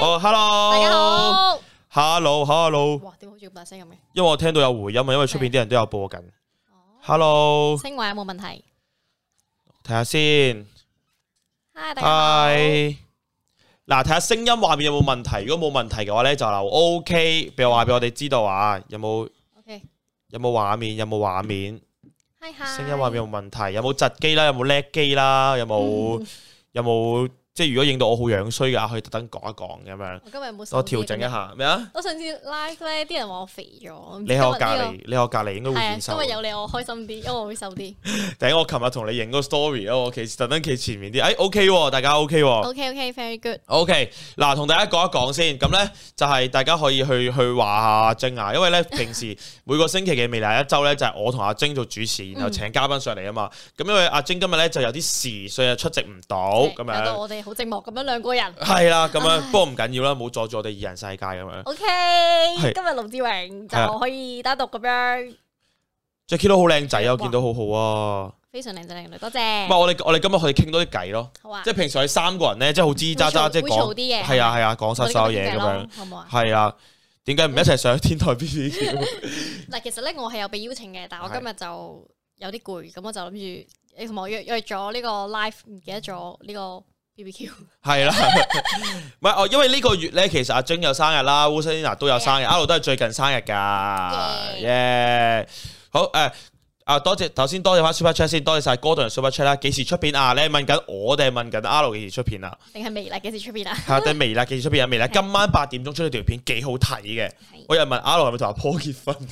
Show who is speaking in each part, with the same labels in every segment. Speaker 1: 哦，hello，
Speaker 2: 大家好。
Speaker 1: ，hello，hello，
Speaker 2: 哇，點解好似咁大聲咁嘅？
Speaker 1: 因為我聽到有回音啊，因為出邊啲人都有播緊。hello，
Speaker 2: Ờ. 聲位有冇問題
Speaker 1: 睇下先
Speaker 2: ？Hi，大家好。
Speaker 1: ，hi，嗱，睇下聲音畫面有冇問題，如果冇問題嘅話咧，就留 OK，俾我話俾我哋知道啊，有冇
Speaker 2: OK，Hi
Speaker 1: 有冇畫面，有冇畫面，
Speaker 2: Hi。
Speaker 1: 聲音 畫面有冇問題，有冇窒機啦，有冇叻機啦，有冇
Speaker 2: 嗯
Speaker 1: 有冇即係如果影到我好樣衰嘅，可以特登講一講咁樣，
Speaker 2: 我今日有冇
Speaker 1: 多調整一？下咩啊？
Speaker 2: 我上次 live 咧，啲人話我肥咗。
Speaker 1: 你喺我隔離，你喺我隔離應該會
Speaker 2: 係啊，
Speaker 1: 變瘦
Speaker 2: 今。日有你我開心啲，因為我會瘦啲。
Speaker 1: 頂我琴日同你影個 story 啊，我其實特登企前面啲，哎 OK 喎，大家 OK 喎。
Speaker 2: OK OK，very good。
Speaker 1: OK，嗱，同大家講一講先，咁呢，就係、大家可以去去話下晶啊，因 為呢，平時每個星期嘅未來一周呢，就係、我同阿晶做主持，
Speaker 2: 嗯
Speaker 1: 然後請嘉賓上嚟啊嘛。咁、因為阿晶今日呢，就有啲事，所以就啊出席唔到咁
Speaker 2: 哦搞到
Speaker 1: 樣。
Speaker 2: 我哋好寂寞咁樣兩個人。
Speaker 1: 係啦，咁 樣
Speaker 2: 唉
Speaker 1: 不過唔緊要啦，冇阻住我哋二人世界咁樣。
Speaker 2: OK，
Speaker 1: 係
Speaker 2: 今日盧志榮
Speaker 1: 係啊
Speaker 2: 就可以單獨咁樣，
Speaker 1: Jackie 都好靚仔啊，我見到好好啊。
Speaker 2: 非常靚仔靚女，多
Speaker 1: 唔
Speaker 2: 謝
Speaker 1: 係。我哋我哋今日可以傾多啲偈咯，
Speaker 2: 好啊，
Speaker 1: 即係平時我哋三個人呢，即係好吱吱喳喳，
Speaker 2: 會嘈
Speaker 1: 即係
Speaker 2: 會嘈
Speaker 1: 講
Speaker 2: 啲嘅
Speaker 1: 係啊係啊，講晒
Speaker 2: 我哋
Speaker 1: 所有
Speaker 2: 今日
Speaker 1: 嘢
Speaker 2: 傾偈
Speaker 1: 咁
Speaker 2: 咯
Speaker 1: 樣。
Speaker 2: 好唔好啊？
Speaker 1: 系啊，點解唔一齊上天台 B B Q？
Speaker 2: 嗱，其實咧我係有被邀請嘅，但我
Speaker 1: 係
Speaker 2: 今日就有啲攰，咁我就諗住，誒同埋我約約咗呢個 live，唔記得咗呢個 BBQ。
Speaker 1: 係啦，唔係哦，因為呢個月咧，其實阿晶有生日啦，烏西娜都有生日，阿路都係最近生日噶，耶！好诶。啊！多謝頭先多謝翻 Super Chat 先，多謝晒 Gordon Super Chat 啦。幾時出片啊？你係問緊我定係問緊阿 L 幾時出片啊？
Speaker 2: 定係未啦？幾時 出邊啊？
Speaker 1: 係啊，定微辣幾時出片啊？微辣 今晚八點鐘出咗條片，幾好睇嘅。我又問阿 L 係咪同阿 Paul 結 婚？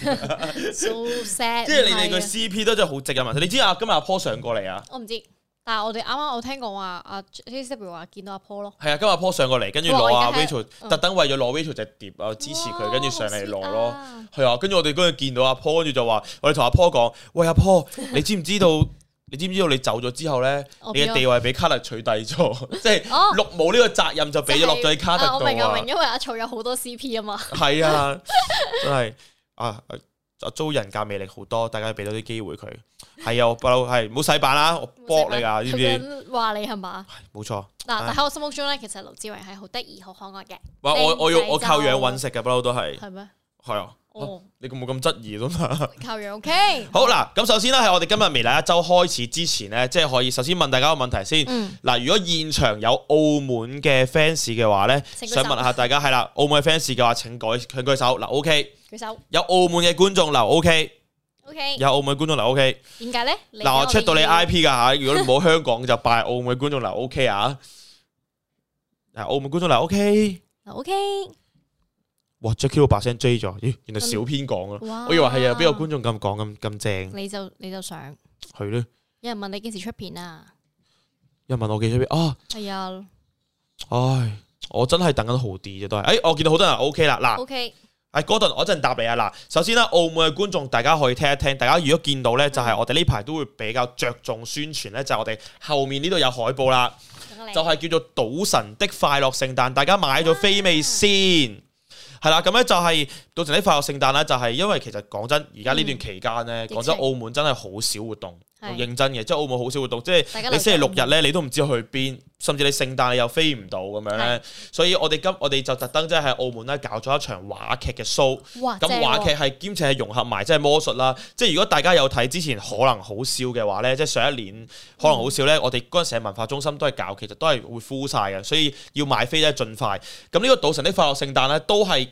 Speaker 2: so sad，
Speaker 1: 即係你哋
Speaker 2: 唔
Speaker 1: 個
Speaker 2: 係啊
Speaker 1: CP 都真係好值嘅問題。你知啊，今日阿 Paul 上過嚟啊，
Speaker 2: 我唔知，但係我哋啱啱我聽講話阿 J W 話見到阿 Paul 咯，
Speaker 1: 係啊，今日 Paul 上過嚟，跟住
Speaker 2: 哇
Speaker 1: 攞阿啊
Speaker 2: 而家係
Speaker 1: Rachel，
Speaker 2: 嗯
Speaker 1: 特登為咗攞 Rachel 隻碟啊，支持佢，跟住上嚟攞咯
Speaker 2: 哇。好 sweet 啊
Speaker 1: 係啊，跟住我哋嗰日見到阿 Paul，跟住就話，我哋同阿 Paul 講：，喂，阿 Paul，你知唔知道？你知唔知道你走咗之後咧，
Speaker 2: 我
Speaker 1: 你
Speaker 2: 變咗
Speaker 1: 嘅地位俾卡特取締咗， 即係
Speaker 2: 哦
Speaker 1: 綠帽呢個責任就俾咗落咗喺卡特
Speaker 2: 啊我
Speaker 1: 度
Speaker 2: 明我
Speaker 1: 啊
Speaker 2: 明，！因為阿曹有好多 C P 啊嘛，
Speaker 1: 係啊，真係啊，啊租人格魅力好多，大家俾多啲機會佢。係啊，我不嬲係唔好洗版啦，我 搏你㗎，知唔知？
Speaker 2: 佢咁話你係嘛？
Speaker 1: 冇錯。
Speaker 2: 嗱，但喺我心目中咧，其實盧志榮係好得意、好可愛嘅，
Speaker 1: 哇！我我要
Speaker 2: 靚仔
Speaker 1: 我靠
Speaker 2: 就
Speaker 1: 樣揾食嘅，不嬲都係
Speaker 2: 係咩？
Speaker 1: 係啊。
Speaker 2: 哦，
Speaker 1: 你冇咁質疑啫嘛。
Speaker 2: 靠樣 OK，
Speaker 1: 好，嗱，咁首先咧，喺我哋今日微辣一周開始之前咧，即係可以首先問大家個問題先。
Speaker 2: 嗯，
Speaker 1: 嗱，如果現場有澳門嘅 fans 嘅話咧，
Speaker 2: 請舉
Speaker 1: 想
Speaker 2: 手
Speaker 1: 問下大家係啦，澳門嘅 fans 嘅話請舉請舉手。嗱，OK，
Speaker 2: 舉手
Speaker 1: 有澳門嘅觀眾留 OK，
Speaker 2: OK，
Speaker 1: 有澳門觀眾留 OK。
Speaker 2: 點解咧？你
Speaker 1: 嗱，我 check 到你
Speaker 2: 哋
Speaker 1: IP 噶吓，如果你冇香港就拜澳門嘅觀眾留 OK 啊。嗱，澳門觀眾留 OK。
Speaker 2: OK，
Speaker 1: 哇！Jackie 老把聲 J 咗，咦？原來小編講啊，
Speaker 2: 哇
Speaker 1: 我以為係有邊個觀眾咁講咁咁正，
Speaker 2: 你就你就想，
Speaker 1: 係咯。
Speaker 2: 有人問你幾時出片啊？
Speaker 1: 又問我記者邊啊？
Speaker 2: 係啊
Speaker 1: 唉，我真係等緊豪啲啫，都係。诶、我見到好多人 O K 啦，嗱，
Speaker 2: ，OK，
Speaker 1: 喺嗰陣我一陣答你啊。嗱，首先啦，澳門嘅觀眾大家可以聽一聽，大家如果見到咧，就係我哋呢排都會比較着重宣傳咧，就係我哋後面呢度有海報啦，
Speaker 2: 等你
Speaker 1: 就係叫做賭神的快樂聖誕，大家買咗飛未先？係啦，咁咧就係賭神的快樂聖誕啦，就係因為其實講真，而家呢段期間咧，
Speaker 2: 疫情
Speaker 1: 講真，澳門真係好少活動，好
Speaker 2: 係
Speaker 1: 認真嘅，即係澳門好少活動，即係。
Speaker 2: 大家
Speaker 1: 你
Speaker 2: 留
Speaker 1: 星期六
Speaker 2: 意
Speaker 1: 日咧，你都唔知去邊，甚至你聖誕你又飛唔到咁樣咧
Speaker 2: 係，
Speaker 1: 所以我哋今我哋就特登即係喺澳門咧搞咗一場話劇嘅 show。
Speaker 2: 哇，
Speaker 1: 咁
Speaker 2: 正
Speaker 1: 話劇
Speaker 2: 喎
Speaker 1: 係兼且係融合埋即係魔術啦，即係如果大家有睇之前可能好笑嘅話咧，即係上一年可能好笑咧，我哋嗰陣時喺文化中心都係搞，其實都係會 full 晒嘅，所以要買飛咧盡快。咁呢個《賭神的快樂聖誕》咧都係。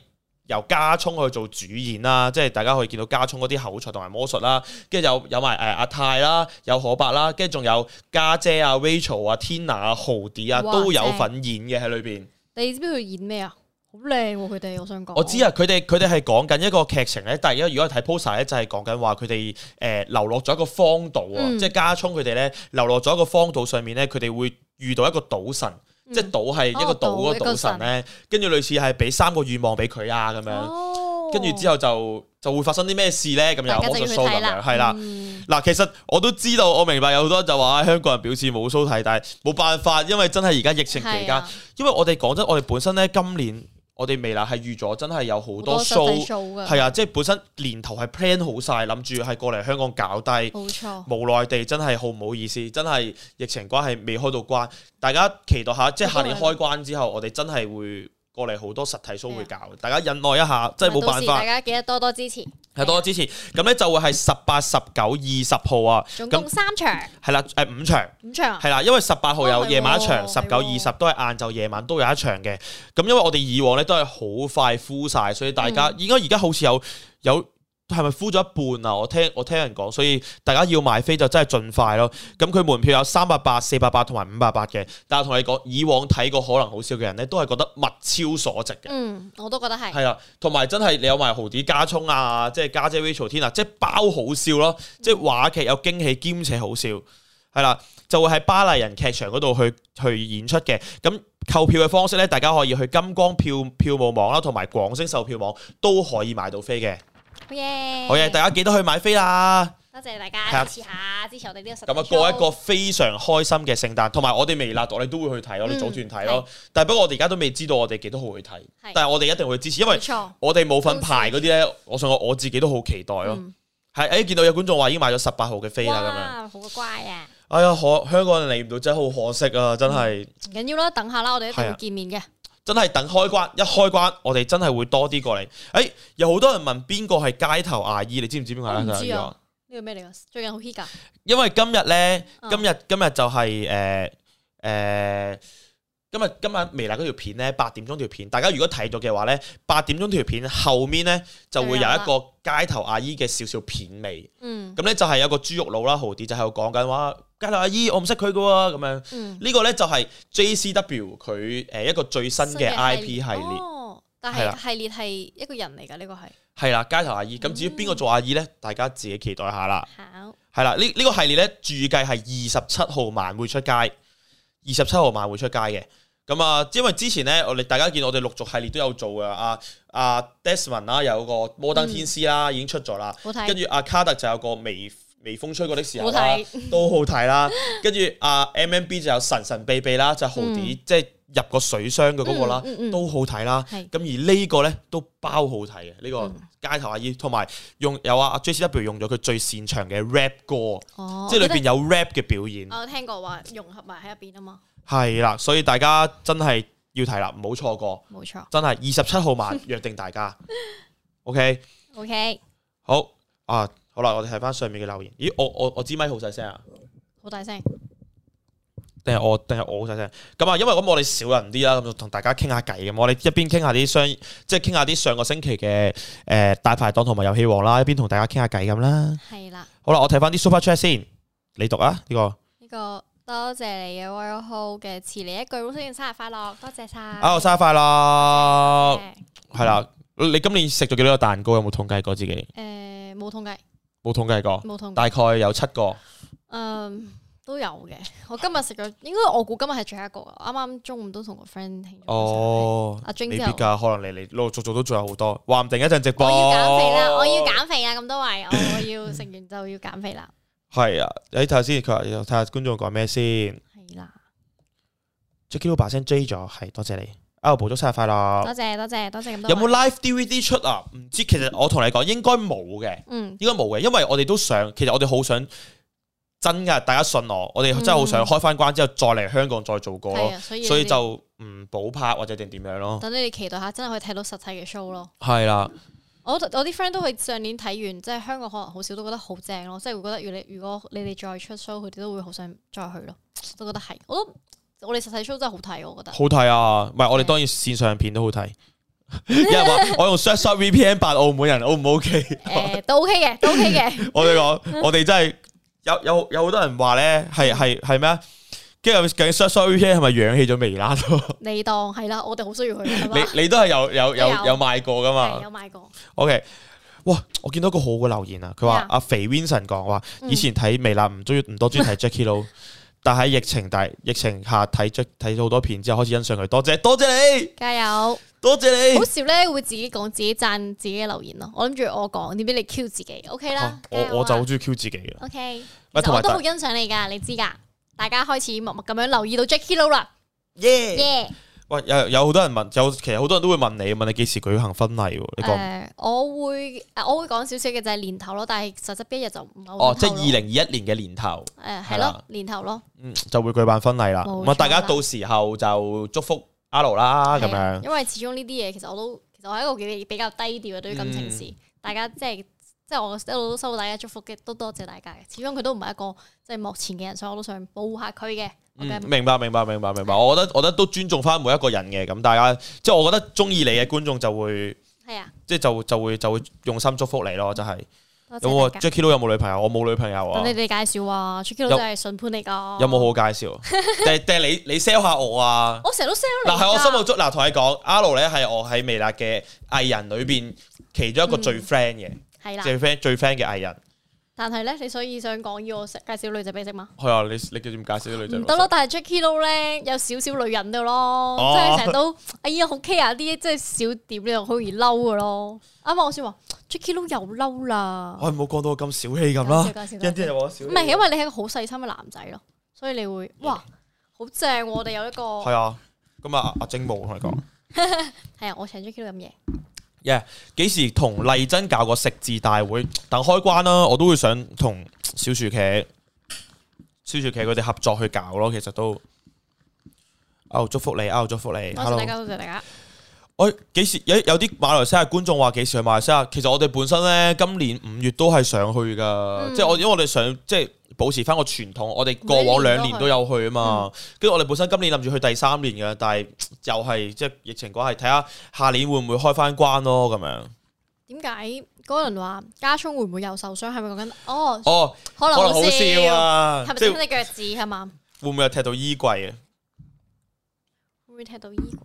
Speaker 1: 由家聰去做主演啦，
Speaker 2: 嗯
Speaker 1: 即係大家可以見到家聰嗰啲口才同埋魔術啦，跟住有有埋誒阿泰啦，有可伯啦，跟住仲有家姐啊 Rachel 啊 Tina 啊豪啲啊
Speaker 2: 哇
Speaker 1: 都有
Speaker 2: 正
Speaker 1: 份演嘅喺裏邊。
Speaker 2: 你知唔知佢演咩啊？好靚喎佢哋，我想講。
Speaker 1: 我知啊，佢哋佢哋係講緊一個劇情咧，但係如果睇 poster 咧，就係講緊話佢哋誒流落咗一個荒島啊，
Speaker 2: 嗯
Speaker 1: 即係加聰佢哋咧流落咗一個荒島上面咧，佢哋會遇到一個賭神，
Speaker 2: 嗯
Speaker 1: 即係賭係一個
Speaker 2: 哦
Speaker 1: 島嗰
Speaker 2: 賭
Speaker 1: 個賭神咧，跟住類似係俾三個願望俾佢啊咁樣，
Speaker 2: 哦，
Speaker 1: 跟住之
Speaker 2: 後
Speaker 1: 後就就會發生啲咩事咧咁
Speaker 2: 大
Speaker 1: 樣，
Speaker 2: 家
Speaker 1: 魔
Speaker 2: 就要
Speaker 1: 術
Speaker 2: 去
Speaker 1: show
Speaker 2: 睇
Speaker 1: 咁樣係啦。
Speaker 2: 嗯
Speaker 1: 嗱，其實我都知道，我明白有好多人就話啊香港人表示冇 show 睇，但係冇辦法，因為真係而家疫情期
Speaker 2: 係
Speaker 1: 間
Speaker 2: 啊。
Speaker 1: 因為我哋講真，我哋本身咧今年我哋未來係預咗真係有好
Speaker 2: 好
Speaker 1: 多
Speaker 2: 實際
Speaker 1: show，
Speaker 2: show 㗎，
Speaker 1: 係啊，即係本身年頭係 plan 好晒，諗住係過嚟香港搞低。
Speaker 2: 冇錯，
Speaker 1: 無奈地真係好唔好意思，真係疫情關係未開到關，大家期待下，即係下年開關之後，我哋真係會過嚟好多實體 show 會搞，大家忍耐一下，真係冇
Speaker 2: 啊到
Speaker 1: 辦
Speaker 2: 時
Speaker 1: 法
Speaker 2: 大，家記得多多支持，
Speaker 1: 係多多支持。咁咧就會係十八、十九、二十號啊，
Speaker 2: 總共三場
Speaker 1: 係啦，誒五場。
Speaker 2: 五場啊，
Speaker 1: 係啦，因為十八號有夜晚一場，
Speaker 2: 哦
Speaker 1: 十
Speaker 2: 係
Speaker 1: 九、
Speaker 2: 喎
Speaker 1: 二十都係晏晝、夜晚都有一場嘅。咁因為我哋以往咧都係好快敷晒，所以大
Speaker 2: 嗯
Speaker 1: 家應該而家好似有有係咪敷咗一半啊？我聽我聽人講，所以大家要買飛就真係盡快咯。咁佢門票有三百八、四百八同埋五百八嘅，但係同你講，以往睇過可能好少嘅人咧，都係覺得物超所值嘅。
Speaker 2: 嗯，我都覺得係，
Speaker 1: 係啦，同埋真係你有埋豪啲加葱啊，即係家姐 Rachel 天啊，即係包好笑咯，即係話劇有驚喜兼且好笑，係啦，就會喺巴黎人劇場嗰度去去演出嘅。咁購票嘅方式咧，大家可以去金光票票務網啦，同埋廣星售票網都可以買到飛嘅。
Speaker 2: 好嘢，
Speaker 1: 好嘢，大家記得去買飛啦！
Speaker 2: 多謝大
Speaker 1: 係啊
Speaker 2: 家支持下，支持我哋呢個實
Speaker 1: 咁啊，
Speaker 2: 體
Speaker 1: 過一
Speaker 2: show
Speaker 1: 個非常開心嘅聖誕，同埋我哋微辣我哋都會去睇咯，你
Speaker 2: 嗯
Speaker 1: 組團睇咯。但係不過我哋而家都未知道我哋幾多號去睇，
Speaker 2: 係
Speaker 1: 但係我哋一定會支持，因為
Speaker 2: 冇錯，
Speaker 1: 我哋冇份排嗰啲咧，我想我我自己都好期待咯。
Speaker 2: 嗯
Speaker 1: 係，誒見到有觀眾話已經買咗十八號嘅飛啦，咁樣。
Speaker 2: 哇，好乖啊！
Speaker 1: 哎呀，可香港人嚟唔到真係好可惜啊！真係
Speaker 2: 唔緊要啦，等下啦，我哋一定
Speaker 1: 係啊
Speaker 2: 會見面嘅。
Speaker 1: 真係等開關，一開關我哋真係會多啲過嚟。誒、哎有好多人問邊個係街頭阿姨，你知唔知邊個
Speaker 2: 我
Speaker 1: 係
Speaker 2: 唔
Speaker 1: 街頭阿
Speaker 2: 知
Speaker 1: 姨啊
Speaker 2: 啊？，呢個咩嚟噶？最近好 hit 噶，
Speaker 1: 因為今日咧，
Speaker 2: 嗯
Speaker 1: 今日今日就係誒誒，今日今日微辣嗰條片咧，八點鐘條片，大家如果睇到嘅話咧，八點鐘條片後面咧就會有
Speaker 2: 啊
Speaker 1: 一個街頭阿姨嘅少少片尾。
Speaker 2: 嗯
Speaker 1: 咁咧就係有個豬肉佬啦，豪啲就喺度講緊話，街頭阿姨我唔識佢嘅喎，咁樣
Speaker 2: 嗯，
Speaker 1: 呢個咧就係 JCW 佢誒一個最新嘅 IP 系列，
Speaker 2: 哦，但
Speaker 1: 係啦
Speaker 2: 係系列係一個人嚟噶，呢個係
Speaker 1: 係啦街頭阿姨。咁至於邊個做阿姨咧，大家自己期待下啦。
Speaker 2: 考
Speaker 1: 係啦，呢呢個系列咧預計係二十七號晚會出街，二十七號晚會出街嘅。咁啊，因為之前咧，我哋大家見我哋陸續系列都有做嘅，阿阿 Desmond 啦，有個摩登天師啦，已經出咗啦。
Speaker 2: 好睇，
Speaker 1: 跟住阿卡特就有個微微風吹過的時候
Speaker 2: 好
Speaker 1: 啦，
Speaker 2: 睇，
Speaker 1: 都好睇啦。跟住阿 M M B 就有神神秘秘啦，就係豪啲即係入個水箱嘅嗰個啦，
Speaker 2: 嗯嗯嗯嗯
Speaker 1: 都好睇啦。
Speaker 2: 係
Speaker 1: 咁而呢個咧都包好睇嘅，呢
Speaker 2: 嗯
Speaker 1: 個街頭阿姨同埋用有啊 J C W 用咗佢最擅長嘅 rap 歌，
Speaker 2: 哦，
Speaker 1: 即係裏
Speaker 2: 我
Speaker 1: 邊
Speaker 2: 覺
Speaker 1: 有 rap 嘅表演
Speaker 2: 得，哦我聽過話融合埋喺入邊啊嘛，
Speaker 1: 係啦，所以大家真係要睇啦，唔好錯過，
Speaker 2: 冇錯。
Speaker 1: 真係啊二十七號晚 約定大家。OK，
Speaker 2: OK，
Speaker 1: 好啊，好啦，我哋睇翻上面嘅留言。咦，我我我支咪好細聲啊！
Speaker 2: 好大聲，
Speaker 1: 定係我定係我好細聲咁啊，因為咁我哋少人啲啦，咁就同大家傾下偈咁。我哋一邊傾下啲商，即係傾下啲上個星期嘅誒、呃大排檔同埋遊戲王啦，一邊同大家傾下偈咁啦。
Speaker 2: 係啦，
Speaker 1: 好啦，我睇翻啲 super chat 先，你讀啊呢、個
Speaker 2: 呢個多謝你嘅 Royal Ho 嘅遲嚟一句，祝你生日快樂，多謝晒。
Speaker 1: 啊，我生日快樂，
Speaker 2: 誒
Speaker 1: 係啦。你今年食咗幾多個蛋糕？有冇統計過自己？
Speaker 2: 誒，冇統計，
Speaker 1: 冇統計過，
Speaker 2: 冇統計，
Speaker 1: 大概有七個。
Speaker 2: 嗯，都有嘅。我今日食咗，應該我估今日係最後一個㗎。啱啱中午都同個 friend 慶祝咗
Speaker 1: 哦，
Speaker 2: 阿
Speaker 1: 未
Speaker 2: Jing
Speaker 1: 必
Speaker 2: 之後，
Speaker 1: 㗎，可能你你陸陸續續都仲有好多，話唔定一陣直播。
Speaker 2: 我要減肥啦，我要減肥啦，咁多位，我我要食完就要減肥啦，
Speaker 1: 係啊，你睇下先，佢話睇下觀眾講咩先。
Speaker 2: 係啦，
Speaker 1: Jackie Lou 把聲 J 咗，係多謝你。啊，寶祝生日快
Speaker 2: 多
Speaker 1: 樂！
Speaker 2: 謝多謝多謝咁多
Speaker 1: 有冇
Speaker 2: 位
Speaker 1: live DVD 出啊？唔知，其實我同你講應該冇嘅，
Speaker 2: 嗯，
Speaker 1: 應該冇嘅，因為我哋都想，其實我哋好想真噶，大家信我，我哋真係好想
Speaker 2: 嗯
Speaker 1: 開翻關之後再嚟香港再做過
Speaker 2: 係
Speaker 1: 咯，
Speaker 2: 啊，所以
Speaker 1: 哦所以
Speaker 2: 你
Speaker 1: 就唔補拍或者定點樣咯。
Speaker 2: 等你哋期待下，真係可以睇到實體嘅 show 咯。
Speaker 1: 係啦，
Speaker 2: 我我啲 friend 都係上年睇完，即係香港可能好少都覺得好正咯，即係會覺得如你如果你哋再出 show，佢哋都會好想再去咯，我都覺得係，我都我哋實體 show 真係好睇，我覺 得。
Speaker 1: 好睇啊！唔係我哋
Speaker 2: 係
Speaker 1: 當然線上片都好睇。有人話 我用 s h a r s h a r VPN 扮澳門人 O 唔 OK？
Speaker 2: 誒、都 OK 嘅，都 OK 嘅，
Speaker 1: 我哋
Speaker 2: 嗯
Speaker 1: 講，我哋真係有有有好多人話咧，係係係咩啊？跟住究竟 s h o r VPN 係咪養起咗微辣咯？
Speaker 2: 你當係啦，我哋好需要佢係嘛，
Speaker 1: 你你都係有有有
Speaker 2: 都有
Speaker 1: 有賣過噶
Speaker 2: 係有
Speaker 1: 嘛
Speaker 2: 買過，
Speaker 1: ？OK，哇！我見到個好嘅留言啊，佢話
Speaker 2: 咩啊
Speaker 1: 阿肥 Vincent 講話，
Speaker 2: 嗯
Speaker 1: 以前睇微辣唔中意唔多中意睇 Jackie Lou，但 喺疫情大疫情下睇 Jack 睇咗好多片之後，開始欣賞佢。多謝多謝你，
Speaker 2: 加油！
Speaker 1: 多謝你啊
Speaker 2: 好。少咧會自己講自己讚自己嘅留言咯，我諗住我講，點知你 Q 自己，OK 啦
Speaker 1: 啊，我我就好中意 Q 自己嘅，
Speaker 2: OK，
Speaker 1: 喂
Speaker 2: 哦其實
Speaker 1: 同埋
Speaker 2: 我都
Speaker 1: 大
Speaker 2: 好欣賞你㗎，你知㗎，大家開始默默咁樣留意到 Jackie Lou 啦，
Speaker 1: 耶
Speaker 2: 耶！
Speaker 1: 喂，有有好多人問，有其實好多人都會問你，問你幾時舉行婚禮喎？你
Speaker 2: 誒、
Speaker 1: 講
Speaker 2: 我會誒、我會講少少嘅就係年頭咯，但係實質一日就唔係好
Speaker 1: 哦，即係
Speaker 2: 透露
Speaker 1: 二零二一年嘅年頭，
Speaker 2: 誒
Speaker 1: 係
Speaker 2: 係
Speaker 1: 啦
Speaker 2: 咯，年頭咯，
Speaker 1: 嗯，就會舉辦婚禮啦。
Speaker 2: 冇
Speaker 1: 咁啊，
Speaker 2: 錯
Speaker 1: 大家
Speaker 2: 啦
Speaker 1: 到時候就祝福 L 啦咁
Speaker 2: 係啊
Speaker 1: 樣。
Speaker 2: 因為始終呢啲嘢其實我都其實我係一個幾比較低調嘅對於感情
Speaker 1: 嗯
Speaker 2: 事，大家即係即係我一路都收到大家祝福嘅，都多謝大家嘅。始終佢都唔係一個即係幕前嘅人，所以我都想保護下佢嘅。我嘅
Speaker 1: 嗯明白，明白，明白，明白。我覺得，我覺得都尊重翻每一個人嘅。咁大家，即係我覺得中意你嘅觀眾就會，
Speaker 2: 係啊，
Speaker 1: 即係就就會就會用心祝福你咯。真係
Speaker 2: 多
Speaker 1: 有冇啊
Speaker 2: 謝大家。
Speaker 1: Jackie Lou 有冇女朋友？我冇女朋友啊
Speaker 2: 等。你哋介紹啊 t r i k
Speaker 1: 有
Speaker 2: 真係筍盤嚟㗎。
Speaker 1: 有冇？好介紹？定定係你你 sell 下我啊？
Speaker 2: 我成日都 sell 你㗎。
Speaker 1: 嗱，喺我心目中，嗱，同你講，L 咧係我喺微辣嘅藝人裏邊其中一個最
Speaker 2: 嗯
Speaker 1: friend 嘅，
Speaker 2: 係啦，
Speaker 1: 最 friend 最 friend 嘅藝人。
Speaker 2: 但係咧，你所以想講要我介紹女仔俾你識嘛？
Speaker 1: 係啊，你你叫點介紹啲女仔？
Speaker 2: 唔得咯，但係 Jackie Lou 咧有少少女人嘅咯，
Speaker 1: 哦
Speaker 2: 即係成日都哎呀好 care 啲即係小點咧，好容易嬲嘅咯。啱啱我先話 Jackie Lou 又嬲啦，
Speaker 1: 我唔好講到我咁小氣哦咁
Speaker 2: 介
Speaker 1: 啦，
Speaker 2: 紹介紹
Speaker 1: 一啲人話我小
Speaker 2: 唔
Speaker 1: 氣。
Speaker 2: 係因為你係一個好細心嘅男仔咯，所以你會哇好正喎，我哋有一個
Speaker 1: 嗯係啊，咁啊，阿精冇同你講。
Speaker 2: 係啊，我請 Jackie Lou 飲嘢，
Speaker 1: 幾時同麗珍搞個食字大會？等開關啦，我都會想同小薯茄、小薯茄佢哋合作去搞咯。其實都，哦，祝福你，哦，祝福你
Speaker 2: 多謝大
Speaker 1: ，hello。
Speaker 2: 家，多謝大家。
Speaker 1: 我哎幾時有有啲馬來西亞觀眾話幾時去馬來西亞？其實我哋本身呢，今年五月都係想去噶，
Speaker 2: 嗯
Speaker 1: 即係我因為我哋想即係保持翻個傳統，我哋過往兩年都有去啊
Speaker 2: 嗯
Speaker 1: 嘛。跟住我哋本身今年諗住去第三年嘅，但係又係即係疫情關係，睇下下年會唔會開翻關咯咁樣。
Speaker 2: 點解嗰人話加聰會唔會又受傷？係咪講緊哦？
Speaker 1: 哦。
Speaker 2: 可能
Speaker 1: 可能
Speaker 2: 好
Speaker 1: 好笑
Speaker 2: 笑，
Speaker 1: 啊
Speaker 2: 係！咪
Speaker 1: 即
Speaker 2: 踢
Speaker 1: 係
Speaker 2: 你腳趾係嘛？
Speaker 1: 會唔會有踢到衣櫃啊？
Speaker 2: 會唔會踢到衣櫃？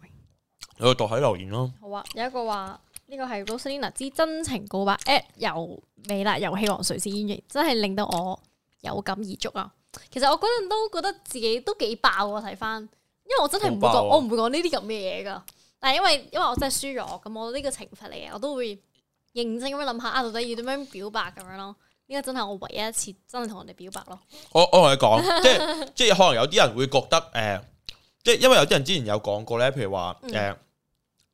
Speaker 1: 我度喺留言咯。
Speaker 2: 好啊，有一個話呢個係 Rosalina 之真情告白 at 由美辣遊戲王誰是演員，真係令到我有感而觸啊！其實我嗰陣都覺得自己都幾爆啊，睇翻，因為我真係唔會
Speaker 1: 好爆
Speaker 2: 講，
Speaker 1: 啊
Speaker 2: 我唔會講呢啲咁嘅嘢噶。但係因為因為我真係輸咗，咁我呢個懲罰嚟嘅，我都會認真咁樣諗下啊，到底要點樣表白咁樣咯。呢個真係我唯一一次真係同人哋表白咯。
Speaker 1: 我我同你 講，即係即係可能有啲人會覺得誒、呃即係因為有啲人之前有講過咧，譬如話
Speaker 2: 嗯
Speaker 1: 誒、呃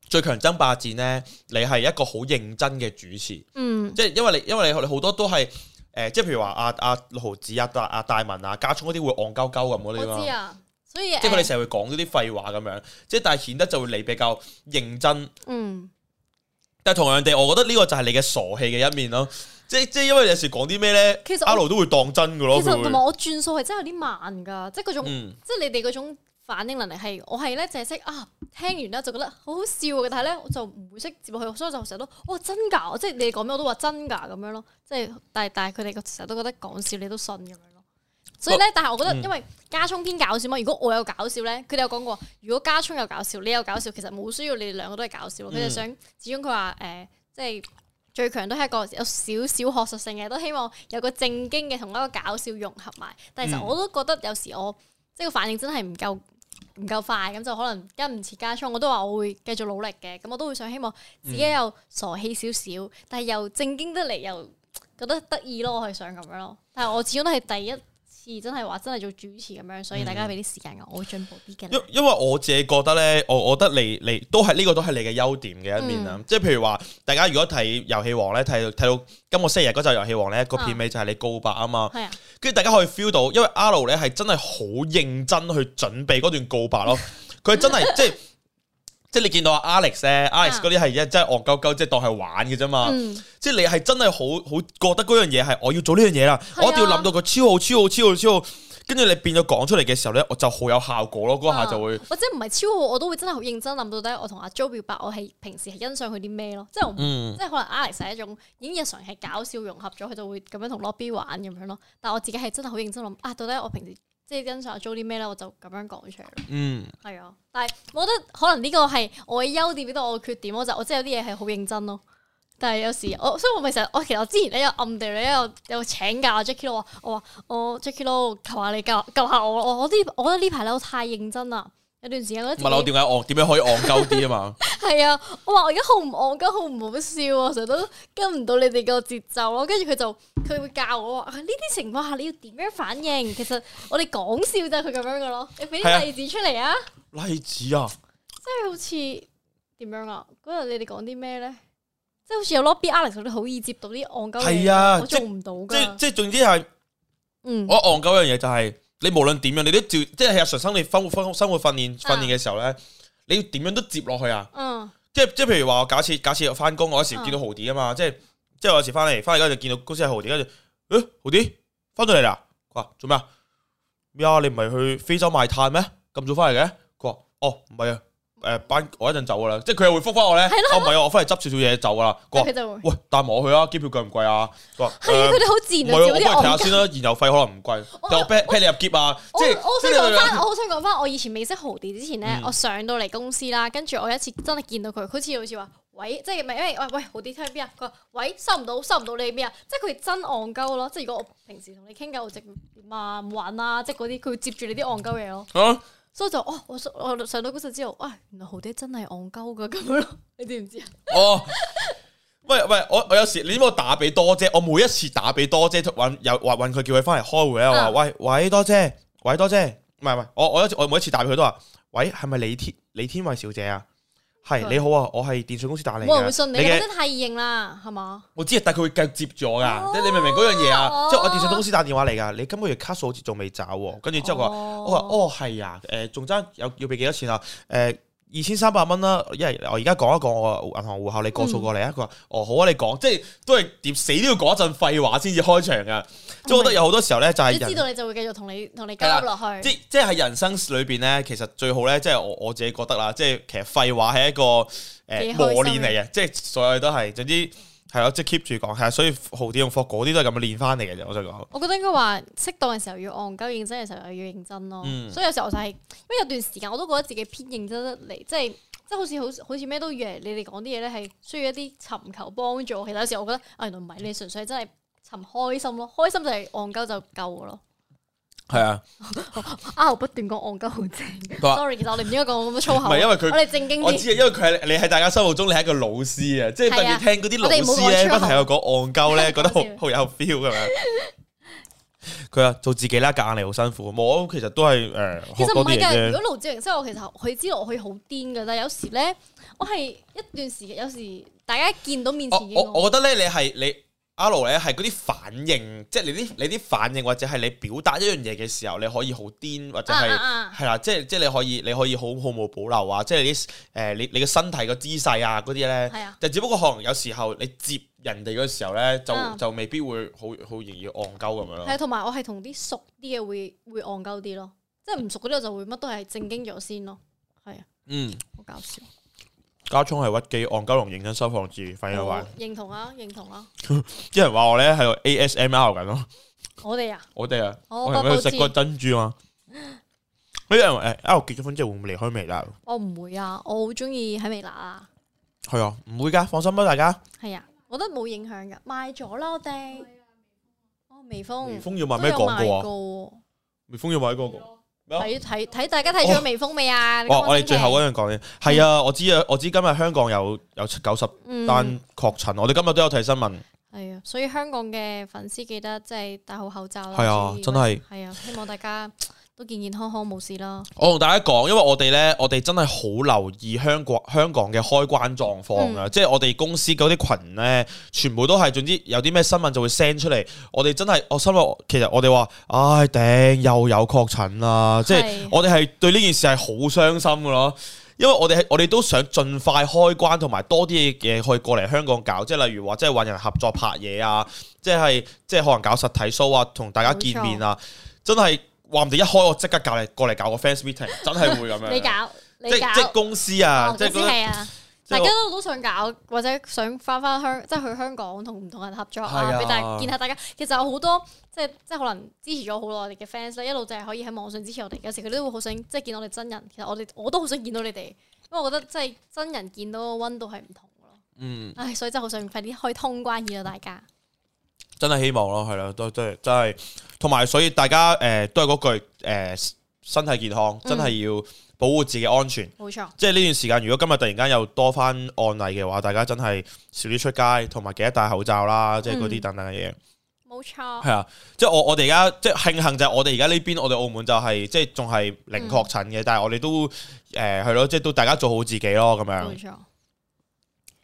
Speaker 1: 最強爭霸戰咧，你係一個好認真嘅主持，即
Speaker 2: 嗯，
Speaker 1: 係因為你因為你你好多都係誒、呃即係譬如話阿阿六毫子、阿大阿大文啊、家聰嗰啲會戇鳩鳩咁嗰
Speaker 2: 我
Speaker 1: 啲
Speaker 2: 知
Speaker 1: 嘛，
Speaker 2: 啊，所以
Speaker 1: 即係佢哋
Speaker 2: 誒
Speaker 1: 成日會講嗰啲廢話咁樣，即係但係顯得就會你比較認真。
Speaker 2: 嗯
Speaker 1: 但係同樣地，我覺得呢個就係你嘅傻氣嘅一面咯。即即係因為有時講啲咩咧，
Speaker 2: 其實我
Speaker 1: 阿盧都會當真嘅咯。
Speaker 2: 其
Speaker 1: 佢
Speaker 2: 實同
Speaker 1: 會
Speaker 2: 埋我轉數係真係有啲慢㗎，即係嗰種。
Speaker 1: 嗯，
Speaker 2: 即係你哋嗰種反應能力係，我係咧淨係識啊，聽完咧就覺得好好笑嘅，但係咧我就唔會識接落去，所以我就成日都哇真㗎，即係你哋講咩我都話真㗎咁樣咯，即係但係但係佢哋成日都覺得講笑你都信咁樣咯。所以咧，但係我覺得
Speaker 1: 嗯
Speaker 2: 因為家聰偏搞笑嘛，如果我有搞笑咧，佢哋有講過，如果家聰有搞笑，你有搞笑，其實冇需要你哋兩個都係搞笑咯。佢哋
Speaker 1: 嗯
Speaker 2: 想始終佢話誒，即係最強都係一個有少少學術性嘅，都希望有個正經嘅同一個搞笑融合埋。但係其實
Speaker 1: 嗯
Speaker 2: 我都覺得有時我即係個反應真係唔夠唔夠快，咁就可能跟唔切加倉。我都話我會繼續努力嘅，咁我都會想希望自己
Speaker 1: 嗯
Speaker 2: 又傻氣少少，但係又正經得嚟又覺得得意咯，我係想咁樣咯。但係我始終都係第一次真係話真係做主持咁樣，所以大家俾啲時間我，我會進步啲嘅
Speaker 1: 嗯因
Speaker 2: 啦。
Speaker 1: 因為我自己覺得咧，我我覺得你你都係呢、個都係你嘅優點嘅一
Speaker 2: 嗯
Speaker 1: 面啦。即係譬如話，大家如果睇遊戲王咧，睇到睇到今個星期日嗰集遊戲王咧，個片尾就係你告白啊嘛。
Speaker 2: 係啊，
Speaker 1: 跟住大家可以 feel 到，因為阿盧咧係真係好認真去準備嗰段告白 咯。佢真係即係即係你見到阿 Alex 咧，Alex 嗰啲係一真係戇鳩鳩，即係當係玩嘅啫嘛。
Speaker 2: 啊嗯，
Speaker 1: 即係你係真係好好覺得嗰樣嘢係我要做呢樣嘢啦，
Speaker 2: 係啊
Speaker 1: 我一定要諗到個超好超好超好超好，跟住你變咗講出嚟嘅時候咧，我就好有效果咯，嗰下就會
Speaker 2: 啊或者唔係超好，我都會真係好認真諗到底我同阿 Jo 表白，我係平時係欣賞佢啲咩咯，即係我唔
Speaker 1: 嗯
Speaker 2: 即係可能 Alex 係一種已經日常係搞笑融合咗，佢就會咁樣同 Lobby 玩咁樣咯。但係我自己係真係好認真諗啊，到底我平時即係欣賞阿 Jo 啲咩咧，我就咁樣講出嚟咯。
Speaker 1: 嗯
Speaker 2: 係啊，但係我覺得可能呢個係我嘅優點，亦都我嘅缺點。我就我即係有啲嘢係好認真咯。但係有時我，所以我咪成日我其實我之前咧有暗地裏咧有有請教阿 Jackie 咯，我話我 Jackie 咯，求下你救救下我，我我呢我覺得呢排咧我太認真啦，有段時間覺得自己
Speaker 1: 問我點解戇點樣可以戇鳩啲啊 嘛，
Speaker 2: 係啊，我話我而家好唔戇鳩，好唔好笑啊！成日都跟唔到你哋個節奏咯，跟住佢就佢會教我話啊呢啲情況下你要點樣反應。其實我哋講笑咋，佢咁樣噶咯。你俾
Speaker 1: 係啊
Speaker 2: 啲例子出嚟啊！
Speaker 1: 例子啊，
Speaker 2: 即係好似點樣啊？嗰日你哋講啲咩咧？即係好似有 lobby Alex 嗰啲好易接到啲戇鳩嘢，
Speaker 1: 係啊
Speaker 2: 我做唔到
Speaker 1: 即係
Speaker 2: 噶。
Speaker 1: 即係總之係
Speaker 2: 嗯，
Speaker 1: 我戇鳩一樣嘢就係你無論點樣你都照，即係日常生活生活生活訓練訓練嘅時候咧，你要點樣都接落去啊！
Speaker 2: 嗯
Speaker 1: 即係即係譬如話，我假設假設我翻工，我有時
Speaker 2: 嗯
Speaker 1: 見到豪啲啊嘛，即係即係我有時翻嚟翻嚟嗰陣就見到公司係豪啲，跟住誒豪啲翻到嚟啦，佢話做咩啊？咩啊？你唔係去非洲賣炭咩？咁早翻嚟嘅？佢話哦唔係啊，誒班我一陣走噶啦，即係佢又會覆翻我咧，哦唔係啊，我翻嚟執少少嘢走噶啦。佢話
Speaker 2: 但佢就會
Speaker 1: 喂帶埋我去啊，機票貴唔貴啊？佢 話
Speaker 2: 係啊，
Speaker 1: 誒
Speaker 2: 佢哋好自
Speaker 1: 唔
Speaker 2: 然
Speaker 1: 係啊，我
Speaker 2: 就
Speaker 1: 幫你睇
Speaker 2: 照啲戇
Speaker 1: 下
Speaker 2: 鳩
Speaker 1: 先啦，燃油費可能唔貴，
Speaker 2: 我
Speaker 1: 但我 p 你入劫啊，
Speaker 2: 我
Speaker 1: 即係
Speaker 2: 我好
Speaker 1: 即
Speaker 2: 想
Speaker 1: 係你明唔
Speaker 2: 講
Speaker 1: 明啊
Speaker 2: 翻，我好想講翻，我以前未識豪迪之前咧，
Speaker 1: 嗯
Speaker 2: 我上到嚟公司啦，跟住我有一次真係見到佢，佢好似好似話，喂，即係咪因為喂喂豪迪聽邊啊？佢話喂收唔到，收唔到你邊啊？即係佢真戇鳩咯，即係如果我平時同你傾偈，我直點啊唔玩啊，即係嗰啲，佢會接住你啲戇鳩嘢咯。
Speaker 1: 啊
Speaker 2: 所以就哦，我上我上到公司之後，啊原來豪迪真係戇鳩噶咁樣 咯，你知唔知啊？
Speaker 1: 哦，喂喂，我我有時你知唔知我打俾多姐，我每一次打俾多姐揾有話揾佢叫佢翻嚟開會咧，我話
Speaker 2: 啊
Speaker 1: 喂喂多姐，喂多姐，唔係唔係，我我有一次我每一次打俾佢都話，喂係咪李天李天惠小姐啊？係
Speaker 2: 佢
Speaker 1: 你好啊，我係電信公司打嚟
Speaker 2: 冇人會信
Speaker 1: 嘅，
Speaker 2: 啊你，
Speaker 1: 你
Speaker 2: 你
Speaker 1: 嘅
Speaker 2: 真係太易認啦，係嘛？
Speaker 1: 我知，但佢會繼續接住我噶
Speaker 2: 哦，
Speaker 1: 即係你明唔明嗰樣嘢啊？
Speaker 2: 哦
Speaker 1: 即係我電信公司打電話嚟噶，你今個月卡數好似仲未找喎，跟住之後佢話。我話
Speaker 2: 哦，
Speaker 1: 哦係啊，誒仲爭有要俾幾多錢啊？誒二千三百蚊啦，因為我而家講一講我銀行戶口，你過數過嚟啊。
Speaker 2: 嗯
Speaker 1: 佢話哦好啊，你講，即係都係點死都要講一陣廢話先至開場噶。即係
Speaker 2: 哦
Speaker 1: 我覺得有好多時候咧，就
Speaker 2: 你
Speaker 1: 係
Speaker 2: 知
Speaker 1: 人
Speaker 2: 道你就會繼續同你同你
Speaker 1: 係啦
Speaker 2: 交流落去。
Speaker 1: 即即係人生裏邊咧，其實最好咧，即係我我自己覺得啦，即係其實廢話係一個
Speaker 2: 幾開
Speaker 1: 誒
Speaker 2: 心
Speaker 1: 磨練嚟嘅，即係所有嘢都係總之係咯，即係 keep 住講係啊，所以豪啲用霍嗰啲都係咁樣練翻嚟嘅啫。我想講，
Speaker 2: 我覺得應該話適當嘅時候要戇鳩，認真嘅時候又要認真咯。
Speaker 1: 嗯
Speaker 2: 所以有時候就係、因為有段時間我都覺得自己偏認真得嚟，即係即係好似好好似咩都以為你哋講啲嘢咧係需要一啲尋求幫助。其實有時候我覺得啊，原來唔係，你純粹真係尋開心咯，開心就係戇鳩就夠噶咯。
Speaker 1: 係啊，
Speaker 2: 啊，我不斷講戇鳩好正
Speaker 1: 話
Speaker 2: ，sorry，其實我哋唔應該講咁多粗口。啊
Speaker 1: 唔係因為佢
Speaker 2: 我哋正經
Speaker 1: 我
Speaker 2: 啲，
Speaker 1: 知啊，因為佢係你喺大家心目中，你係一個老師啊，即係
Speaker 2: 係啊
Speaker 1: 特別聽嗰啲老
Speaker 2: 我哋
Speaker 1: 師
Speaker 2: 冇啊
Speaker 1: 咧，
Speaker 2: 講
Speaker 1: 不
Speaker 2: 粗口
Speaker 1: 停有講戇鳩 咧，覺得好
Speaker 2: 講笑
Speaker 1: 好有 feel 咁樣。佢話做自己啦，隔硬嚟好辛苦。我其實都係誒
Speaker 2: 其
Speaker 1: 學
Speaker 2: 實唔
Speaker 1: 多啲
Speaker 2: 係
Speaker 1: 嘢
Speaker 2: 㗎。
Speaker 1: 啫
Speaker 2: 如。果盧志榮，即係我其實佢知道我可以好癲㗎，但係有時咧，我係一段時間，有時大家見到面前
Speaker 1: 我
Speaker 2: 已經
Speaker 1: 哦我我覺得咧，你係你阿盧咧係嗰啲反應，即係你啲你啲反應或者係你表達一樣嘢嘅時候，你可以好癲或者
Speaker 2: 啊
Speaker 1: 係
Speaker 2: 啊啊
Speaker 1: 係啦，即係即係你可以你可以好毫無保留啊，即係你啲誒你你嘅身體個姿勢啊嗰啲咧。
Speaker 2: 係啊。
Speaker 1: 就只不過可能有時候你接人哋嗰時候咧，就
Speaker 2: 嗯
Speaker 1: 就未必會好好容易戇鳩咁樣
Speaker 2: 係，
Speaker 1: 咯。
Speaker 2: 同埋我係同啲熟啲嘅會會戇鳩啲咯，即係唔熟嗰啲我就會乜都係正經咗先咯，係啊，
Speaker 1: 嗯，
Speaker 2: 好搞笑。
Speaker 1: 加聰係屈機戇鳩同認真收放自反應
Speaker 2: 我
Speaker 1: 話，
Speaker 2: 認同啊，認同啊，
Speaker 1: 啲人話我咧喺度 ASMR 緊咯，
Speaker 2: 我哋啊，
Speaker 1: 我哋啊，
Speaker 2: 哦
Speaker 1: 我哋去
Speaker 2: 八
Speaker 1: 食
Speaker 2: 寶
Speaker 1: 個珍
Speaker 2: 煎
Speaker 1: 珠啊。呢人誒，啊我結咗婚之後會唔會離開微辣？
Speaker 2: 我唔會啊，我好中意喺微辣啊，
Speaker 1: 係啊，唔會噶，放心啦，大家。
Speaker 2: 係啊，我覺得冇影響噶，賣咗啦我哋，哦微
Speaker 1: 微
Speaker 2: 風
Speaker 1: 風要賣咩廣告啊？
Speaker 2: 告
Speaker 1: 微風要賣廣告。咩啊
Speaker 2: 睇睇睇大家睇咗微風未啊？
Speaker 1: 哦，我哋最後嗰樣講嘅係啊，我知啊，我知今日香港有有九十
Speaker 2: 嗰
Speaker 1: 單確診，我哋今日都有睇新聞。
Speaker 2: 嗯係啊，所以香港嘅粉絲記得即係戴好口罩啦。
Speaker 1: 係啊
Speaker 2: 注意
Speaker 1: 真係
Speaker 2: 係啊，希望大家都健健康康冇事啦。
Speaker 1: 我同大家講，因為我哋呢，我哋真係好留意香港香港嘅開關狀況啊！即係我哋公司嗰啲群呢，全部都係總之有啲咩新聞就會 send 出嚟。我哋真係，我心諗，其實我哋話，唉頂，又有確診啦！即係
Speaker 2: 係
Speaker 1: 我哋係對呢件事係好傷心噶咯。因為我哋係我哋都想盡快開關，同埋多啲嘢去過嚟香港搞，即係例如話，即係揾人合作拍嘢啊，即係即係可能搞實體 show 啊，同大家見面啊，真係話唔定一開我即刻教你過嚟搞個 fans meeting，真係會咁樣。
Speaker 2: 你搞，你
Speaker 1: 即
Speaker 2: 搞，
Speaker 1: 即公司啊，
Speaker 2: 哦
Speaker 1: 即係
Speaker 2: 嗰時
Speaker 1: 嗰
Speaker 2: 係啊，
Speaker 1: 即係
Speaker 2: 大
Speaker 1: 我
Speaker 2: 家都都想搞，或者想翻翻香，即係去香港同唔同人合作
Speaker 1: 係啊
Speaker 2: 啊，俾大家見下大家。其實有好多即係即係可能支持咗好耐我哋嘅 fans 咧，一路就係可以喺網上支持我哋。有時佢都會好想即係見到我哋真人。其實我哋我都好想見到你哋，因為我覺得即係真人見到個温度係唔同嘅咯。
Speaker 1: 嗯，
Speaker 2: 唉，所以真係好想快啲開通關見到大家。
Speaker 1: 真係希望咯，係啦，都真係真係，同埋所以大家誒、呃都係嗰句誒、呃身體健康，
Speaker 2: 嗯
Speaker 1: 真係要保護自己安全。
Speaker 2: 冇錯，
Speaker 1: 即係呢段時間，如果今日突然間又多翻案例嘅話，大家真係少啲出街，同埋記得戴口罩啦，即係嗰啲
Speaker 2: 嗯
Speaker 1: 等等嘅嘢。
Speaker 2: 冇錯，
Speaker 1: 係啊，即係我我哋而家即係慶幸就係我哋而家呢邊，我哋澳門就係、即係仲係零確診嘅，但係我哋都誒係咯，即係都大家做好自己咯咁樣
Speaker 2: 冇。錯。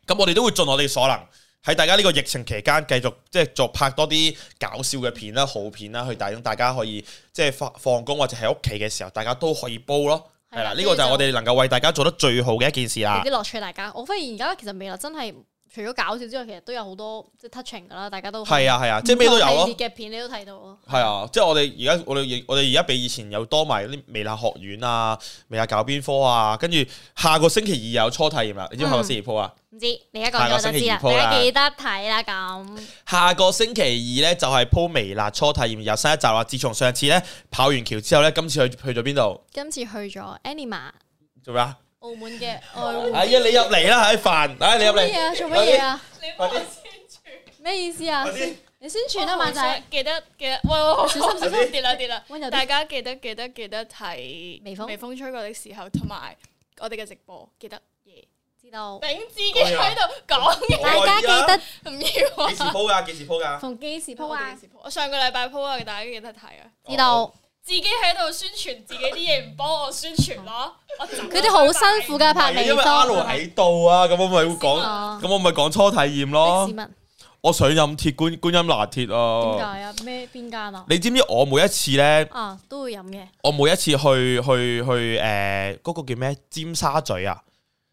Speaker 1: 咁我哋都會盡我哋所能喺大家呢個疫情期間繼續即係做拍多啲搞笑嘅片啦、好片啦，去帶動大家可以即係放放工或者喺屋企嘅時候，大家都可以煲咯。系
Speaker 2: 啊
Speaker 1: 啦，呢個就係我哋能夠為大家做得最好嘅一件事啦。
Speaker 2: 俾啲樂趣大家。我發現而家其實未來真係除咗搞笑之外，其實都有好多即係 touching 噶啦，大家都
Speaker 1: 係啊係啊，即係咩都有
Speaker 2: 唔同
Speaker 1: 咯
Speaker 2: 系。列嘅片你都睇到咯。
Speaker 1: 係啊，即係我哋而家我哋我哋而家比以前又多埋啲微辣學院啊、微辣教邊科啊，跟住下個星期二又有初體驗啦。你知唔知下個星期二鋪啊？
Speaker 2: 唔知你一講咗我
Speaker 1: 下，個
Speaker 2: 就知啦
Speaker 1: 星期二鋪啦啊
Speaker 2: 大家記得睇啦咁。
Speaker 1: 下個星期二咧就係鋪微辣初體驗又新一集啊啦。自從上次咧跑完橋之後咧，今次去去咗邊度
Speaker 2: 今次去咗 Anima
Speaker 1: 做咩啊？
Speaker 2: 澳門嘅愛護。
Speaker 1: 哎呀，你入嚟啦，唉煩，唉你入
Speaker 2: 啊做乜
Speaker 1: 嚟，
Speaker 2: 嘢啊？做乜嘢啊？
Speaker 3: 你幫我宣傳，
Speaker 2: 咩意思啊
Speaker 1: 快啲？
Speaker 2: 你宣傳啦，萬啊仔，
Speaker 3: 記得記得，喂喂，小心小心，跌啦跌啦
Speaker 2: 溫柔！啲
Speaker 3: 大家記得記得記得睇
Speaker 2: 微風
Speaker 3: 微風吹過的時候，同埋我哋嘅直播，記得耶！
Speaker 2: 知道。
Speaker 3: 頂自己喺度講嘅，
Speaker 2: 大家記得
Speaker 3: 唔要
Speaker 1: 哎幾時
Speaker 3: 啊！
Speaker 1: 鋪㗎？幾時鋪㗎？
Speaker 2: 逢幾時鋪
Speaker 3: 我
Speaker 2: 啊
Speaker 3: 哋？幾時 po？我上個禮拜 po 啊，大家記得睇啊！
Speaker 2: 知道。
Speaker 3: 自己喺度宣傳自己啲嘢，唔幫我宣傳咯，我
Speaker 2: 佢哋好辛苦噶
Speaker 1: 係啊
Speaker 2: 拍微
Speaker 1: 因為阿盧
Speaker 2: 風。
Speaker 1: 喺度啊，咁我咪會講，
Speaker 2: 哦，
Speaker 1: 咁哦我咪講初體驗咯
Speaker 2: 的士。文
Speaker 1: 我上任鐵觀觀音拿鐵
Speaker 2: 點
Speaker 1: 啊！
Speaker 2: 解啊？咩邊間啊？
Speaker 1: 你知唔知我每一次咧，
Speaker 2: 啊，都會飲嘅。
Speaker 1: 我每一次去去去诶，嗰、個叫咩？尖沙咀啊，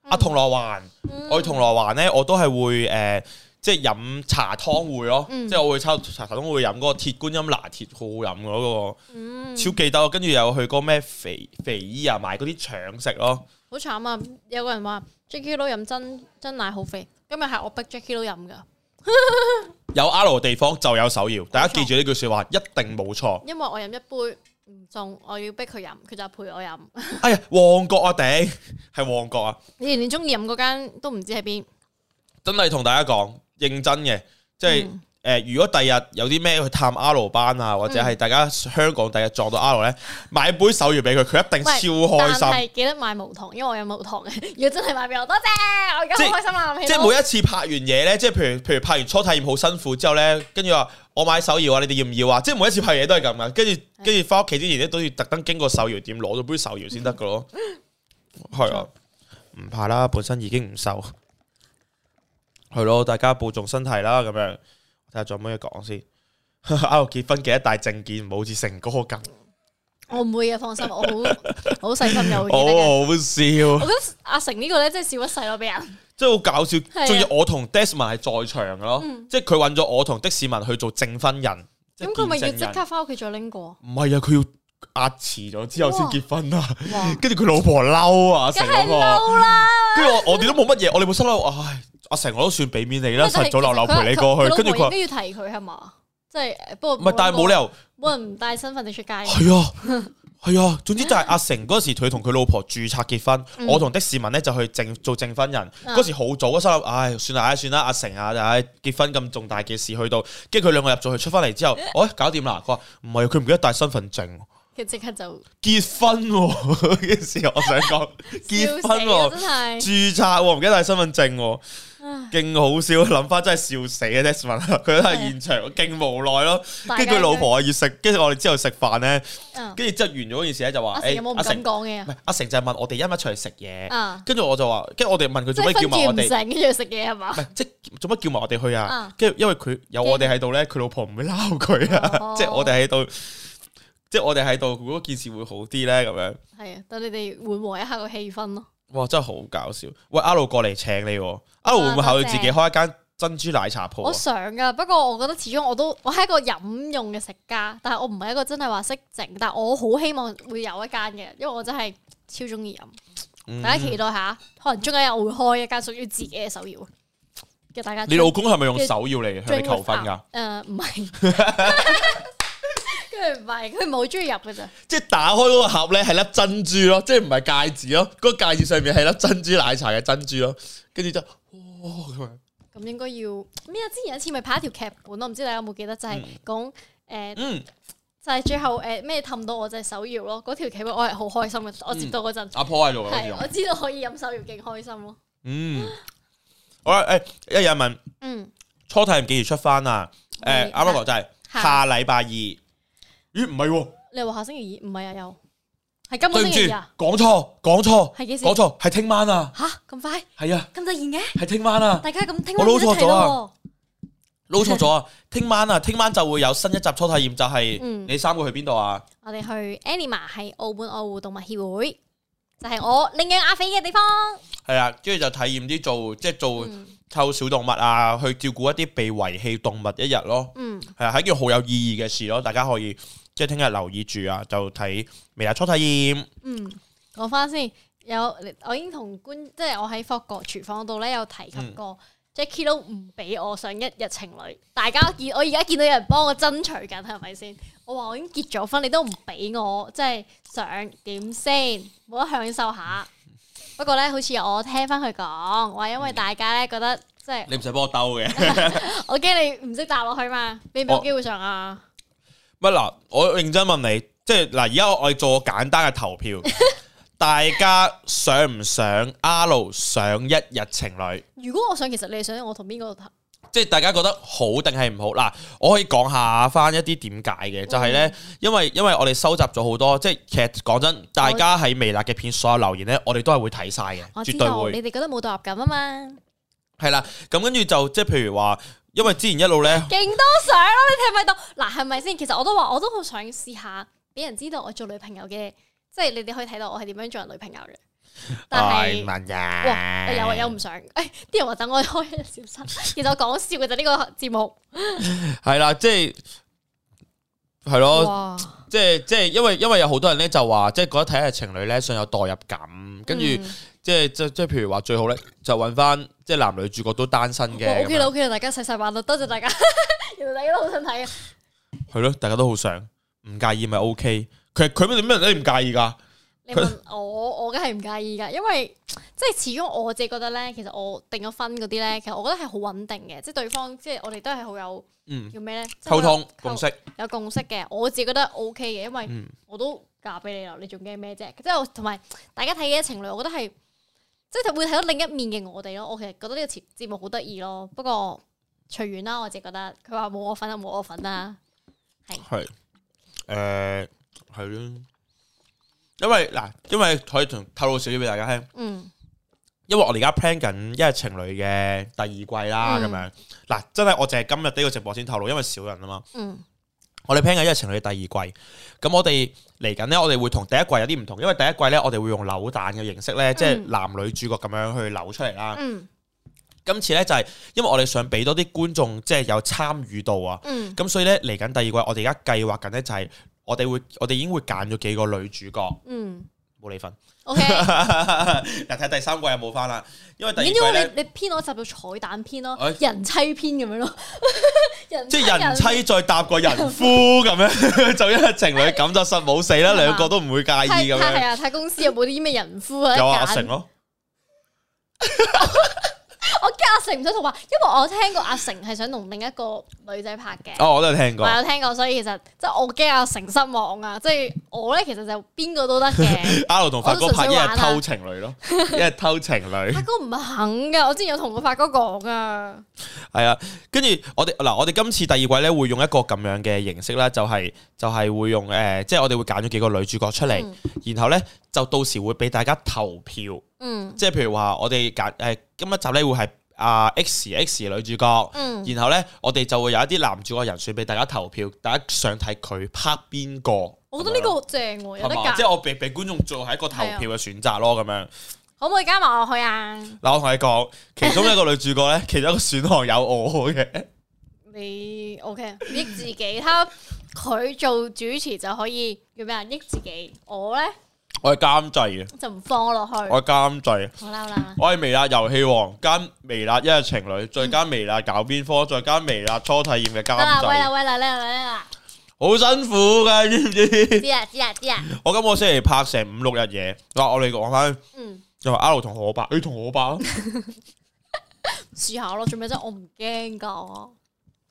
Speaker 1: 啊銅鑼灣，
Speaker 2: 嗯
Speaker 1: 我去銅鑼灣咧，我都係會诶、呃即係飲茶湯會咯，
Speaker 2: 嗯
Speaker 1: 即係我會抽茶湯會飲嗰個鐵觀音拿鐵，好好飲嘅嗰個，
Speaker 2: 嗯，
Speaker 1: 超記得。跟住又去嗰個咩肥肥姨啊，買嗰啲腸食咯，
Speaker 2: 好慘啊！有個人話 Jackie 都飲真真奶好肥，今日係我逼 Jackie 都飲噶，
Speaker 1: 有 R 地方就有手搖，大家
Speaker 2: 冇錯
Speaker 1: 記住呢句说話，一定冇錯。
Speaker 2: 因為我飲一杯唔中，我要逼佢飲，佢就陪我飲。
Speaker 1: 哎呀，旺角啊頂，係旺角啊！
Speaker 2: 你連你中意飲嗰間都唔知喺邊，
Speaker 1: 真係同大家講，認真嘅，即係誒、
Speaker 2: 嗯
Speaker 1: 呃如果第日有啲咩去探 R 班啊，或者係大家香港第日撞到 R 咧，買杯手搖俾佢，佢一定超開
Speaker 2: 但
Speaker 1: 心。啊
Speaker 2: 係記得買無糖，因為我有無糖嘅。 如果真係買俾我，多謝，我而家
Speaker 1: 即係
Speaker 2: 好開心啊啦！諗起
Speaker 1: 即
Speaker 2: 都
Speaker 1: 係每一次拍完嘢咧，即係譬如譬如拍完初體驗好辛苦之後咧，跟住話我買手搖啊，你哋要唔要啊？即係每一次拍嘢都係咁噶，跟住跟住翻屋企之前咧都要特登經過手搖店攞到杯手搖先得噶 咯。係啊，唔怕啦，本身已經唔瘦，係咯，大家保重身體啦，咁樣睇下仲有冇嘢講先。 啊！結婚記得帶證件，唔好似成哥咁。
Speaker 2: 我唔會嘅，啊放心，我好 好細心又會記得嘅。
Speaker 1: 哦好好
Speaker 2: 我
Speaker 1: 笑，
Speaker 2: 覺得阿成呢個咧，真係笑一世咯，俾人。
Speaker 1: 真係好搞笑
Speaker 2: 係啊。嗯
Speaker 1: 仲要我同 Desmond 係在場嘅咯，即係佢揾咗我同的士文去做證婚人。 即係
Speaker 2: 咁佢咪要
Speaker 1: 見證
Speaker 2: 即
Speaker 1: 人
Speaker 2: 刻翻屋企再 拎過？
Speaker 1: 唔係啊，佢要壓遲咗之後先結婚啊，
Speaker 2: 哇！
Speaker 1: 跟住佢老婆嬲啊，阿
Speaker 2: 梗
Speaker 1: 成老
Speaker 2: 係
Speaker 1: 婆，
Speaker 2: 嬲啦！
Speaker 1: 跟住我我哋都冇乜嘢，我哋冇心諗，唉，阿成我都算俾面你啦，
Speaker 2: 但係
Speaker 1: 晨早流流
Speaker 2: 其實佢
Speaker 1: 陪你過
Speaker 2: 佢
Speaker 1: 去，跟住
Speaker 2: 佢
Speaker 1: 佢
Speaker 2: 老婆
Speaker 1: 話
Speaker 2: 應該要提佢係嘛？即係不過
Speaker 1: 唔係，但係冇理由
Speaker 2: 冇人唔帶身份證出街嘅。
Speaker 1: 係啊。係啊，總之就係阿成嗰時，佢同佢老婆註冊結婚，
Speaker 2: 嗯
Speaker 1: 我同的士文咧就去證做證婚人。
Speaker 2: 嗯
Speaker 1: 嗰時好早，我心諗，唉，算啦，唉，算啦，阿成啊，唉，結婚咁重大嘅事去到，跟住佢兩個入咗去，出翻嚟之 後，哎，搞掂啦。佢話唔係，佢唔記得帶身份證，
Speaker 2: 佢即刻就
Speaker 1: 結婚喎 嗰件事，我想講結
Speaker 2: 笑死
Speaker 1: 婚喎
Speaker 2: 啊！。真係
Speaker 1: 註冊喎，唔記得帶身份證喎，勁好笑，諗翻真係笑死嘅 Desmond，佢都啊係現場，勁無奈咯。
Speaker 2: 大家
Speaker 1: 跟住佢老婆啊要食，跟住我哋之後食飯咧，
Speaker 2: 嗯
Speaker 1: 跟住之後完咗件事咧就話，
Speaker 2: 阿成有
Speaker 1: 誒
Speaker 2: 冇唔
Speaker 1: 阿成
Speaker 2: 敢
Speaker 1: 唔
Speaker 2: 講嘅
Speaker 1: 係阿成就係問我哋一唔一齊去食嘢，
Speaker 2: 啊？
Speaker 1: 跟住我就話，跟住我哋問佢
Speaker 2: 即
Speaker 1: 做乜
Speaker 2: 係
Speaker 1: 叫
Speaker 2: 分
Speaker 1: 埋我
Speaker 2: 住唔
Speaker 1: 哋，
Speaker 2: 成，跟住食嘢係嘛
Speaker 1: 唔？係即係做乜叫埋我哋去啊
Speaker 2: 啊？
Speaker 1: 跟住因為佢有我哋喺度咧，佢老婆唔會鬧佢啊
Speaker 2: 哦，
Speaker 1: 即係我哋喺度，即係我哋喺度，如果件事會好啲咧咁樣。
Speaker 2: 係啊，等你哋緩和一下個氣氛咯。
Speaker 1: 哇，真係好搞笑！喂，阿露過嚟請你喎，阿露會唔會考慮自己開一間珍珠奶茶鋪
Speaker 2: 啊我
Speaker 1: 啊？
Speaker 2: 想㗎，不過我覺得始終我都我係一個飲用嘅食家，但係我唔係一個真係話識整，但係我好希望會有一間嘅，因為我真係超中意飲。
Speaker 1: 嗯
Speaker 2: 大家期待下，可能中有一日我會開一間屬於自己嘅手搖嘅，大家
Speaker 1: 你老公係咪用手要嚟向你求婚㗎？？
Speaker 2: 誒唔係，佢唔係，佢唔係好中意入嘅咋。
Speaker 1: 即係打開嗰個盒咧係粒珍珠咯，即係唔係戒指咯？嗰、個戒指上面係粒珍珠奶茶嘅珍珠咯，跟住就哇咁樣。
Speaker 2: 咁應該要咩啊？之前有一次咪拍一條劇本咯，唔知大家有冇記得？就係講誒，
Speaker 1: 嗯，
Speaker 2: 就係最後誒咩氹到我隻手搖咯。嗰條劇本我係好開心嘅，我接到嗰陣
Speaker 1: 阿婆喺度啊嗰
Speaker 2: 係我
Speaker 1: 種。
Speaker 2: 知道可以飲手搖，勁開心咯。
Speaker 1: 嗯，好啦，誒、有人問
Speaker 2: 嗯，
Speaker 1: 初體驗幾時出翻啊？誒、
Speaker 2: 係
Speaker 1: 阿 Robo 就係
Speaker 2: 下
Speaker 1: 下禮拜二。咦，唔係喎，
Speaker 2: 你話下星期二唔係啊？又係今個
Speaker 1: 對唔
Speaker 2: 星
Speaker 1: 住
Speaker 2: 期二啊？，
Speaker 1: 講錯，講錯，
Speaker 2: 係幾時
Speaker 1: 講錯，係聽晚啊，
Speaker 2: 吓？咁快
Speaker 1: 係啊，
Speaker 2: 咁突然嘅？
Speaker 1: 係聽晚啊。
Speaker 2: 大家咁聽
Speaker 1: 我
Speaker 2: 晚記得
Speaker 1: 撈錯
Speaker 2: 睇
Speaker 1: 咗啊
Speaker 2: 咯喎。
Speaker 1: 撈錯咗啊！聽晚啊，聽晚就會有新一集初體驗，就係、
Speaker 2: 嗯 Ờ,
Speaker 1: 你三個去邊度啊？
Speaker 2: 我哋去 Anima 係澳門愛護動物協會，就係我領養阿肥嘅地方。
Speaker 1: 係啊，跟住就體驗啲做即係做
Speaker 2: 嗯
Speaker 1: 湊小動物啊，去照顧一啲被遺棄動物一日咯。
Speaker 2: 嗯，
Speaker 1: 係啊，係一件好有意義嘅事咯，大家可以即係聽日留意住啊，就睇微辣初體驗。
Speaker 2: 嗯，講翻先，有我已經同官，即係我喺法國廚房度咧有提
Speaker 1: 嗯
Speaker 2: 及過、Jackie 都唔俾我上一日情侶。大家見我而家見到有人幫我爭取緊，係咪先？我話我已經結咗婚，你都唔俾我，即係上點先？冇得享受下。不過咧，好似我聽翻佢講，話
Speaker 1: 嗯
Speaker 2: 因為大家咧覺得即係
Speaker 1: 你唔使幫我兜嘅。
Speaker 2: 我驚你唔識答落去嘛，你俾
Speaker 1: 我
Speaker 2: 冇機會上啊？
Speaker 1: 乜嗱？我認真問你，即係嗱，而家我哋做個簡單嘅投 票，大家想唔想 R 上一日情侶？
Speaker 2: 如果我想，其實你係想我同邊個合？
Speaker 1: 即係大家覺得好定係唔好嗱，我可以講下翻一啲點解
Speaker 2: 嗯
Speaker 1: 嘅，就係呢，因為因為我哋收集咗好多，即係其實講真，大家喺微辣嘅片所有留言呢，我哋都係會睇晒嘅，
Speaker 2: 我知
Speaker 1: 絕對
Speaker 2: 道
Speaker 1: 會
Speaker 2: 你哋覺得冇代入感啊嘛，
Speaker 1: 係啦。咁跟住就即係譬如話，因為之前一路呢，
Speaker 2: 勁多相咯，你睇唔睇到？嗱，係咪先？其實我都話我都好想試下，俾人知道我做女朋友嘅，即係你哋可以睇到我係點樣做人女朋友嘅。但
Speaker 1: 哎
Speaker 2: 係，
Speaker 1: 問
Speaker 2: 哇，
Speaker 1: 呀，
Speaker 2: 有啊有唔想，誒，啲人話等我開一小心， 其實我講笑嘅就呢個節目。
Speaker 1: 係啦，即係係咯。
Speaker 2: 哇，
Speaker 1: 即係即係，因為因為有好多人咧就話，即係覺得睇下情侶咧想有代入感，跟住、
Speaker 2: 嗯
Speaker 1: 即係即即係譬如話最好咧就揾翻即係男女主角都單身嘅
Speaker 2: 哇
Speaker 1: 咁
Speaker 2: ，OK 啦
Speaker 1: 樣，
Speaker 2: OK 啦，大家細細玩啦，多謝大家， 原來大家都好 想睇啊！
Speaker 1: 係咯，大家都好想，唔介意咪 OK。佢佢乜點解你唔介意㗎？
Speaker 2: 你問我，我梗係唔介意噶，因為即係始終我自己覺得咧，其實我定咗婚嗰啲咧，其實我覺得係好穩定嘅，即係對方即係我哋都係好有
Speaker 1: 嗯，
Speaker 2: 叫咩咧
Speaker 1: 溝通共識，
Speaker 2: 有共識嘅，我自己覺得 O K 嘅，因為
Speaker 1: 嗯
Speaker 2: 我都嫁俾你啦，你仲驚咩啫？即係我同埋大家睇嘅情侶，我覺得係即係會睇到另一面嘅我哋咯。我其實覺得呢個節節目好得意咯，不過隨緣啦，我自己覺得佢話冇我份就啊冇我份啦。
Speaker 1: 係誒係咯。因為嗱，因為可以同透露少少俾大家聽，
Speaker 2: 嗯，
Speaker 1: 因為我哋而家 plan 緊一日情侶嘅第二季啦，
Speaker 2: 嗯
Speaker 1: 咁、樣嗱，真係我淨係今日呢個直播先透露，因為少人啊嘛。
Speaker 2: 嗯，
Speaker 1: 我哋 plan 緊一日情侶第二季，咁我哋嚟緊呢，我哋會同第一季有啲唔同，因為第一季呢，我哋會用扭蛋嘅形式呢，即係
Speaker 2: 嗯
Speaker 1: 男女主角咁樣去扭出嚟啦。
Speaker 2: 嗯，
Speaker 1: 今次呢，就係、因為我哋想俾多啲觀眾即係有參與度啊，
Speaker 2: 嗯，
Speaker 1: 咁所以呢，嚟緊第二季我哋而家計劃緊呢，就係我哋會我哋已經會揀咗幾個女主角，
Speaker 2: 嗯
Speaker 1: 冇你份。
Speaker 2: ，O K。
Speaker 1: 嗱睇第三季有冇翻啦，因為
Speaker 2: 唔
Speaker 1: 第二
Speaker 2: 緊要
Speaker 1: 季
Speaker 2: 啊
Speaker 1: 呢，
Speaker 2: 你你編嗰集叫彩蛋篇咯
Speaker 1: 哎，
Speaker 2: 人妻篇咁樣咯， 人
Speaker 1: 即係人妻再搭個人夫咁樣， 就一日情侶咁就實冇死啦，
Speaker 2: 係嘛
Speaker 1: 兩個都唔會介意
Speaker 2: 太
Speaker 1: 咁樣
Speaker 2: 太。係啊，太公司有冇啲咩人夫啊？
Speaker 1: 有啊，阿
Speaker 2: 揀
Speaker 1: 成咯，
Speaker 2: 我驚阿成唔想同話，因為我聽過阿成係想同另一個女仔拍嘅，
Speaker 1: 哦，我都有聽過。
Speaker 2: 我。有聽過，所以其實即係我驚阿成失望啊！即係我咧，其實就邊個都得嘅
Speaker 1: 阿盧同發哥拍一
Speaker 2: 我都純粹玩
Speaker 1: 係
Speaker 2: 啊
Speaker 1: 偷情侶咯，一係偷情侶
Speaker 2: 發，哥唔肯噶，我之前有同個發哥講噶，
Speaker 1: 係啊。跟住我哋嗱，我哋今次第二季咧會用一個咁樣嘅形式啦，就係就係會用誒，即係我哋會揀咗幾個女主角出嚟，然後咧就到時會俾大家投票，
Speaker 2: 嗯
Speaker 1: 即係譬如話我哋揀誒今一集咧會係啊 X X 女主角。
Speaker 2: 嗯
Speaker 1: 然後咧，我哋就會有一啲男主角人選俾大家投票，大家想睇佢拍邊個？
Speaker 2: 我覺得呢個好正喎，有
Speaker 1: 係
Speaker 2: 得
Speaker 1: 嘛即係
Speaker 2: 揀，啊
Speaker 1: 我俾俾觀眾做係一個投票嘅選擇咯，咁樣。
Speaker 2: 可唔可以加埋我去啊？
Speaker 1: 嗱，我同你講，其中一個女主角咧，其中一個選項有我 嘅，
Speaker 2: 你 OK 益自己，他佢做主持就可以叫咩啊？益自己，我咧
Speaker 1: 我係監製嘅，
Speaker 2: 就唔放我落去。
Speaker 1: 我係監製，
Speaker 2: 好啦好啦，
Speaker 1: 我係微辣遊戲王加微辣一日情侶，再加微辣搞邊科，再加微辣初體驗嘅監
Speaker 2: 得啦，喂啦
Speaker 1: 製，
Speaker 2: 喂啦，嚟啦嚟啦，
Speaker 1: 好辛苦噶，知唔知？
Speaker 2: 知啊啦知啦知啦，
Speaker 1: 我今個星期拍成五六日嘢，嗱，我哋講翻，
Speaker 2: 嗯。
Speaker 1: 就話阿盧同我拍，你同我拍咯，
Speaker 2: 試下咯，做咩啫？我唔驚噶。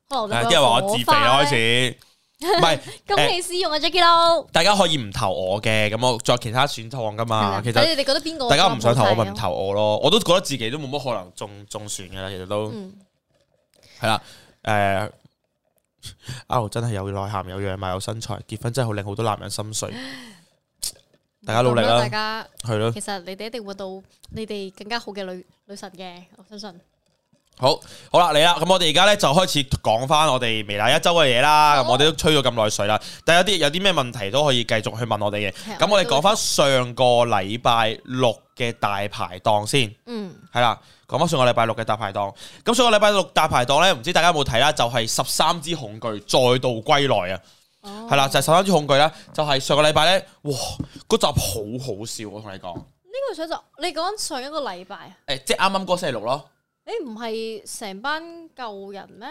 Speaker 2: 可能
Speaker 1: 啲人話我自肥啦開
Speaker 2: 始。
Speaker 1: 始，唔係。
Speaker 2: 咁你試用啊，Jackie 咯。
Speaker 1: 大家可以唔投我嘅，咁我仲有其他選項噶嘛。啊其
Speaker 2: 係啦
Speaker 1: 實
Speaker 2: 你哋覺得邊個？
Speaker 1: 大家唔想投我
Speaker 2: 啊
Speaker 1: 咪唔。投我咯，我都覺得自己都冇乜可能中中選嘅啦，其實都
Speaker 2: 嗯
Speaker 1: 係啦。誒， 阿盧真係有內涵、有樣貌、有身材，結婚真係好令好多男人心 碎。大家努力
Speaker 2: 咁啊
Speaker 1: 啦
Speaker 2: 大，家
Speaker 1: 係咯，
Speaker 2: 其實你哋一定會到你哋更加好嘅女女神嘅，我相信。
Speaker 1: 好，好啦，嚟啦，咁我哋而家咧就開始講翻我哋微辣一周嘅嘢啦。咁
Speaker 2: 好啊
Speaker 1: 我哋都吹咗咁耐水啦，但有啲有啲咩問題都可以繼續去問我哋嘅。
Speaker 2: 係啊
Speaker 1: 咁我哋
Speaker 2: 都會
Speaker 1: 講翻上個禮拜六嘅大排檔先，
Speaker 2: 嗯，
Speaker 1: 係啦，講翻上個禮拜六嘅大排檔。咁上個禮拜六大排檔咧，唔知大家有冇睇啦？就係十三支恐懼再度歸來啊！
Speaker 2: 哦
Speaker 1: 係啦，就係十三支恐懼啦，就係上個禮拜咧，哇，嗰集好好笑，我同你講，
Speaker 2: 呢個想就你講上一個禮拜，
Speaker 1: 誒，即係啱啱嗰個星期六咯，
Speaker 2: 你唔係成班舊人咩？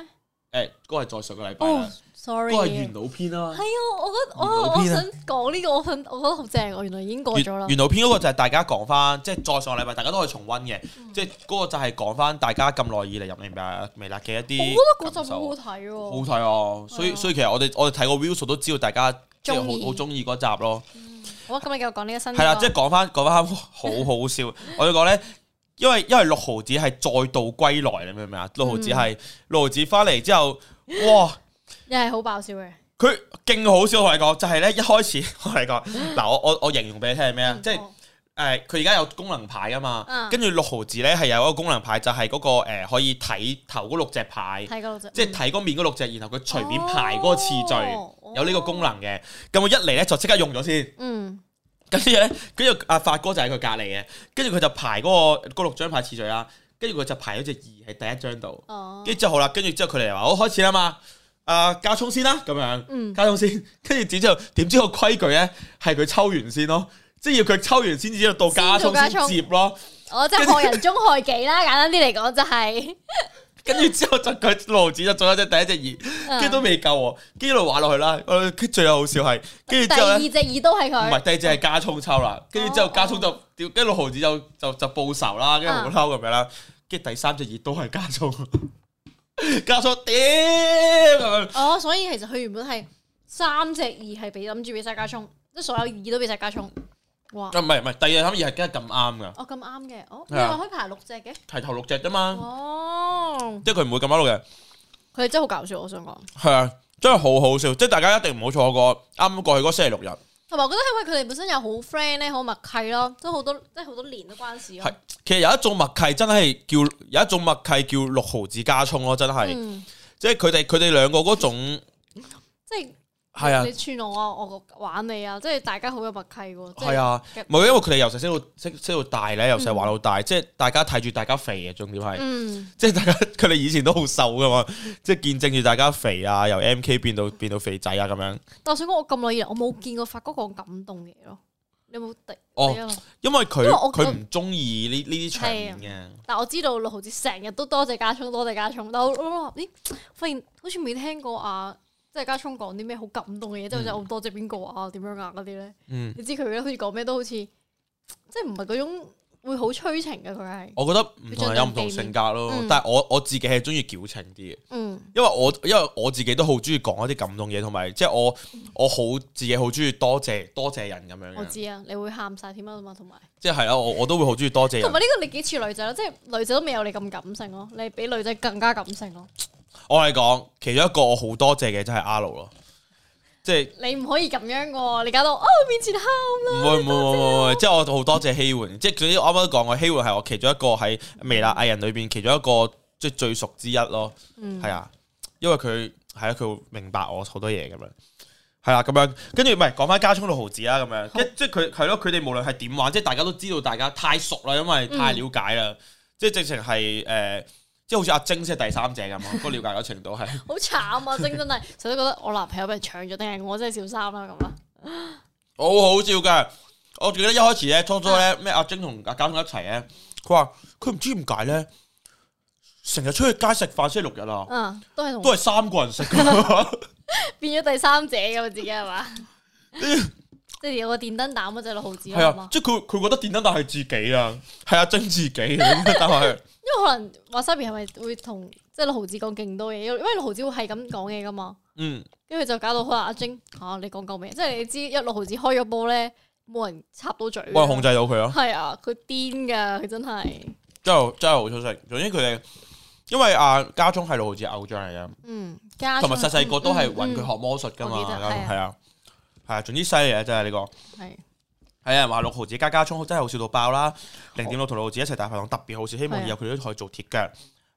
Speaker 1: 誒，嗰個係再上個禮拜
Speaker 2: 哦
Speaker 1: 啦，嗰
Speaker 2: ，sorry，
Speaker 1: 個係元老篇啦
Speaker 2: 係。啊，我覺
Speaker 1: 元
Speaker 2: 得我
Speaker 1: 老
Speaker 2: 我
Speaker 1: 篇啊
Speaker 2: 想講呢個，我份我覺得好正，我原來已經過咗啦
Speaker 1: 元。元老篇嗰個就係大家講翻，即係再上個禮拜大家都可以重温嘅，即係嗰個就係講翻大家咁耐以嚟入嚟啊微辣嘅一
Speaker 2: 我
Speaker 1: 啲
Speaker 2: 覺得
Speaker 1: 感
Speaker 2: 嗰集好啊
Speaker 1: 受
Speaker 2: 好睇
Speaker 1: 好
Speaker 2: 喎，
Speaker 1: 睇啊！所以所以其實我哋我哋睇個 view 數都知道大家即係
Speaker 2: 鍾意
Speaker 1: 好好中意嗰集咯，
Speaker 2: 好啊，咁你繼續講呢個新歌。
Speaker 1: 係啦，即係講翻講翻 好好笑。我哋講咧，因為因為六毫子係再度歸來，你明唔明啊？六毫子
Speaker 2: 嗯
Speaker 1: 係六毫子翻嚟之後，哇！
Speaker 2: 又係好爆笑嘅。
Speaker 1: 佢勁好笑，我同你講，就係咧一開始 我同你講，嗱我我我形容俾你聽係咩啊？即係。
Speaker 2: 哦
Speaker 1: 誒佢而家有功能牌啊嘛
Speaker 2: 嗯，
Speaker 1: 跟住六毫子咧係有一個功能牌，就係嗰個誒可以睇頭嗰六隻牌，
Speaker 2: 睇嗰哦度啫，
Speaker 1: 即係睇嗰面嗰六隻，然後佢隨便排嗰個次序，
Speaker 2: 哦
Speaker 1: 有呢個功。能嘅。咁我一嚟咧就即刻用咗先，
Speaker 2: 嗯，
Speaker 1: 跟住咧跟住阿發哥就喺佢隔離嘅，跟住佢就排嗰個嗰六張牌次序啦，跟住佢就排咗隻二喺第一張度，
Speaker 2: 哦，
Speaker 1: 跟住之後好啦，跟住之後佢哋話好開始啦嘛，啊加充先啦咁樣。
Speaker 2: 嗯，
Speaker 1: 交通先，跟住之後點知個規矩咧係佢抽完先咯，即係要佢抽完先至到加充
Speaker 2: 先做加
Speaker 1: 先
Speaker 2: 充
Speaker 1: 接咯，
Speaker 2: 我哦即係害人終害己啦，簡單啲嚟講 就係。
Speaker 1: 跟住之後就佢路子就做咗隻第一隻
Speaker 2: 嗯
Speaker 1: 二，跟住都未夠喎，跟住一路玩落去啦，我覺得最好笑係，跟
Speaker 2: 嗯
Speaker 1: 住
Speaker 2: 第
Speaker 1: 之後
Speaker 2: 二
Speaker 1: 咧。
Speaker 2: 隻耳都係
Speaker 1: 唔
Speaker 2: 佢
Speaker 1: 係，第二隻係加充抽啦，跟住之後
Speaker 2: 哦
Speaker 1: 加充就屌，跟住六毫子就就就報仇啦，跟住好
Speaker 2: 啊
Speaker 1: 嬲咁樣啦，跟住第三隻二都係加充， 加充屌咁樣，
Speaker 2: 哦，所以其實佢原本係三隻耳係俾諗住俾晒加聰，即係所有耳都俾晒加聰。哇，
Speaker 1: 唔係唔係，第二三二係跟住咁啱噶，
Speaker 2: 哦咁啱嘅，哦，你
Speaker 1: 係啊嗯
Speaker 2: 話可以排六隻嘅，
Speaker 1: 係頭六隻啫嘛，
Speaker 2: 哦，
Speaker 1: 即係佢唔會咁啱嘅。
Speaker 2: 佢哋真係好搞笑，我想講。
Speaker 1: 係啊，真係好好笑，即係大家一定唔好錯過啱啱過去嗰星期六日。
Speaker 2: 同埋我覺得係因為佢哋本身又好 friend 咧，好默契咯，即係好多即係好多年都關事咯
Speaker 1: 係。其實有一種默契真係叫有一種默契叫六毫子加葱咯，真係，
Speaker 2: 嗯，
Speaker 1: 即係佢哋佢哋兩個嗰種
Speaker 2: 即係。
Speaker 1: 係啊
Speaker 2: 你串我啊，我玩你啊，即係大家好有默契喎。即係
Speaker 1: 係啊
Speaker 2: 夾，
Speaker 1: 唔係因為佢哋由細識到識識到大咧，由細玩到大，即係大家睇住大家肥嘅啊重點係。
Speaker 2: 嗯，
Speaker 1: 即係大家佢哋以前都好瘦噶嘛，即係見證住大家肥啊，由 M K 變到變到肥仔啊咁樣。
Speaker 2: 但我想講，我咁耐以嚟，我冇見過發哥講感動嘅嘢咯。你有冇第？
Speaker 1: 哦
Speaker 2: 你有冇
Speaker 1: 因為佢
Speaker 2: 啊因為我
Speaker 1: 佢唔中意呢呢啲場面嘅。
Speaker 2: 但我知道六毫子成日都多謝家聰，多謝家聰。但我我諗咦，發現好似未聽過啊，即係家聰講啲咩好感動嘅嘢，即係好似我多謝邊個啊，點樣啊嗰啲咧。
Speaker 1: 嗯，
Speaker 2: 你知佢咧，好似講咩都好似，即係唔係嗰種會好催情嘅佢係。
Speaker 1: 我覺得唔同人有唔同性格咯，
Speaker 2: 嗯
Speaker 1: 但係我我自己係中意矯情啲嘅。
Speaker 2: 嗯
Speaker 1: 因為我因為我自己都好中意講一啲感動嘢，同埋即係我我好自己好中意多謝多謝人咁樣
Speaker 2: 我
Speaker 1: 嘅，
Speaker 2: 知啊，你會喊晒添啊嘛，同埋。
Speaker 1: 即係係啦，我我都會好中意多謝
Speaker 2: 同埋
Speaker 1: 人。
Speaker 2: 呢個你幾似女仔咯，即係女仔都未有你咁感性咯，你比女仔更加感性咯。
Speaker 1: 我嚟講，其中一個我好多謝嘅就係阿盧咯，即係
Speaker 2: 你唔可以咁樣噶喎，你搞到哦面前喊
Speaker 1: 唔
Speaker 2: 啦。
Speaker 1: 會唔會唔會唔會，即係我好多謝希媛，即係總之我啱啱都講過，希媛係我其中一個喺微辣藝人裏邊其中一個即係最熟之一咯，
Speaker 2: 嗯
Speaker 1: 係啊，因為佢係啊，佢會明白我好多嘢咁樣。係啦，咁樣跟住唔係講翻加充六毫子啦，咁樣即即係佢係咯，佢哋無論係點玩，即係大家都知道大家太熟啦，因為太了解啦，即係直情係誒，即係好似阿晶先係第三者咁咯，個了解嘅程度係
Speaker 2: 好慘啊！真真係，成日都覺得我男朋友俾人搶咗，定係我真係小三啦咁啊？
Speaker 1: 好好笑㗎。我記得一開始咧，初初
Speaker 2: 啊
Speaker 1: 咧咩阿晶同阿加充一齊咧，佢話佢唔知點解咧，成日出去街食飯，星期六日啊，
Speaker 2: 嗯，都係
Speaker 1: 都
Speaker 2: 同
Speaker 1: 係三個人食 㗎。啊
Speaker 2: 變咗第三者咁啊自己係嘛？即係有個電燈膽嗰只六毫子
Speaker 1: 係
Speaker 2: 啊
Speaker 1: 啊
Speaker 2: 嘛，，
Speaker 1: 即係佢佢覺得電燈膽係自己啊，係阿晶自己啊 咁樣打佢。
Speaker 2: 因為可能話 s a 係咪會同即係六毫子講勁多嘢，因為因為六毫子會係咁講嘢噶嘛。
Speaker 1: 嗯，
Speaker 2: 跟住就搞到可能阿晶嚇、啊你講夠未？即係你知一六毫子開咗波咧，冇人插到嘴㗎。
Speaker 1: 我係控制到佢咯。
Speaker 2: 係啊，佢癲噶，佢真係，
Speaker 1: 真係真係好出色。總之佢哋，因為阿家聰係六毫子偶像嚟嘅，
Speaker 2: 嗯，加
Speaker 1: 同埋細細個都係揾佢
Speaker 2: 學，
Speaker 1: 學魔術噶嘛，
Speaker 2: 嗯我記得係啊
Speaker 1: 係啊，係啊，總之犀利啊！真係呢個
Speaker 2: 嗯係
Speaker 1: 係啊，話六毫
Speaker 2: 啊
Speaker 1: 子加家聰真係好笑到爆啦！零點六同六毫子一齊大排檔特別好笑，希望以後佢都可以做鐵腳。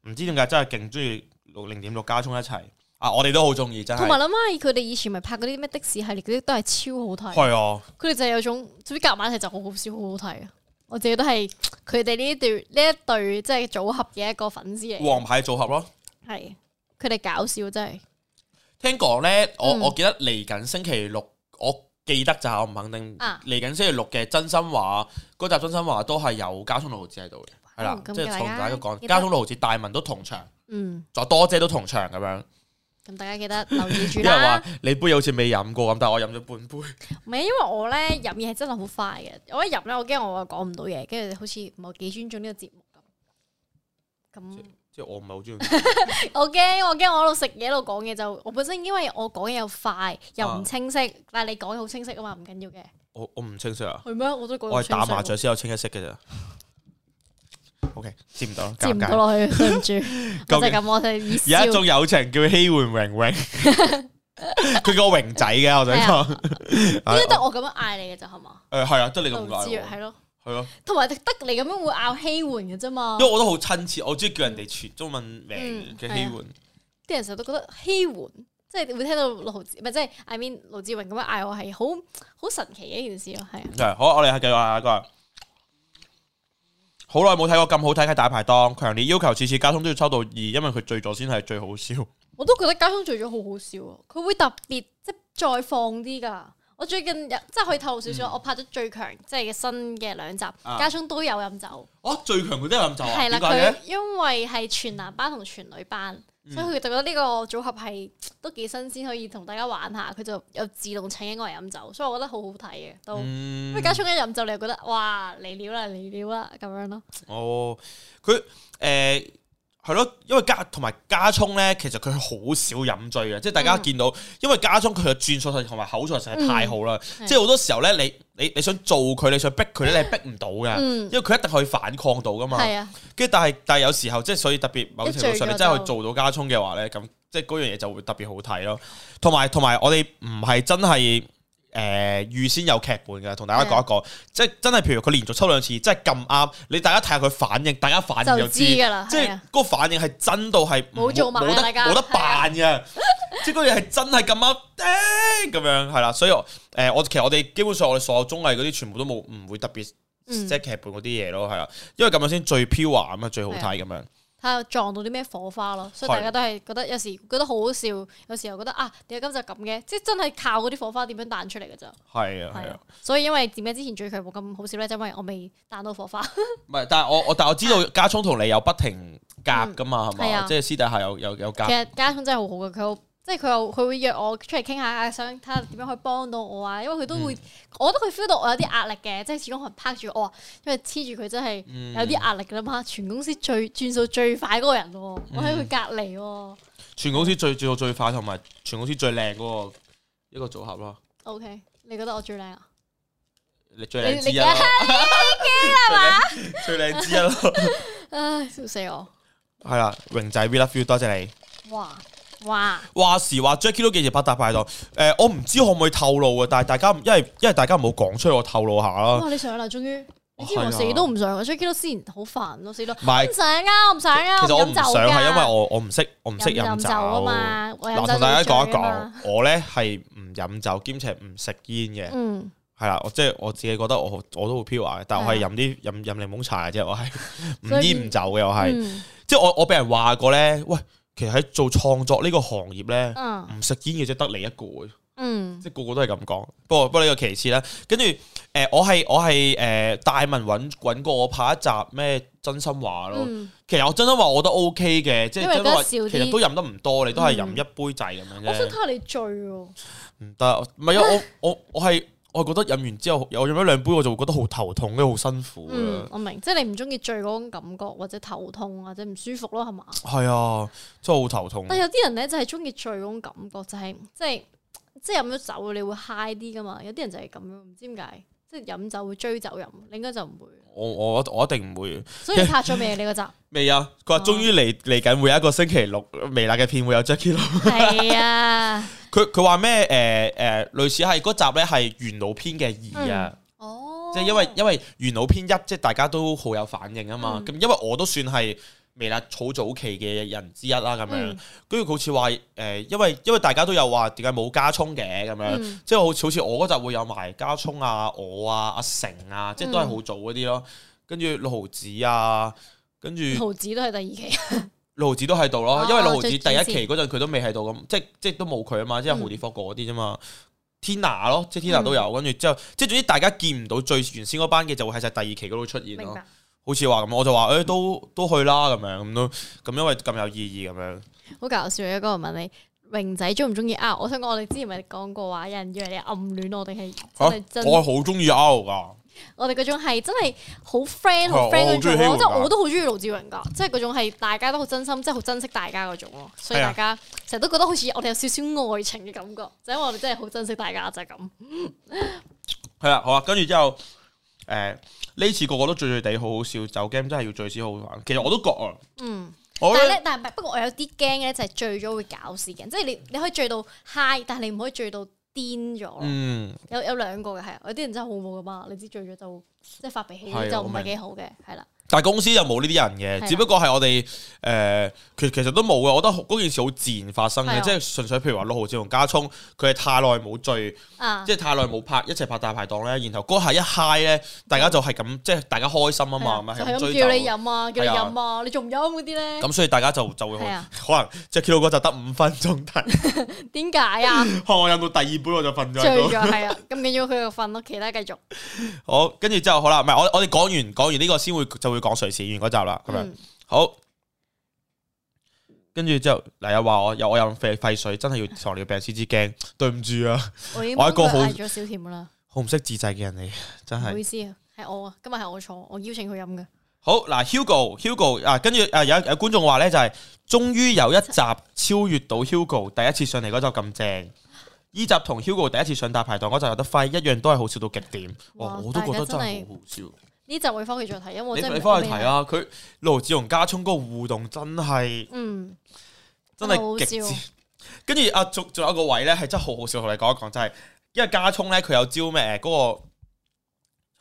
Speaker 1: 唔知點解真係勁中意六零點六加冲一齊啊！我哋都好中意，真
Speaker 2: 同埋
Speaker 1: 係
Speaker 2: 諗下，佢哋以前咪拍嗰啲咩的士系列嗰啲都係超好睇，
Speaker 1: 係啊！
Speaker 2: 佢哋就係有種總之夾埋一齊就好好笑，好好睇啊！我自己都係佢哋呢一對呢一對即係組合嘅一個粉絲嚟，
Speaker 1: 王牌組合咯。
Speaker 2: 係佢哋搞笑真係，
Speaker 1: 聽講咧，我
Speaker 2: 嗯
Speaker 1: 我記得嚟緊星期六，我記得就係我唔肯定。
Speaker 2: 啊
Speaker 1: 嚟緊星期六嘅真心話嗰集真心話都係有加冲六毫子喺度嘅，係啦
Speaker 2: 哦，
Speaker 1: 即
Speaker 2: 咁
Speaker 1: 係
Speaker 2: 大
Speaker 1: 同
Speaker 2: 家
Speaker 1: 大家講，
Speaker 2: 記得
Speaker 1: 加冲六毫子大文都同場，
Speaker 2: 嗯，
Speaker 1: 仲有多姐都同場咁樣。
Speaker 2: 咁大家記得留意住
Speaker 1: 有人
Speaker 2: 啦
Speaker 1: 話。你杯好似未飲過咁，但係我飲咗半杯。
Speaker 2: 唔係，啊因為我咧飲嘢係真係好快嘅，我一入咧，我驚我講唔到嘢，跟住好似唔係幾尊重呢個節目咁。咁
Speaker 1: 即係我唔係好中意，
Speaker 2: 我驚，我驚我一路食嘢一路講嘢就，我本身因為我講嘢又快又
Speaker 1: 啊
Speaker 2: 唔清晰，但係你講嘢好清晰啊嘛，唔緊要嘅。
Speaker 1: 我我唔清晰啊！
Speaker 2: 係咩？我都講
Speaker 1: 我
Speaker 2: 得
Speaker 1: 係
Speaker 2: 清晰
Speaker 1: 打麻雀先有清一色嘅咋。OK，接唔到，
Speaker 2: 接
Speaker 1: 尷
Speaker 2: 唔到
Speaker 1: 尬。
Speaker 2: 落 去，對唔住，我就係咁，我就以笑
Speaker 1: 有一種友情叫欺換榮榮， 佢叫我榮仔嘅，我想
Speaker 2: 係啊
Speaker 1: 講。
Speaker 2: 應該得我咁樣嗌你嘅就係嘛？
Speaker 1: 誒係啊，得你咁
Speaker 2: 我唔知
Speaker 1: 解
Speaker 2: 啊，
Speaker 1: 喎，
Speaker 2: 係咯，
Speaker 1: 係咯，
Speaker 2: 同埋得你咁樣會拗欺緩嘅啫嘛
Speaker 1: 因為。我都好親切，我中意叫人哋全中文名
Speaker 2: 嗯
Speaker 1: 嘅欺換，
Speaker 2: 啲人成日都覺得欺緩，即係會聽到盧浩志，唔係即係 I mean 盧志榮咁樣嗌我係好好神奇嘅一件事咯，係啊，
Speaker 1: 係好，我哋係繼續下一個。好耐冇睇過咁好睇嘅大排檔，強烈要求次次交通都要抽到二，因為佢醉咗先係最好笑。
Speaker 2: 我都覺得交通做咗好好笑喎，佢會特別即係再放啲㗎。我最近有即係可以透露少少，我拍咗最強即係嘅新嘅兩集，
Speaker 1: 嗯啊
Speaker 2: 家聰都有飲酒，
Speaker 1: 哦，最強佢都有飲酒啊？
Speaker 2: 係
Speaker 1: 點
Speaker 2: 啦，
Speaker 1: 解
Speaker 2: 佢
Speaker 1: 嘅？嗯
Speaker 2: 因為係全男班同全女班，所以佢就覺得呢個組合係都幾新鮮，可以同大家玩下，佢就有自動請我嚟飲酒，所以我覺得好好睇嘅都。
Speaker 1: 嗯
Speaker 2: 因為家聰一飲酒，你就覺得哇嚟料啦嚟料啦咁樣咯。
Speaker 1: 哦，佢誒係咯，因為加同埋加聰咧，其實佢好少飲醉嘅，即係大家
Speaker 2: 嗯
Speaker 1: 見到，因為加聰佢嘅轉數同埋口才實在太好啦，
Speaker 2: 嗯
Speaker 1: 即係好多時候咧，你你你想做佢，你想逼佢咧，你係逼唔到嘅。
Speaker 2: 嗯
Speaker 1: 因，為佢一定可以反抗到噶嘛，
Speaker 2: 係啊，
Speaker 1: 跟住但係但係有時候即係所以特別某程度上
Speaker 2: 一醉咗
Speaker 1: 你真係可以做到加聰嘅話咧，咁即係嗰樣嘢就會特別好睇咯。同埋同埋我哋唔係真係誒、呃、預先有劇本嘅，同大
Speaker 2: 啊
Speaker 1: 家講一講，即係真係譬如佢連續抽兩次，真係咁啱，你大家睇下佢反應，大家反應
Speaker 2: 就
Speaker 1: 知
Speaker 2: 知，㗎啦，
Speaker 1: 即
Speaker 2: 係
Speaker 1: 係
Speaker 2: 啊，
Speaker 1: 嗰個反應係真到係唔
Speaker 2: 冇做馬啊
Speaker 1: 冇得
Speaker 2: 大家
Speaker 1: 冇得
Speaker 2: 係啊
Speaker 1: 扮嘅，即係嗰樣係真係咁啱。叮咁樣係啦，所以我誒呃我其實我哋基本上我哋所有綜藝嗰啲全部都冇唔會特別
Speaker 2: 嗯
Speaker 1: 即係劇本嗰啲嘢咯，係啦，因為咁樣先最 pure 啊嘛，最好睇咁樣。
Speaker 2: 睇下撞到啲咩火花咯。所以
Speaker 1: 係
Speaker 2: 大家都係覺得有時覺得好好笑，有時又覺得啊點解今集咁嘅？即係真係靠嗰啲火花點樣彈出嚟㗎咋。
Speaker 1: 係啊，係
Speaker 2: 係
Speaker 1: 啊
Speaker 2: 啊，，所以因為點解之前最強冇咁好笑咧，就因為我未彈到火花。
Speaker 1: 唔係，但係我我但係我知道家聰同你有不停夾噶嘛，係
Speaker 2: 啊係
Speaker 1: 嘛，
Speaker 2: 啊
Speaker 1: 即係私底下有有有
Speaker 2: 其
Speaker 1: 夾，
Speaker 2: 實家聰真係好好嘅，佢好即係佢又佢會約我出嚟傾下啊，想睇下點樣可以幫到我啊，因為佢都
Speaker 1: 嗯
Speaker 2: 會，我覺得佢 feel 到我有啲壓力嘅，即係始終可能拍住我啊，因為黐住佢真係
Speaker 1: 嗯
Speaker 2: 有啲壓力㗎啦嘛，全公司最轉數最快嗰個人喎，我喺佢隔離喎
Speaker 1: 全公司最最最快同埋全公司最靚嗰個一個組合咯，
Speaker 2: ，OK，你覺得我最靚啊？
Speaker 1: 你最
Speaker 2: 你
Speaker 1: 靚之
Speaker 2: 你
Speaker 1: 一
Speaker 2: 梗
Speaker 1: 咯
Speaker 2: 係，啦嘛，
Speaker 1: 最靚之一咯，
Speaker 2: 唉，笑死我！
Speaker 1: 係啦，榮仔 We Love You，多謝你。
Speaker 2: 哇哇，
Speaker 1: 話時話 Jackie 都幾時拍大排檔？誒、我唔知可唔可以透露啊！但係大家因為因為大家唔好講出去，我透露下啦。
Speaker 2: 哇你上啦，終於！你知
Speaker 1: 係啊
Speaker 2: 我死都唔上，我最記得之前好煩咯，死都
Speaker 1: 唔係
Speaker 2: 唔，想啊，我唔想啊，
Speaker 1: 其實我唔
Speaker 2: 飲
Speaker 1: 想
Speaker 2: 酒
Speaker 1: 係因為
Speaker 2: 㗎
Speaker 1: 我我唔識我唔識
Speaker 2: 飲
Speaker 1: 飲酒
Speaker 2: 酒啊。嘛，我
Speaker 1: 嗱，
Speaker 2: 飲酒啊
Speaker 1: 同大家講
Speaker 2: 講
Speaker 1: 一講，我咧係唔飲酒兼且唔食煙嘅，
Speaker 2: 嗯，
Speaker 1: 係啦，我即係我自己覺得我好我都好飄啊，但係我係
Speaker 2: 係
Speaker 1: 飲啲飲飲檸檬茶嘅啫，我 係唔
Speaker 2: 所以
Speaker 1: 煙唔酒嘅，我係
Speaker 2: 嗯
Speaker 1: 即係我我俾人話過咧，喂，其實喺做創作呢個行業咧，
Speaker 2: 嗯
Speaker 1: 唔食煙嘅啫，得你一個嘅啫。
Speaker 2: 嗯
Speaker 1: 即係個個都係咁講。不過不過呢個其次啦，跟住誒我係我係誒、呃大文揾揾過我拍一集咩真心話咯。
Speaker 2: 嗯，
Speaker 1: 其實我真心話我都 OK 嘅，即係
Speaker 2: 因為
Speaker 1: 真心話
Speaker 2: 覺得少啲
Speaker 1: 其實都飲得唔多，你都係飲
Speaker 2: 嗯
Speaker 1: 一杯仔咁樣
Speaker 2: 我想
Speaker 1: 啫
Speaker 2: 睇。下你醉
Speaker 1: 啊
Speaker 2: 喎，
Speaker 1: 唔得，唔係啊！我我我係我係覺得飲完之後，我飲咗兩杯我就會覺得好頭痛，跟住好辛苦
Speaker 2: 嗯
Speaker 1: 啊。，
Speaker 2: 我明，即係你唔中意醉嗰種感覺，或者頭痛或者唔舒服咯，係嘛？
Speaker 1: 係啊，真係好頭痛。
Speaker 2: 但有啲人咧就係中意醉嗰種感覺，就係即係即係飲咗酒你會 high 啲噶嘛，有啲人就係咁樣，唔知點解。即係飲酒會追酒飲，你應該就唔會。
Speaker 1: 我我我一定唔會
Speaker 2: 所以你拍咗未？你嗰集
Speaker 1: 未啊！佢話終於嚟嚟緊會有一個星期六微辣嘅片會有 Jackie 咯。
Speaker 2: 係啊，
Speaker 1: 佢佢話咩？誒、呃、誒、類似係嗰集咧係元老篇嘅二啊，
Speaker 2: 哦，
Speaker 1: 即係因為因為元老篇一即係大家都好有反應啊嘛。
Speaker 2: 嗯
Speaker 1: 咁、因為我都算係微辣草早期嘅人之一啦，咁樣
Speaker 2: 嗯。
Speaker 1: 跟住佢好似話誒，因為因為大家都有話點解冇加葱嘅咁樣，
Speaker 2: 嗯
Speaker 1: 即係好似好似我嗰集會有埋加葱啊、我啊、阿成啊，即係
Speaker 2: 嗯
Speaker 1: 都係好早嗰啲咯。跟住六毫子啊，跟住
Speaker 2: 毫子都係第二期，
Speaker 1: 六毫子都喺度咯
Speaker 2: 哦，
Speaker 1: 因為六毫子第一
Speaker 2: 最主
Speaker 1: 期嗰陣佢都未喺度咁，即即都冇佢啊嘛，即係
Speaker 2: 嗯
Speaker 1: 蝴蝶霍嗰啲啫嘛。天娜咯，即係天娜都有，跟住之後，即係總之大家見唔到最原先嗰班嘅就會喺晒第二期嗰度出現
Speaker 2: 明
Speaker 1: 咯
Speaker 2: 白。。
Speaker 1: 好似話咁，我就話誒、欸都都去啦咁樣咁都咁，因為咁有意義咁樣。
Speaker 2: 好搞笑啊！嗰個人問你榮仔中唔中意 R？我想講我哋之前咪講過話，有人以為你暗戀我定係真係真，
Speaker 1: 我係好中意 R 噶，
Speaker 2: 我哋嗰種係真係好 friend
Speaker 1: 係
Speaker 2: 好
Speaker 1: 哦我
Speaker 2: friend
Speaker 1: 好鍾
Speaker 2: 嗰種
Speaker 1: 意希
Speaker 2: 咯，
Speaker 1: 望
Speaker 2: 即係
Speaker 1: 㗎
Speaker 2: 我都好中意盧志榮噶，即係嗰種係大家都好真心，即係好珍惜大家嗰種咯，所以
Speaker 1: 係
Speaker 2: 大
Speaker 1: 啊
Speaker 2: 家成日都覺得好似我哋有少少愛情嘅感覺，就因為我哋真係好珍惜大家啊就係咁。
Speaker 1: 係啦，好啊啦，跟住之後誒呢、次個個都醉醉地好好笑，酒 game 真係要醉先好玩。其實我都覺啊，
Speaker 2: 嗯，
Speaker 1: 我
Speaker 2: 但係
Speaker 1: 覺得
Speaker 2: 咧，但係不過我有啲驚咧，就係醉咗會搞事嘅，即係你你可以醉到 high，但係你唔可以醉到癲咗。
Speaker 1: 嗯
Speaker 2: 有有兩個嘅係，啊有啲人真係好冇噶嘛，你知醉咗就即係發脾氣
Speaker 1: 係啊
Speaker 2: 就唔
Speaker 1: 我明
Speaker 2: 係幾好嘅，係啦，
Speaker 1: 但係公司就冇呢啲
Speaker 2: 係
Speaker 1: 人
Speaker 2: 啊
Speaker 1: 嘅，只不過係我哋誒、呃其其實都冇嘅。我覺得嗰件事好自然發生
Speaker 2: 係
Speaker 1: 嘅，
Speaker 2: 啊
Speaker 1: 即係純粹譬如話六號志同加聰，佢係太耐冇聚，
Speaker 2: 啊
Speaker 1: 即，係太耐冇拍一齊拍大排檔咧，然後嗰下一嗨咧，大家就係咁，即係大家開心啊嘛，咪
Speaker 2: 係啊就
Speaker 1: 係
Speaker 2: 係
Speaker 1: 咁追
Speaker 2: 咁
Speaker 1: 酒
Speaker 2: 叫你飲啊，叫你
Speaker 1: 係啊
Speaker 2: 飲啊，你仲唔飲嗰啲咧？
Speaker 1: 咁所以大家就就會
Speaker 2: 係
Speaker 1: 好
Speaker 2: 啊
Speaker 1: 可能即係 Q 到嗰集得五分鐘，但 係
Speaker 2: 點解 啊？
Speaker 1: 我飲到第二杯我就瞓咗
Speaker 2: 醉
Speaker 1: 喺
Speaker 2: 咗
Speaker 1: 度。
Speaker 2: 係啊，咁緊要佢就瞓咯，其他繼續。
Speaker 1: 好，跟住之後好啦，唔係我我哋講完講完呢個先會就會講瑞士完嗰集啦，咁樣
Speaker 2: 嗯
Speaker 1: 好。跟住之後嗱又話我又我又肺肺水，真係要糖尿病先知驚，對唔住啊，
Speaker 2: 我已經
Speaker 1: 我一
Speaker 2: 幫
Speaker 1: 個
Speaker 2: 佢
Speaker 1: 好
Speaker 2: 嗌咗小甜㗎啦，
Speaker 1: 好唔識自制嘅人嚟，真
Speaker 2: 唔好
Speaker 1: 係。
Speaker 2: 意思啊，係我啊，今日係我錯，我邀請佢飲嘅。
Speaker 1: 好嗱，Hugo，Hugo 啊，跟住啊有有觀眾話咧就係、終於有一集超越到 Hugo 第一次上嚟嗰集咁正。呢集同 Hugo 第一次上大排檔嗰集有得揮，一樣都係好笑到極點。哇！
Speaker 2: 哇
Speaker 1: 我都覺得
Speaker 2: 大家真
Speaker 1: 真
Speaker 2: 係
Speaker 1: 係好好笑。
Speaker 2: 呢集我會翻去再睇，因為我
Speaker 1: 你
Speaker 2: 真係
Speaker 1: 你翻去
Speaker 2: 未
Speaker 1: 睇！啊，佢盧志同加聰嗰個互動真係
Speaker 2: 嗯，
Speaker 1: 真
Speaker 2: 真係好
Speaker 1: 係
Speaker 2: 笑
Speaker 1: 極致。跟住啊，仲仲有一個位咧係真係好好笑，同你講一講就係、因為加聰咧佢有招咩嗰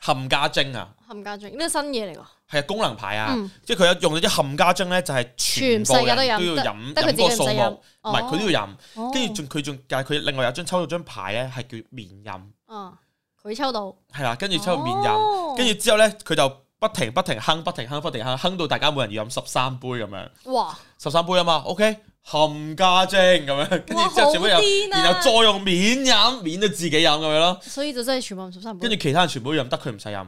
Speaker 1: 個冚家精啊，
Speaker 2: 冚家俊呢個新嘢嚟㗎，
Speaker 1: 係啊功能牌啊。
Speaker 2: 嗯，
Speaker 1: 即係佢有用咗啲冚家精咧，就係全部人都要
Speaker 2: 全世界都
Speaker 1: 飲
Speaker 2: 得佢
Speaker 1: 飲
Speaker 2: 自己
Speaker 1: 嗰個
Speaker 2: 唔
Speaker 1: 數
Speaker 2: 使飲哦
Speaker 1: 目，，唔係佢都要飲。
Speaker 2: 要
Speaker 1: 跟住仲佢仲，但係佢另外有張抽到張牌咧，係叫免飲，
Speaker 2: 啊，佢抽到，
Speaker 1: 係啦。跟住抽到免
Speaker 2: 哦
Speaker 1: 飲，跟住之後咧，佢就不停不停哼，不停哼，不停哼，哼到大家每人要飲十三杯咁樣，
Speaker 2: 住哇，
Speaker 1: 十三杯啊嘛。OK，冚家精咁樣，跟
Speaker 2: 哇
Speaker 1: 住之後全部
Speaker 2: 好
Speaker 1: 飲，
Speaker 2: 癲啊
Speaker 1: 然後再用免飲，免到自己飲咁樣咯。
Speaker 2: 所以就真係全部唔十三杯
Speaker 1: 跟住。其他人全部都飲得，佢唔使飲。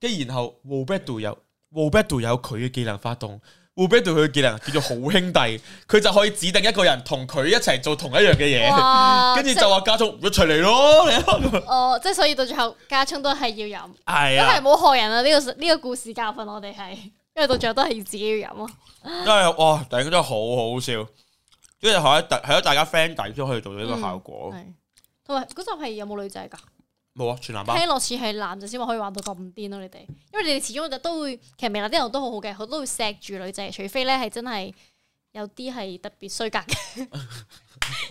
Speaker 1: 跟住然後 w o b e d o 有 w o b e d o 有佢嘅技能發動 w o b e d o 佢嘅技能叫做好兄弟，佢就可以指定一個人同佢一齊做同一樣嘅嘢，
Speaker 2: 哇！
Speaker 1: 跟住
Speaker 2: 即係
Speaker 1: 就話家聰一齊嚟咯，你咯
Speaker 2: 哦，即係所以到最後家聰都係要飲，
Speaker 1: 係
Speaker 2: 都係
Speaker 1: 啊，
Speaker 2: 冇害人啊！呢個呢個故事教訓我哋係，因為到最後都係要自己要飲咯。
Speaker 1: 因為哇，頂真係好好笑，跟住係一係一大家 friend 底先可以做到呢個效果，
Speaker 2: 嗯係，同埋嗰集係有冇女仔㗎？
Speaker 1: 冇啊，全男班
Speaker 2: 聽落似係男仔先話可以玩到咁癲咯，你哋，因為你哋始終都會，其實微辣啲人都好好嘅，佢都會錫住女仔，除非咧係真係有啲係特別衰格嘅，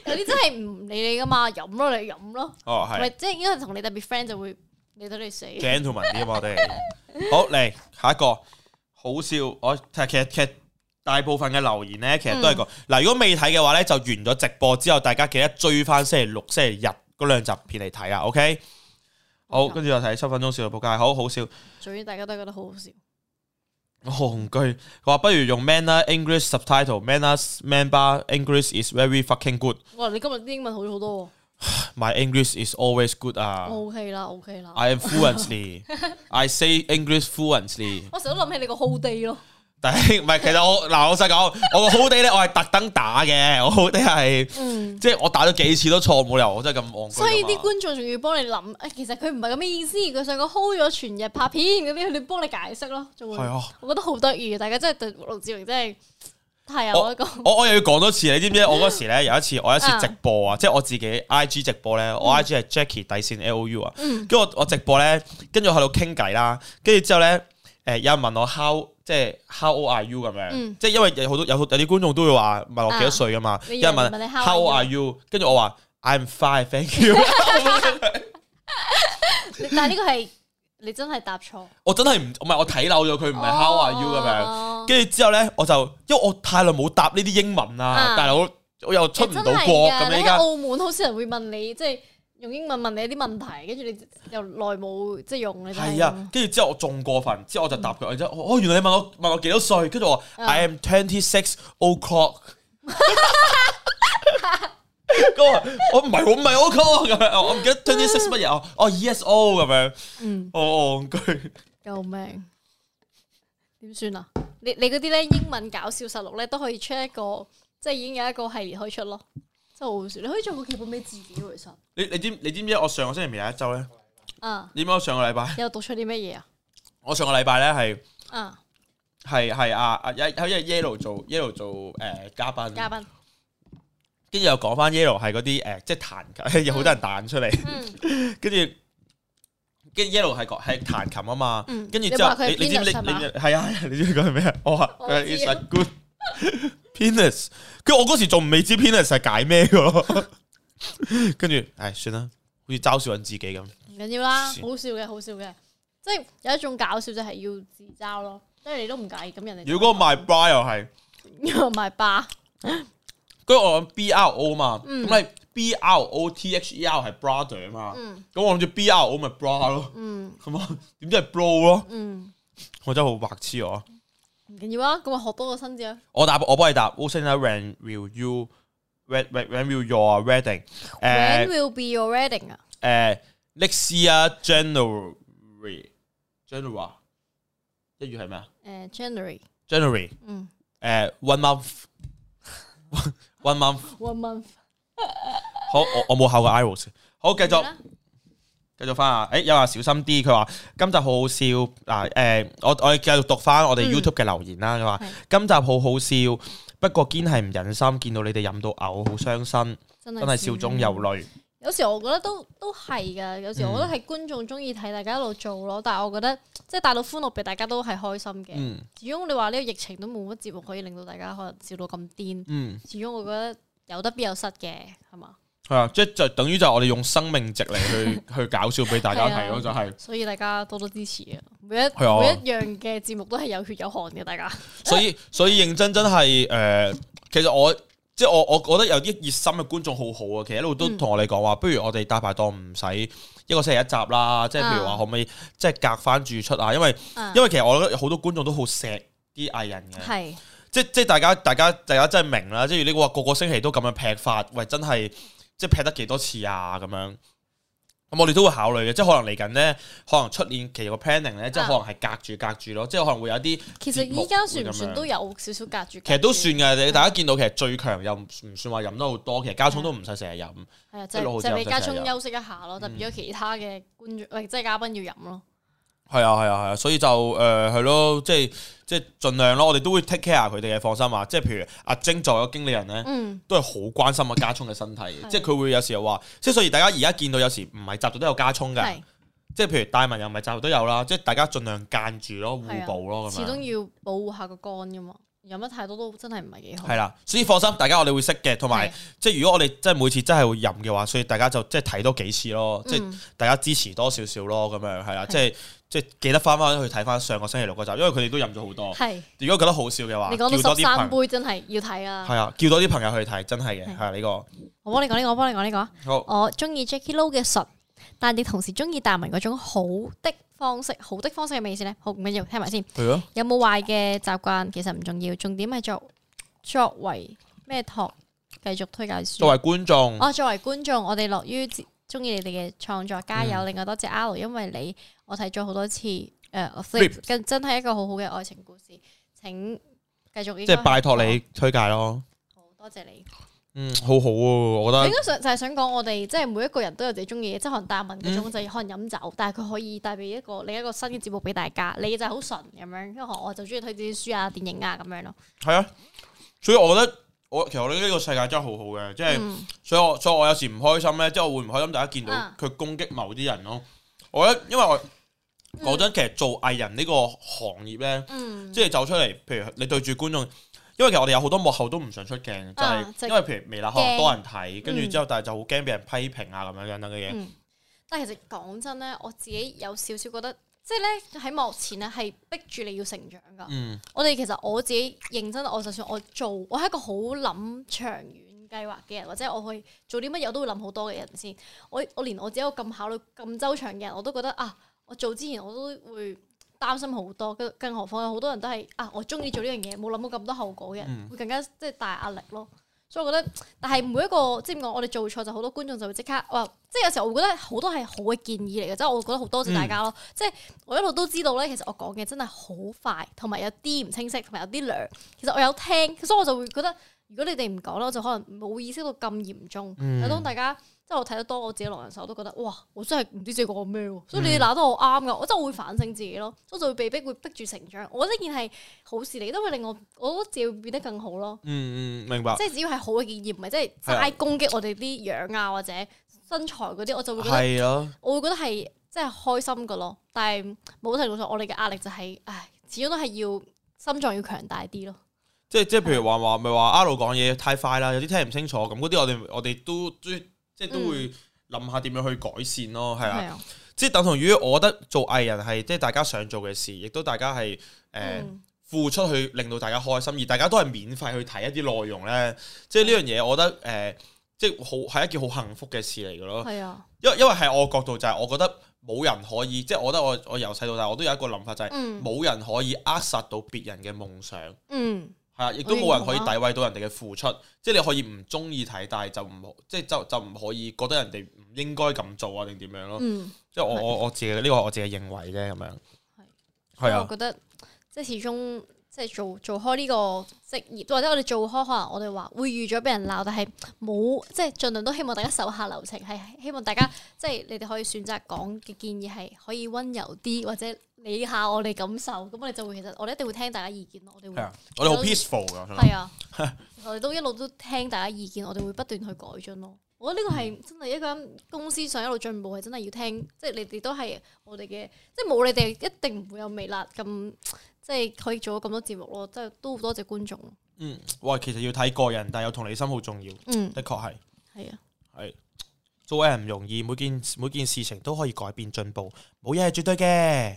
Speaker 2: 有啲真係唔理你㗎嘛，飲咯你飲咯，
Speaker 1: 哦
Speaker 2: 同
Speaker 1: 係
Speaker 2: 埋即係應該同你特別 friend 就會理得你死。
Speaker 1: gentleman 啲啊嘛，我哋好嚟下一個好笑，我其實其實其實大部分嘅留言咧，其實都係個
Speaker 2: 嗯
Speaker 1: 嗱，如果未睇嘅話咧，就完咗直播之後，大家記得追翻星期六、星期日嗰兩集片嚟睇啦，OK？好，
Speaker 2: 冇錯
Speaker 1: 跟住又睇七分鐘笑到仆街，好好笑。
Speaker 2: 總之大家都覺得好好笑。
Speaker 1: 我好戇居，佢話不如用 Manner English subtitle，Manner Man Bar English is very fucking good，My
Speaker 2: 哇！你今日啲英文好咗好多
Speaker 1: English is always good
Speaker 2: 喎
Speaker 1: 啊
Speaker 2: ，OK 啦，OK 啦。
Speaker 1: ！I am fluently，I say English fluently。
Speaker 2: 我成日都諗起你個 whole day 咯，
Speaker 1: 但係唔係，其實我 嗱老實講，我個好地咧，我係特登打嘅，我好地係
Speaker 2: 嗯，
Speaker 1: 即係我打咗幾次都錯，冇理由我真係咁戇居㗎嘛。
Speaker 2: 所以啲觀眾仲要幫你諗，哎誒，其實佢唔係咁嘅意思，佢想講 hold 咗全日拍片嗰啲，佢哋幫你解釋咯，仲會
Speaker 1: 係，啊，
Speaker 2: 我覺得好得意，大家真係對陸志榮真係太有
Speaker 1: 我
Speaker 2: 一個，
Speaker 1: 我我又要講多次，你知唔 知？我嗰時咧有一次，我有一次
Speaker 2: 啊
Speaker 1: 直播啊，即係我自己 I G 直播咧，我 I G 係 Jackie 底線 L O U 啊，跟
Speaker 2: 嗯
Speaker 1: 住我我直播咧，跟住我喺度傾偈啦，跟住之後咧，誒有人問我 how 即係 how old are you 咁樣
Speaker 2: 嗯，
Speaker 1: 即係因為有好多有好有啲觀眾都會話問我幾多歲噶嘛，
Speaker 2: 你
Speaker 1: 有人
Speaker 2: 人問你
Speaker 1: 問
Speaker 2: how
Speaker 1: how old
Speaker 2: old
Speaker 1: are
Speaker 2: are
Speaker 1: you，跟住我話 I'm fine thank you。
Speaker 2: 但係呢個係你真係答錯，哦
Speaker 1: 我真係唔唔係我睇漏咗佢，唔係 how are you 咁樣。
Speaker 2: 樣
Speaker 1: 跟住之後咧，我就因為我太耐冇答呢啲英文啦，
Speaker 2: 啊
Speaker 1: 大佬我又出唔到國
Speaker 2: 真係㗎
Speaker 1: 咁樣
Speaker 2: 你
Speaker 1: 依
Speaker 2: 喺
Speaker 1: 家。
Speaker 2: 澳門好少人會問你，即係用英文問你一啲問題，跟住你又耐冇即係用你就係
Speaker 1: 係啊，跟住之後我仲過分，之後我就答佢，我就哦，哦原來你問我問我幾多歲，跟住我話
Speaker 2: 嗯
Speaker 1: I am twenty six o'clock。咁我話我唔係我唔係 o'clock 咁樣，哦我唔記得 twenty six 乜嘢，我哦 yes o 咁樣，哦
Speaker 2: 嗯，
Speaker 1: 我戇居。
Speaker 2: 救命！點算啊？你你嗰啲咧英文搞笑實錄咧都可以出一個，即係已經有一個系列可以出咯，真係好好笑。你可以做個劇本俾自己喎其實
Speaker 1: 你你知你知唔知我上個星期咪有一周咧？
Speaker 2: 啊，
Speaker 1: 點解我上個禮拜？
Speaker 2: 你又讀出啲乜嘢啊？
Speaker 1: 我上個禮拜咧係
Speaker 2: 啊，
Speaker 1: 係係啊啊有有因為 Yellow 做 Yellow 做誒嘉賓，
Speaker 2: 嘉賓，
Speaker 1: 跟住又講翻 Yellow 係嗰啲誒即係彈琴，有 好多人彈出嚟。
Speaker 2: 嗯
Speaker 1: 跟住跟住 yellow 係講係彈琴啊嘛，
Speaker 2: 嗯，
Speaker 1: 跟住
Speaker 2: 你
Speaker 1: 之後
Speaker 2: 話佢係
Speaker 1: 你你知唔知
Speaker 2: penis 係
Speaker 1: 你
Speaker 2: 嘛
Speaker 1: 你係啊？你知唔知講係咩啊？我話
Speaker 2: 我
Speaker 1: 佢係
Speaker 2: 知
Speaker 1: is
Speaker 2: 啊
Speaker 1: a good penis，跟住我嗰時仲未知 penis 係解咩嘅 咯，跟住唉算啦，好似嘲笑緊自己咁。
Speaker 2: 唔緊要啦，
Speaker 1: 黐
Speaker 2: 好笑嘅，好笑嘅，即係有一種搞笑就係要自嘲咯，即係你都唔介意，咁人哋就
Speaker 1: 如果賣 bra 又係，
Speaker 2: 賣吧，
Speaker 1: 跟住我諗 B R O 嘛，
Speaker 2: 嗯
Speaker 1: 咁你 B R O T H E R 係 brother 啊嘛，
Speaker 2: 嗯
Speaker 1: 咁我諗住 B R O 咪 bra 咯，
Speaker 2: 嗯
Speaker 1: 咁啊點知係 bro 咯？
Speaker 2: 嗯，
Speaker 1: 我真係好白痴我。
Speaker 2: 唔緊要啊，咁啊學多個新字啊，
Speaker 1: 我答我幫你答。What i n when will you when when when will your wedding？誒
Speaker 2: When will be your wedding 啊？
Speaker 1: 誒，next year January January 一月係咩啊
Speaker 2: 誒 January，
Speaker 1: ？January
Speaker 2: 嗯
Speaker 1: 誒 Eh，one month one month
Speaker 2: ，one month。
Speaker 1: 好我我冇考過 IELTS 好繼續。
Speaker 2: 啦
Speaker 1: 繼續翻啊！誒、有話小心啲，佢話今集好好笑嗱誒、我我哋繼續讀翻我哋
Speaker 2: 嗯
Speaker 1: YouTube 嘅留言啦。佢話、
Speaker 2: 係
Speaker 1: 今集好好笑，不過堅係唔忍心見到你哋飲到嘔，好傷 心，
Speaker 2: 真
Speaker 1: 真係笑中有。淚。
Speaker 2: 有時我覺得都都係㗎，有時
Speaker 1: 嗯
Speaker 2: 我覺得係觀眾中意睇大家一路做咯，但係我覺得即係帶到歡樂俾大家都係開心嘅。
Speaker 1: 嗯
Speaker 2: 始終你話呢個疫情都冇乜節目可以令到大家可能笑到咁癲，
Speaker 1: 嗯，
Speaker 2: 始終我覺得有得必有失嘅，係嘛？
Speaker 1: 係啊，即係就等於就我哋用生命值嚟去 去搞笑俾大家睇咯，就
Speaker 2: 係啊
Speaker 1: 係。
Speaker 2: 所以大家多多支持啊！每一每一
Speaker 1: 係啊
Speaker 2: 樣嘅節目都係有血有汗嘅， 大家
Speaker 1: 所以所以認真真係誒，其實我。即係我，我覺得有啲熱心嘅觀眾好好啊！其實一路都
Speaker 2: 嗯
Speaker 1: 同我哋講話，不如我哋大排檔唔使一個星期一集啦。即係譬如話，
Speaker 2: 啊
Speaker 1: 可唔可以即係隔翻住出啊？因為因為其實我覺得好多觀眾都好錫啲藝人嘅，
Speaker 2: 係
Speaker 1: 即即係大家大家大家真係明啦，即係你話個個星期都咁樣劈法，喂真係即係劈得幾多次啊咁樣。咁我哋都會考慮嘅，即係可能嚟緊咧，可能出年其實個 planning 咧，即係
Speaker 2: 啊
Speaker 1: 可能係隔住隔住咯，即係可能會有一啲
Speaker 2: 其實依家算唔算都有少少隔住？
Speaker 1: 其實都算嘅。你大家見到其實最強又唔唔算話飲得好多，其實加葱都唔使成日飲。
Speaker 2: 係啊，
Speaker 1: 一
Speaker 2: 就
Speaker 1: 路好
Speaker 2: 就
Speaker 1: 似
Speaker 2: 係
Speaker 1: 有
Speaker 2: 俾
Speaker 1: 得
Speaker 2: 家
Speaker 1: 成日
Speaker 2: 聰
Speaker 1: 有
Speaker 2: 休息一下咯，就
Speaker 1: 嗯
Speaker 2: 變咗其他嘅觀眾，喂，即係嘉賓要飲咯。
Speaker 1: 係啊，係啊，係啊，所以就誒係咯，即係即係盡量咯，我哋都會 take care 佢哋嘅，放心啊。即係譬如阿晶作為一個經理人咧。
Speaker 2: 嗯，
Speaker 1: 都係好關心阿啊加聰嘅身體嘅，
Speaker 2: 係
Speaker 1: 即係佢會有時候話，即係所以大家而家見到有時唔係集集都有加聰嘅，
Speaker 2: 係，
Speaker 1: 即係譬如戴文又唔係集集都有啦，即係大家盡量間住咯，互
Speaker 2: 係啊
Speaker 1: 補咯
Speaker 2: 始
Speaker 1: 咁
Speaker 2: 終
Speaker 1: 樣。
Speaker 2: 要保護下個肝噶嘛，飲得太多都真係唔係幾好。
Speaker 1: 係啦，所以放心，大家我哋會識嘅，同埋
Speaker 2: 係
Speaker 1: 即係如果我哋真係每次真係會飲嘅話，所以大家就即係睇多幾次咯，即係
Speaker 2: 嗯
Speaker 1: 大家支持多少少咯，咁樣係啦，
Speaker 2: 係
Speaker 1: 即係即係記得翻翻去睇翻上個星期六嗰集，因為佢哋都飲咗好 多。
Speaker 2: 係，
Speaker 1: 如果覺得好笑嘅話，
Speaker 2: 你
Speaker 1: 哦叫多
Speaker 2: 講到
Speaker 1: 啲
Speaker 2: 十
Speaker 1: 朋
Speaker 2: 三杯真係要睇啦。
Speaker 1: 係啊，叫多啲朋友去睇，真係嘅，
Speaker 2: 係
Speaker 1: 係啊呢個
Speaker 2: 我幫你講呢個，我幫你講呢個啊。
Speaker 1: 好
Speaker 2: 我中意 Jackie Lou 嘅純，但亦同時中意大文嗰種好的方式。好的方式係咩意思咧？好唔緊要，聽埋先。
Speaker 1: 係咯，
Speaker 2: 有冇壞嘅習慣其實唔重要，重點係作作為咩托繼續推介書。
Speaker 1: 作為觀眾。
Speaker 2: 哦，作為觀眾，我哋樂於接中意你哋嘅創作，加
Speaker 1: 嗯
Speaker 2: 油！另外多謝 R，因為你我睇咗好多次，誒、我
Speaker 1: Flip
Speaker 2: flip，跟真係一個好好嘅愛情故事。請繼續，
Speaker 1: 即係拜託你，
Speaker 2: 啊
Speaker 1: 推介咯。
Speaker 2: 好多謝你。
Speaker 1: 嗯，好好喎，我覺
Speaker 2: 我
Speaker 1: 得
Speaker 2: 應該想就係想講，我哋即係每一個人都有自己中意嘅，即係可能大文
Speaker 1: 嗯
Speaker 2: 嗰種就係可能飲酒，但係佢可以帶俾一個另一個新嘅節目俾大家。你就係好純咁樣，因為我就中意推薦啲書啊、電影啊咁樣咯。
Speaker 1: 係啊。所以我覺得我其實我覺得呢個世界真係好好嘅，即係、
Speaker 2: 嗯
Speaker 1: 所以我所以我有時唔開心咧，即係我會唔開心，大家見到
Speaker 2: 啊
Speaker 1: 佢攻擊某啲人咯。我覺得因為我
Speaker 2: 嗯
Speaker 1: 講真，其實做藝人呢個行業咧，
Speaker 2: 嗯，
Speaker 1: 即係走出嚟，譬如你對住觀眾。因為其實我哋有好多幕後都唔想出鏡，就係、
Speaker 2: 啊即係
Speaker 1: 因為譬如微辣可能
Speaker 2: 驚嗯
Speaker 1: 多人睇，跟住之後但係就好驚俾人批評啊咁樣等等嘅嘢。
Speaker 2: 嗯但係其實講真咧，我自己有少少覺得，即係咧喺幕前咧係逼住你要成長㗎。
Speaker 1: 嗯
Speaker 2: 我哋其實我自己認真，我就算我做，我係一個好諗長遠計劃嘅人，或者我去做啲乜嘢我都會諗好多嘅人先。我我連我自己有咁考慮咁周詳嘅人，我都覺得啊，我做之前我都會擔心好多，更更何況有好多人都係啊，我中意做呢樣嘢，冇諗過咁多後果嘅人，
Speaker 1: 嗯
Speaker 2: 會更加即係大壓力咯。所以我覺得，但係每一個即係點講，我哋做錯就好多觀眾就會即刻哇！即係有時候我會覺得好多係好嘅建議嚟嘅，即係我覺得好多謝大家咯。即係我一路都知道咧，其實我講嘅真係好快，同埋有啲唔清晰，同埋有啲涼。其實我有聽，所以我就會覺得，如果你哋唔講啦，我就可能冇意識到咁嚴重。
Speaker 1: 嗯
Speaker 2: 但當大家即係我睇得多我自己狼人手，我都覺得哇，我真係唔知自己講咩喎。所以你哋鬧得我啱噶，我真係會反省自己咯，所以就會被逼會逼住成長。我覺得呢件係好事嚟，都會令我我覺得自己會變得更好咯。
Speaker 1: 嗯嗯，明白。
Speaker 2: 即係只要係好嘅建議，唔係即係
Speaker 1: 係啊
Speaker 2: 齋攻擊我哋啲樣啊或者身材嗰啲，我就會覺得
Speaker 1: 係咯，
Speaker 2: 我會覺得係即係開心噶咯。但係某程度上，我哋嘅壓力就係、唉，始終都係要心臟要強大啲咯。
Speaker 1: 即係即係譬如話話咪話阿路講嘢太快啦，有啲聽唔清楚咁，嗰啲我哋我哋都即即係都會諗下點樣去改善咯，係啊。
Speaker 2: 嗯係啊，
Speaker 1: 即係等同於我覺得做藝人係即係大家想做嘅事，亦都大家係誒。呃
Speaker 2: 嗯
Speaker 1: 付出去令到大家開心，而大家都係免費去睇一啲內容呢。即係呢樣嘢，我覺得誒、呃即係好係一件好幸福嘅事嚟嘅咯。
Speaker 2: 係啊，
Speaker 1: 因為因為係我角度就係，我覺得冇人可以，即係我覺得我我由細到大我都有一個諗法就係、
Speaker 2: 嗯
Speaker 1: 冇人可以扼殺到別人嘅夢想，係
Speaker 2: 嗯
Speaker 1: 啊，亦都冇人可以詆毀到人哋嘅付出。即係你可以唔中意睇，但係就唔好，即係就就唔可以覺得人哋唔應該咁做啊，定點樣咯？
Speaker 2: 嗯，
Speaker 1: 即係我
Speaker 2: 係
Speaker 1: 我我自己呢個我自己認為啫，咁樣係
Speaker 2: 所以我
Speaker 1: 啊，
Speaker 2: 覺得即係始終即係做做開呢個職業，或者我哋做開，可能我哋話會預咗俾人鬧，但係冇即係盡量都希望大家手下留情，係希望大家即係你哋可以選擇講嘅建議係可以温柔啲，或者理下我哋感受，咁我哋就會其實我哋一定會聽大家意見咯，我哋
Speaker 1: 係
Speaker 2: 會
Speaker 1: 啊。，我哋好 peaceful 㗎我想講
Speaker 2: 係啊， 我哋都一路都聽大家意見，我哋會不斷去改進咯。我覺得呢個
Speaker 1: 嗯
Speaker 2: 係真係一個人公司想一路進步，係真係要聽，即係你哋都係我哋嘅，即係冇你哋一定唔會有微辣咁，即係可以做到咁多節目咯，即係都好多謝觀眾。
Speaker 1: 嗯，哇，其實要睇個人，但係有同理心好重要，
Speaker 2: 嗯，
Speaker 1: 的確係
Speaker 2: 係啊，
Speaker 1: 係做人唔容易，每件每件事情都可以改變進步，冇嘢係絕對嘅。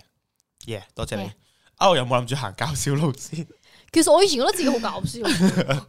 Speaker 1: 耶，多謝你
Speaker 2: Yeah。
Speaker 1: 啊，我有冇諗住行搞笑路線？
Speaker 2: 其實我以前覺得自己好搞 笑，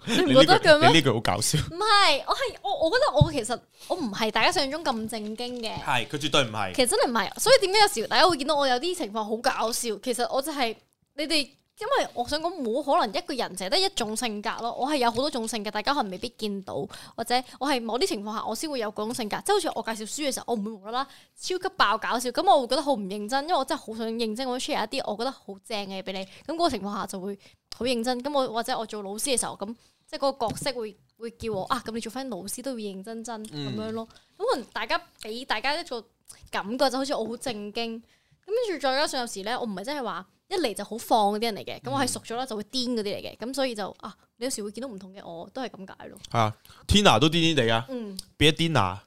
Speaker 2: 你唔
Speaker 1: 你
Speaker 2: 覺
Speaker 1: 呢
Speaker 2: 得嘅
Speaker 1: 句你
Speaker 2: 咩？
Speaker 1: 呢句好搞笑，
Speaker 2: 唔係，我係我，我覺得我其實我唔係大家想象中咁正經嘅。
Speaker 1: 係佢絕對唔係，
Speaker 2: 其實真係唔係，所以點解有時大家會見到我有啲情況好搞笑？其實我就係、你哋，因為我想講冇可能一個人淨係得一種性格咯，我係有好多種性格，大家可能未必見到，或者我係某啲情況下我先會有嗰種性格，即係好似我介紹書嘅時候，我唔會無啦啦超級爆搞笑，咁我會覺得好唔認真，因為我真係好想認真咁 share 一啲我覺得好正嘅嘢俾你，咁嗰個情況下就會好認真，咁我或者我做老師嘅時候咁。即係嗰個角色會會叫我啊，咁你做翻老師都會認真真咁、
Speaker 1: 嗯
Speaker 2: 樣咯。咁可能大家俾大家一個感覺就好似我好正經，咁跟住再加上有時咧，我唔係真係話一嚟就好放嗰啲人嚟嘅，咁我係熟咗啦就會癲嗰啲嚟嘅，咁所以就啊，你有時會見到唔同嘅我，都係咁解咯。
Speaker 1: 係啊，Tina 都癲癲地啊，
Speaker 2: 嗯，
Speaker 1: 變咗 Tina，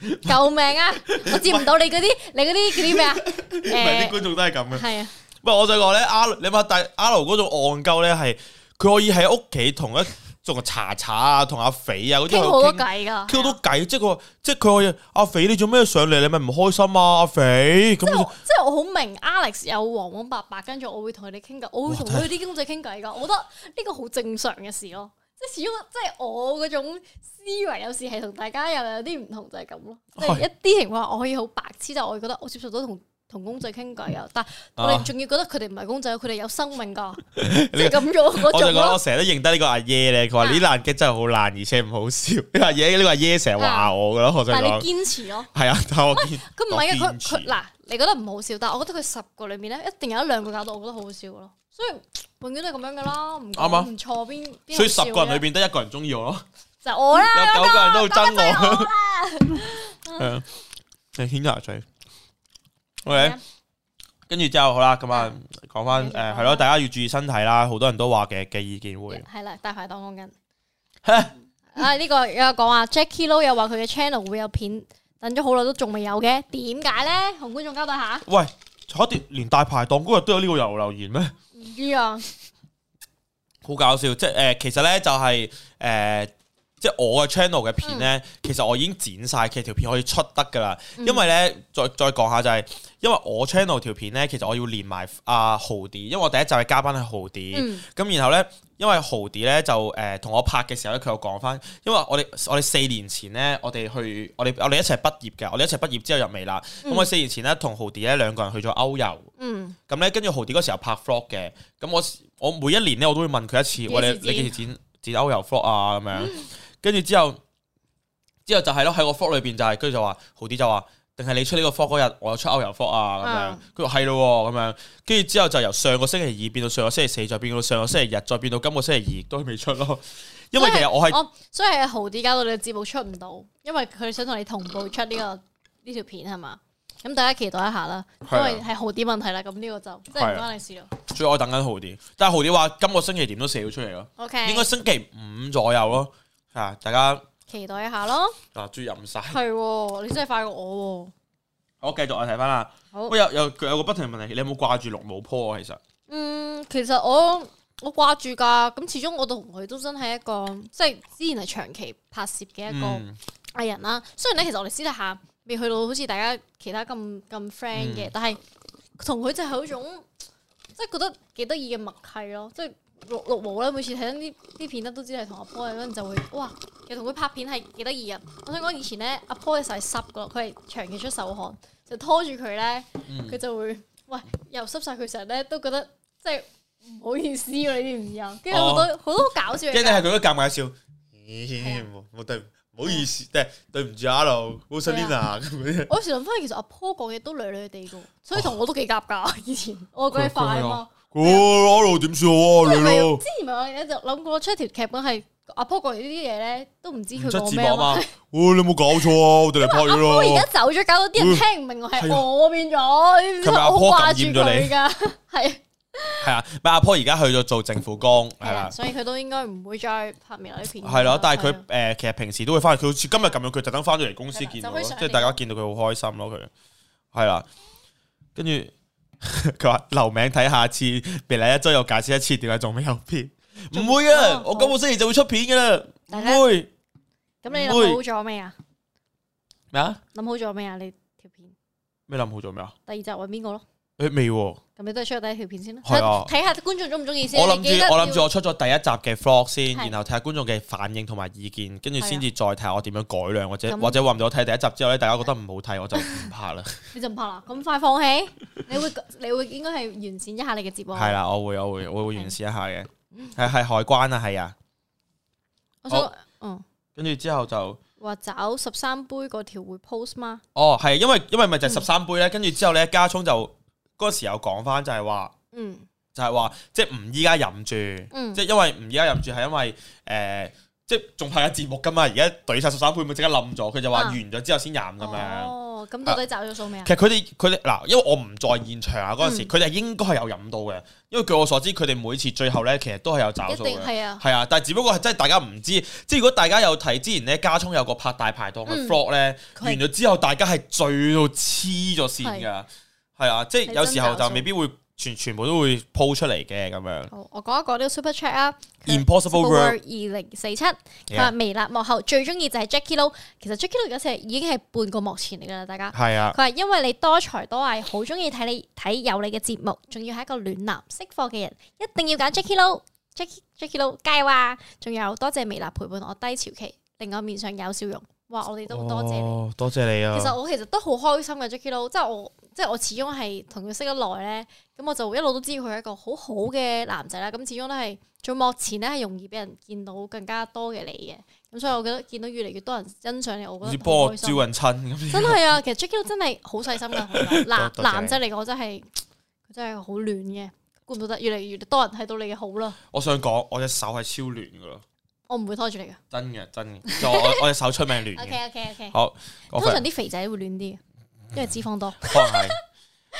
Speaker 2: 救命啊！我接唔到你嗰啲，你嗰啲叫啲咩啊？
Speaker 1: 唔係啲
Speaker 2: 誒，
Speaker 1: 觀眾都係咁嘅。
Speaker 2: 係啊，
Speaker 1: 唔係，我想講咧，阿你諗下，但阿盧嗰種戇鳩咧，係佢可以喺屋企同一仲查查啊，同阿肥啊嗰啲
Speaker 2: 傾
Speaker 1: 喺
Speaker 2: 好
Speaker 1: 度
Speaker 2: 多
Speaker 1: 傾
Speaker 2: 偈㗎，
Speaker 1: 傾到
Speaker 2: 係啊
Speaker 1: 偈，即係佢話，即係佢可以阿肥你做咩上嚟？你咪唔開心啊，阿肥咁
Speaker 2: 即係
Speaker 1: 樣
Speaker 2: 我即係我好明 Alex 有黃黃白白，跟住我會同佢哋傾偈，我會同佢啲公仔傾偈㗎。我覺得呢個好正常嘅事咯，即係始終即係我嗰種思維有時係同大家又有啲唔同，就係咁咯。即係
Speaker 1: 係
Speaker 2: 一啲情況下我可以好白痴，但係我會覺得我接受到同同公仔傾偈啊，但係我哋仲要覺得佢哋唔係公仔，佢哋有生 命㗎，即係咁樣嗰
Speaker 1: 我就
Speaker 2: 種
Speaker 1: 覺得我
Speaker 2: 咯。
Speaker 1: 成日都認得呢個阿耶咧，佢話呢爛 g 真係好爛，而且唔好笑。呢個阿耶呢個阿耶成日話我噶咯，我想
Speaker 2: 但係
Speaker 1: 講
Speaker 2: 你堅持咯，
Speaker 1: 係啊，但我見
Speaker 2: 佢唔係嘅，
Speaker 1: 我
Speaker 2: 佢
Speaker 1: 堅持
Speaker 2: 佢嗱，你覺得唔好笑，但係我覺得佢十個裏面咧，一定有一兩個搞到我覺得好好笑嘅咯。所以永遠都係咁樣噶啦，唔
Speaker 1: 啱啊
Speaker 2: 講唔錯邊邊
Speaker 1: 所以十
Speaker 2: 好笑
Speaker 1: 個人裏
Speaker 2: 嘅
Speaker 1: 邊得一個人中意 我咯，
Speaker 2: 就我啦，
Speaker 1: 有九個人都
Speaker 2: 九個
Speaker 1: 憎
Speaker 2: 就係
Speaker 1: 我。
Speaker 2: 我 啦。
Speaker 1: 係啊，係顯牙嘴。
Speaker 2: 係
Speaker 1: OK
Speaker 2: 啊。
Speaker 1: 跟住之後好啦，咁啊，講翻
Speaker 2: 繼續
Speaker 1: 誒
Speaker 2: 講
Speaker 1: 係咯，
Speaker 2: 啦
Speaker 1: 大家要注意身體啦，好多人都話嘅嘅意見會
Speaker 2: 係啦，大排檔講緊。
Speaker 1: 係
Speaker 2: 啊，呢個有講啊，Jackie Lou 又話佢嘅 channel 會有片，等咗好耐都仲未有嘅，點解咧？同觀眾交代下。
Speaker 1: 喂，坐啲連大排檔嗰日都有呢個留留言咩？
Speaker 2: 唔知啊，
Speaker 1: 好搞笑，即係誒、呃其實咧就係、誒、即係我嘅 channel 嘅片咧，其實我已經剪晒，其實條片可以出得㗎啦。因為咧，再再講下就係、因為我 channel 條片咧，其實我要連埋阿豪迪，因為我第一集嘅嘉賓係豪迪。
Speaker 2: 嗯
Speaker 1: 咁然後咧，因為豪迪咧就誒同、我拍嘅時候咧，佢有講翻，因為我哋我哋四年前咧，我哋去我哋我哋一齊畢業嘅，我哋一齊畢業之後入微辣。咁、我四年前咧同豪迪咧兩個人去咗歐遊，
Speaker 2: 嗯，
Speaker 1: 咁咧跟住豪迪嗰時候拍 vlog 嘅，咁我我每一年咧我都會問佢一次，
Speaker 3: 時
Speaker 1: 我哋
Speaker 3: 剪
Speaker 1: 你幾時剪剪歐遊 vlog 啊咁樣，跟住之後之後就係咯喺個 vlog 裏邊就係跟住就話豪迪就話。定係你出呢個 vlog 嗰日，我有出歐遊 vlog 啊
Speaker 2: 嗯
Speaker 1: 咁樣，佢話係咯喎咁樣，跟住之後就由上個星期二變到上個星期四，再變到上個星期日，再變到今個星期二都未出咯。因為其實我係
Speaker 2: 我所以豪啲搞到你嘅節目出唔到，因為佢想同你同步出呢個呢條片係嘛？咁大家期待一下啦，因
Speaker 1: 係啊
Speaker 2: 為係豪啲問題啦，咁呢個就真係唔關你事咯。
Speaker 1: 最愛等緊豪迪，但係豪迪話今個星期點都寫咗出嚟咯，
Speaker 2: OK，
Speaker 1: 應該星期五左右咯。係啊，大家
Speaker 2: 期待一下咯，
Speaker 1: 嗱注入晒。
Speaker 2: 係喎，你真係快過我喎。
Speaker 1: 我繼續我睇翻啦。
Speaker 2: 好
Speaker 1: 喂，有有佢有個不停問題，你有冇掛住綠帽坡啊？其實
Speaker 2: 嗯，其實我我掛住㗎，咁始終我同佢都真係一個，即係之前係長期拍攝嘅一個
Speaker 1: 嗯
Speaker 2: 藝人啦。雖然咧，其實我哋私底下未去到好似大家其他咁咁 friend
Speaker 1: 嗯
Speaker 2: 嘅，但係同佢就係有一種即係覺得幾得意嘅默契咯。即係綠綠毛咧，每次睇緊啲啲片咧，都知係同阿 p 有嗰陣就會哇，其實同佢拍片係幾得意啊！我想講以前咧，阿 p 嘅手係濕噶，佢係長期出手汗，就拖住佢咧。
Speaker 1: 嗯
Speaker 2: 佢就會喂又濕晒佢成日咧，都覺得即係唔好意思啊！你知唔知啊？跟住好多好多搞笑
Speaker 1: 一
Speaker 2: 嘅
Speaker 1: 定
Speaker 2: 嘢，
Speaker 1: 哦係佢都尷尬笑。
Speaker 2: 係
Speaker 1: 咦，我對唔好意思，即係對唔住啊，路 w s e l i n a 咁樣。
Speaker 2: 我有時諗翻，其實阿 Po 講嘢都女女地噶，所以同我都幾夾 噶。以前我講嘢快啊嘛，
Speaker 1: 我阿路點算好啊？
Speaker 2: 因
Speaker 1: 你
Speaker 2: 為
Speaker 1: 咯
Speaker 2: 之，前咪有就諗過出一條劇本係阿 Po 講完呢啲嘢咧，都唔知
Speaker 1: 唔
Speaker 2: 佢
Speaker 1: 出
Speaker 2: 講
Speaker 1: 字幕
Speaker 2: 咩啊
Speaker 1: 啊嘛。。
Speaker 2: 嘛
Speaker 1: 哇，你有冇搞錯啊？我哋嚟拍嘢
Speaker 2: 我而
Speaker 1: 咯
Speaker 2: 家。走咗，搞到啲人聽唔明我係我變咗，你知唔知
Speaker 1: 嗯係咪
Speaker 2: 我
Speaker 1: 阿
Speaker 2: 好
Speaker 1: Po
Speaker 2: 掛
Speaker 1: 感染
Speaker 2: 住
Speaker 1: 咗你
Speaker 2: 佢㗎， 係
Speaker 1: 係啊，咪阿坡而家去咗做政府工，係
Speaker 2: 係
Speaker 1: 啦
Speaker 2: 啦，。所以佢都應該唔會再拍未來啲片㗎啦。
Speaker 1: 係咯，但係
Speaker 2: 係啊
Speaker 1: 佢誒其實平時都會翻去，佢好似今日咁樣，佢特登翻咗嚟公司
Speaker 2: 係啦
Speaker 1: 見到咯，
Speaker 2: 就可以
Speaker 1: 即
Speaker 2: 上
Speaker 1: 係
Speaker 2: 嚟
Speaker 1: 大家見到佢好開心咯，佢係啦， 跟住佢話留名睇下次，未嚟一周又解釋一次點解仲未有片，唔會啊
Speaker 2: 哦，
Speaker 1: 我今個星期就會出片噶啦，
Speaker 2: 大
Speaker 1: 唔
Speaker 2: 家
Speaker 1: 會
Speaker 2: 咁你諗
Speaker 1: 唔會
Speaker 2: 好咗未啊？
Speaker 1: 咩啊？
Speaker 2: 諗好咗未啊？你條片
Speaker 1: 咩諗好咗咩啊？
Speaker 2: 第二集揾邊個咯？
Speaker 1: 誒未喎，我
Speaker 2: 咁你都係出咗第一條片先啦，
Speaker 1: 係啊
Speaker 2: 睇睇下觀眾中唔中意先。
Speaker 1: 諗
Speaker 2: 你記得
Speaker 1: 住我諗住
Speaker 2: 要
Speaker 1: 我出咗第一集嘅 vlog 先，
Speaker 2: 係
Speaker 1: 然後睇下觀眾嘅反應同埋意見，跟住
Speaker 2: 係啊
Speaker 1: 先至再睇下我點樣改良，或者
Speaker 2: 咁
Speaker 1: 或者話唔定我睇第一集之後咧，大家覺得唔好睇，我就唔拍啦。
Speaker 2: 你就唔拍啦，咁快 放棄，你會你會應該係完善一下你嘅節目。
Speaker 1: 係，啦，我會我會
Speaker 2: 嗯
Speaker 1: 我會完善一下嘅，係係海關啊，係啊，
Speaker 2: 我想
Speaker 1: 好
Speaker 2: 嗯
Speaker 1: 跟住之後就
Speaker 2: 話找十三杯嗰條會 post 嗎？
Speaker 1: 哦係，因為因為咪
Speaker 2: 嗯
Speaker 1: 就係十三杯咧，跟住之後咧，加聰就嗰時有講翻就係話
Speaker 2: 嗯
Speaker 1: 就係話即係唔依家飲住，
Speaker 2: 嗯，
Speaker 1: 即係因為唔依家飲住係因為誒即係仲拍緊節目噶嘛，而家懟晒十三杯咪即刻冧咗，佢就話
Speaker 2: 啊
Speaker 1: 完咗之後先飲咁樣。
Speaker 2: 哦，咁到底找咗數未啊？
Speaker 1: 其實佢哋佢哋嗱，因為我唔在現場啊嗰
Speaker 2: 嗯
Speaker 1: 陣時，佢哋應該係有飲到嘅，因為據我所知，佢哋每次最後咧其實都係有找
Speaker 2: 一
Speaker 1: 數
Speaker 2: 定
Speaker 1: 嘅。
Speaker 2: 係啊，
Speaker 1: 係啊，但係只不過係真係大家唔知，即係如果大家有睇之前咧，加聰有個拍大排檔嘅
Speaker 2: 嗯
Speaker 1: vlog 咧，
Speaker 2: 佢
Speaker 1: 完咗之後大家係醉到黐咗線㗎，係啊，即係有時候就未必會全全部都會鋪出嚟嘅咁樣。
Speaker 2: 好，我講一講呢個 super chat 啊。佢
Speaker 1: Impossible World，
Speaker 2: 二零四七，佢話微辣幕後最中意就係 Jackie Lou，其實 Jackie Lou 有時已經係半個幕前嚟㗎啦，大家。
Speaker 1: 係啊
Speaker 2: 佢，話因為你多才多藝，好中意睇你睇有你嘅節目，仲要係一個暖男識貨嘅人，一定要揀 Jackie Lou。Jackie Jackie Lou 加油啊！仲有多謝微辣陪伴我低潮期，令我面上有笑容。哇！我哋都多謝你。
Speaker 1: 哦，多謝你啊。
Speaker 2: 其實我其實都好開心嘅 Jackie Lou，即係我即係我始終係同佢識得耐咧，咁我就一路都知佢係一個好好嘅男仔啦。咁始終都係做幕前咧係容易俾人見到更加多嘅你嘅，咁所以我覺得見到越嚟越多人欣賞你，我
Speaker 1: 好
Speaker 2: 覺
Speaker 1: 似
Speaker 2: 得
Speaker 1: 幫
Speaker 2: 好
Speaker 1: 我
Speaker 2: 開
Speaker 1: 招
Speaker 2: 心。
Speaker 1: 人親咁。
Speaker 2: 真係啊，其實 Jackie 都真係好細 心噶，男
Speaker 1: 多多謝你
Speaker 2: 男仔嚟講真係佢真係好暖嘅，估唔到得越嚟越多人睇到你嘅好啦，
Speaker 1: 我想講，我隻手係超亂㗎咯，
Speaker 2: 我唔會拖住你噶。
Speaker 1: 真嘅真嘅，就 我我隻手出名亂嘅。
Speaker 2: OK OK OK，
Speaker 1: 好，我
Speaker 2: 通常啲肥仔會暖啲嘅，因為脂肪多。
Speaker 1: 可能係。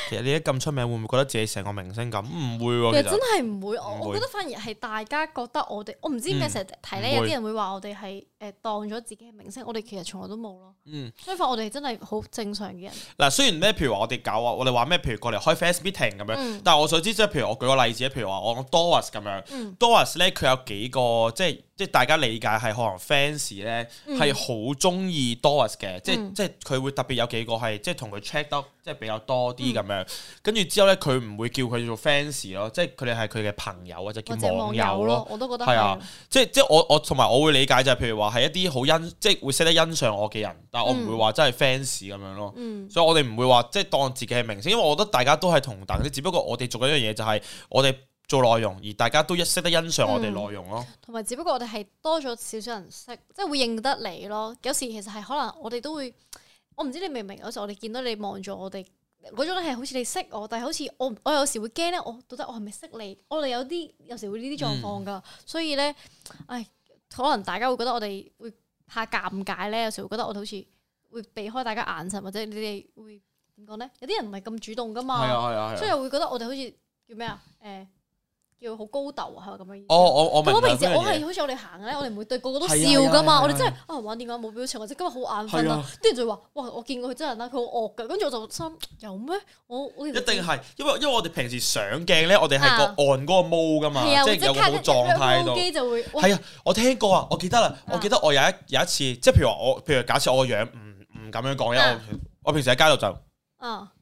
Speaker 1: 其實你一咁出名，會唔會覺得自己成個明星咁？唔會喎，
Speaker 2: 其實
Speaker 1: 其
Speaker 2: 真
Speaker 1: 實
Speaker 2: 係唔會，我
Speaker 1: 唔會嗯
Speaker 2: 我覺得反而係大家覺得我哋，我唔知點解成日提咧，
Speaker 1: 唔
Speaker 2: 有
Speaker 1: 會
Speaker 2: 啲人會話我哋係誒當咗自己係明星，我哋其實從來都冇咯。
Speaker 1: 嗯。
Speaker 2: 相反，我哋真係好正常嘅人。
Speaker 1: 嗱，雖然咩，譬如話我哋搞啊，我哋話咩，譬如過嚟開 fans meeting 咁樣，
Speaker 2: 嗯
Speaker 1: 啊但係我想知，即係譬如我舉個例子，譬如話我講 Doris 咁樣
Speaker 2: 嗯
Speaker 1: ，Doris 咧佢有幾個即係即係大家理解係可能 fans 咧
Speaker 2: 嗯
Speaker 1: 係好中意 Doris 嘅，即係
Speaker 2: 嗯
Speaker 1: 即係佢會特別有幾個係即係同佢 check 得即係比較多啲
Speaker 2: 嗯
Speaker 1: 咁樣，跟住之後咧佢唔會叫佢做 fans 咯，即係佢哋係佢嘅朋友或者叫
Speaker 2: 或者
Speaker 1: 網
Speaker 2: 網
Speaker 1: 友
Speaker 2: 友
Speaker 1: 咯
Speaker 2: 咯，。我都覺得
Speaker 1: 係
Speaker 2: 係
Speaker 1: 啊
Speaker 2: 啊。
Speaker 1: 即係即係我我同埋我會理解就係譬如話係一啲好欣即係會識得欣賞我嘅人，但係我唔會話真係 fans 咁樣咯。
Speaker 2: 嗯
Speaker 1: 所以我哋唔會話即係當自己係明星，因為我覺得大家都係同等，只不過我哋做緊一樣嘢就係我哋做內容，而大家都一識得欣賞我哋內容咯。
Speaker 2: 同埋只不過我哋係多咗少少人識，即係會認得你咯。有時其實係可能我哋都會，我唔知你明唔明？有時我哋見到你望住我哋嗰種咧，係好似你識我，但係好似我我有時會驚咧，我到底我係咪識你？我哋有啲有時會呢啲狀況
Speaker 1: 嗯
Speaker 2: 㗎，所以咧，唉，可能大家會覺得我哋會怕尷尬咧，有時會覺得我哋好似會避開大家眼神，或者你哋會點講咧？有啲人唔係咁主動㗎
Speaker 1: 係
Speaker 2: 嘛，
Speaker 1: 啊係啊
Speaker 2: 所以
Speaker 1: 係啊。
Speaker 2: 又會覺得我哋好似叫咩啊？誒、叫好高竇啊，係咪咁嘅意思啊？
Speaker 1: 哦我我明
Speaker 2: 咁我
Speaker 1: 白
Speaker 2: 平時
Speaker 1: 嗰樣
Speaker 2: 我係
Speaker 1: 嘢
Speaker 2: 好似我哋行咧，我哋唔會對個個
Speaker 1: 係
Speaker 2: 都笑
Speaker 1: 啊
Speaker 2: 噶
Speaker 1: 係啊
Speaker 2: 嘛，我
Speaker 1: 係啊
Speaker 2: 哋真係啊玩電話冇表情，或者今日好眼瞓
Speaker 1: 係啊，
Speaker 2: 啊啲人就會話：哇！我見過佢真人啦，佢好惡噶。跟住我就心諗有咩？我我一
Speaker 1: 一定係，因為因為我哋平時上鏡咧，我哋係個
Speaker 2: 啊
Speaker 1: 按嗰個毛㗎嘛，
Speaker 2: 係啊，
Speaker 1: 即
Speaker 2: 會
Speaker 1: 係
Speaker 2: 即
Speaker 1: 有
Speaker 2: 刻
Speaker 1: 個好狀態喺度。
Speaker 2: 機就會哇
Speaker 1: 係啊，我聽過啊，我記得啦，
Speaker 2: 啊
Speaker 1: 我記得我有一有一次，即係譬如話我，譬如假設我個樣唔唔咁樣講嘅
Speaker 2: 啊，
Speaker 1: 我我平時喺街度就
Speaker 2: 啊，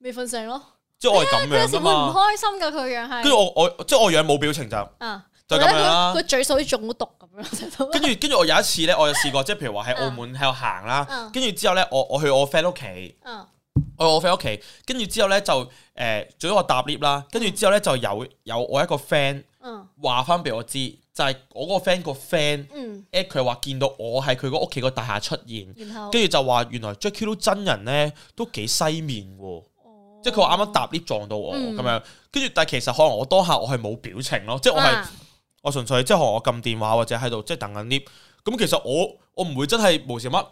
Speaker 2: 未瞓醒咯。
Speaker 1: 即係我係咁
Speaker 2: 佢
Speaker 1: 樣
Speaker 2: 有啊時
Speaker 1: 噶
Speaker 2: 會唔
Speaker 1: 嘛，
Speaker 2: 開心噶，佢樣係
Speaker 1: 跟住我我即係我樣冇表情就。
Speaker 2: 啊，
Speaker 1: 就
Speaker 2: 或者
Speaker 1: 咁樣啦
Speaker 2: 佢佢嘴水中毒咁樣成日都
Speaker 1: 跟住跟住我有一次咧，我有試過，即係譬如話喺澳門喺度行啦
Speaker 2: 嗯，
Speaker 1: 跟住之後咧，我我去我 friend 屋企，
Speaker 2: 啊
Speaker 1: 我去我 friend 屋企，跟住之後咧就誒，呃最咗我搭 lift 啦，跟住之後咧就有有我一個 friend
Speaker 2: 嗯
Speaker 1: 話翻俾我知，就係我嗰個 friend 個 friend
Speaker 2: 嗯，
Speaker 1: 誒佢話見到我喺佢個屋企個大廈出現，
Speaker 2: 然後
Speaker 1: 跟住就話原來 Jackie 都真人咧都幾西面喎。
Speaker 2: 哦
Speaker 1: 即係佢話啱啱搭 lift 撞到我咁
Speaker 2: 嗯
Speaker 1: 樣，跟住但係其實可能我當下我係冇表情咯，即係我係
Speaker 2: 啊
Speaker 1: 我純粹即係可能我撳電話或者喺度即係等緊 lift，咁其實我我唔會真係無時乜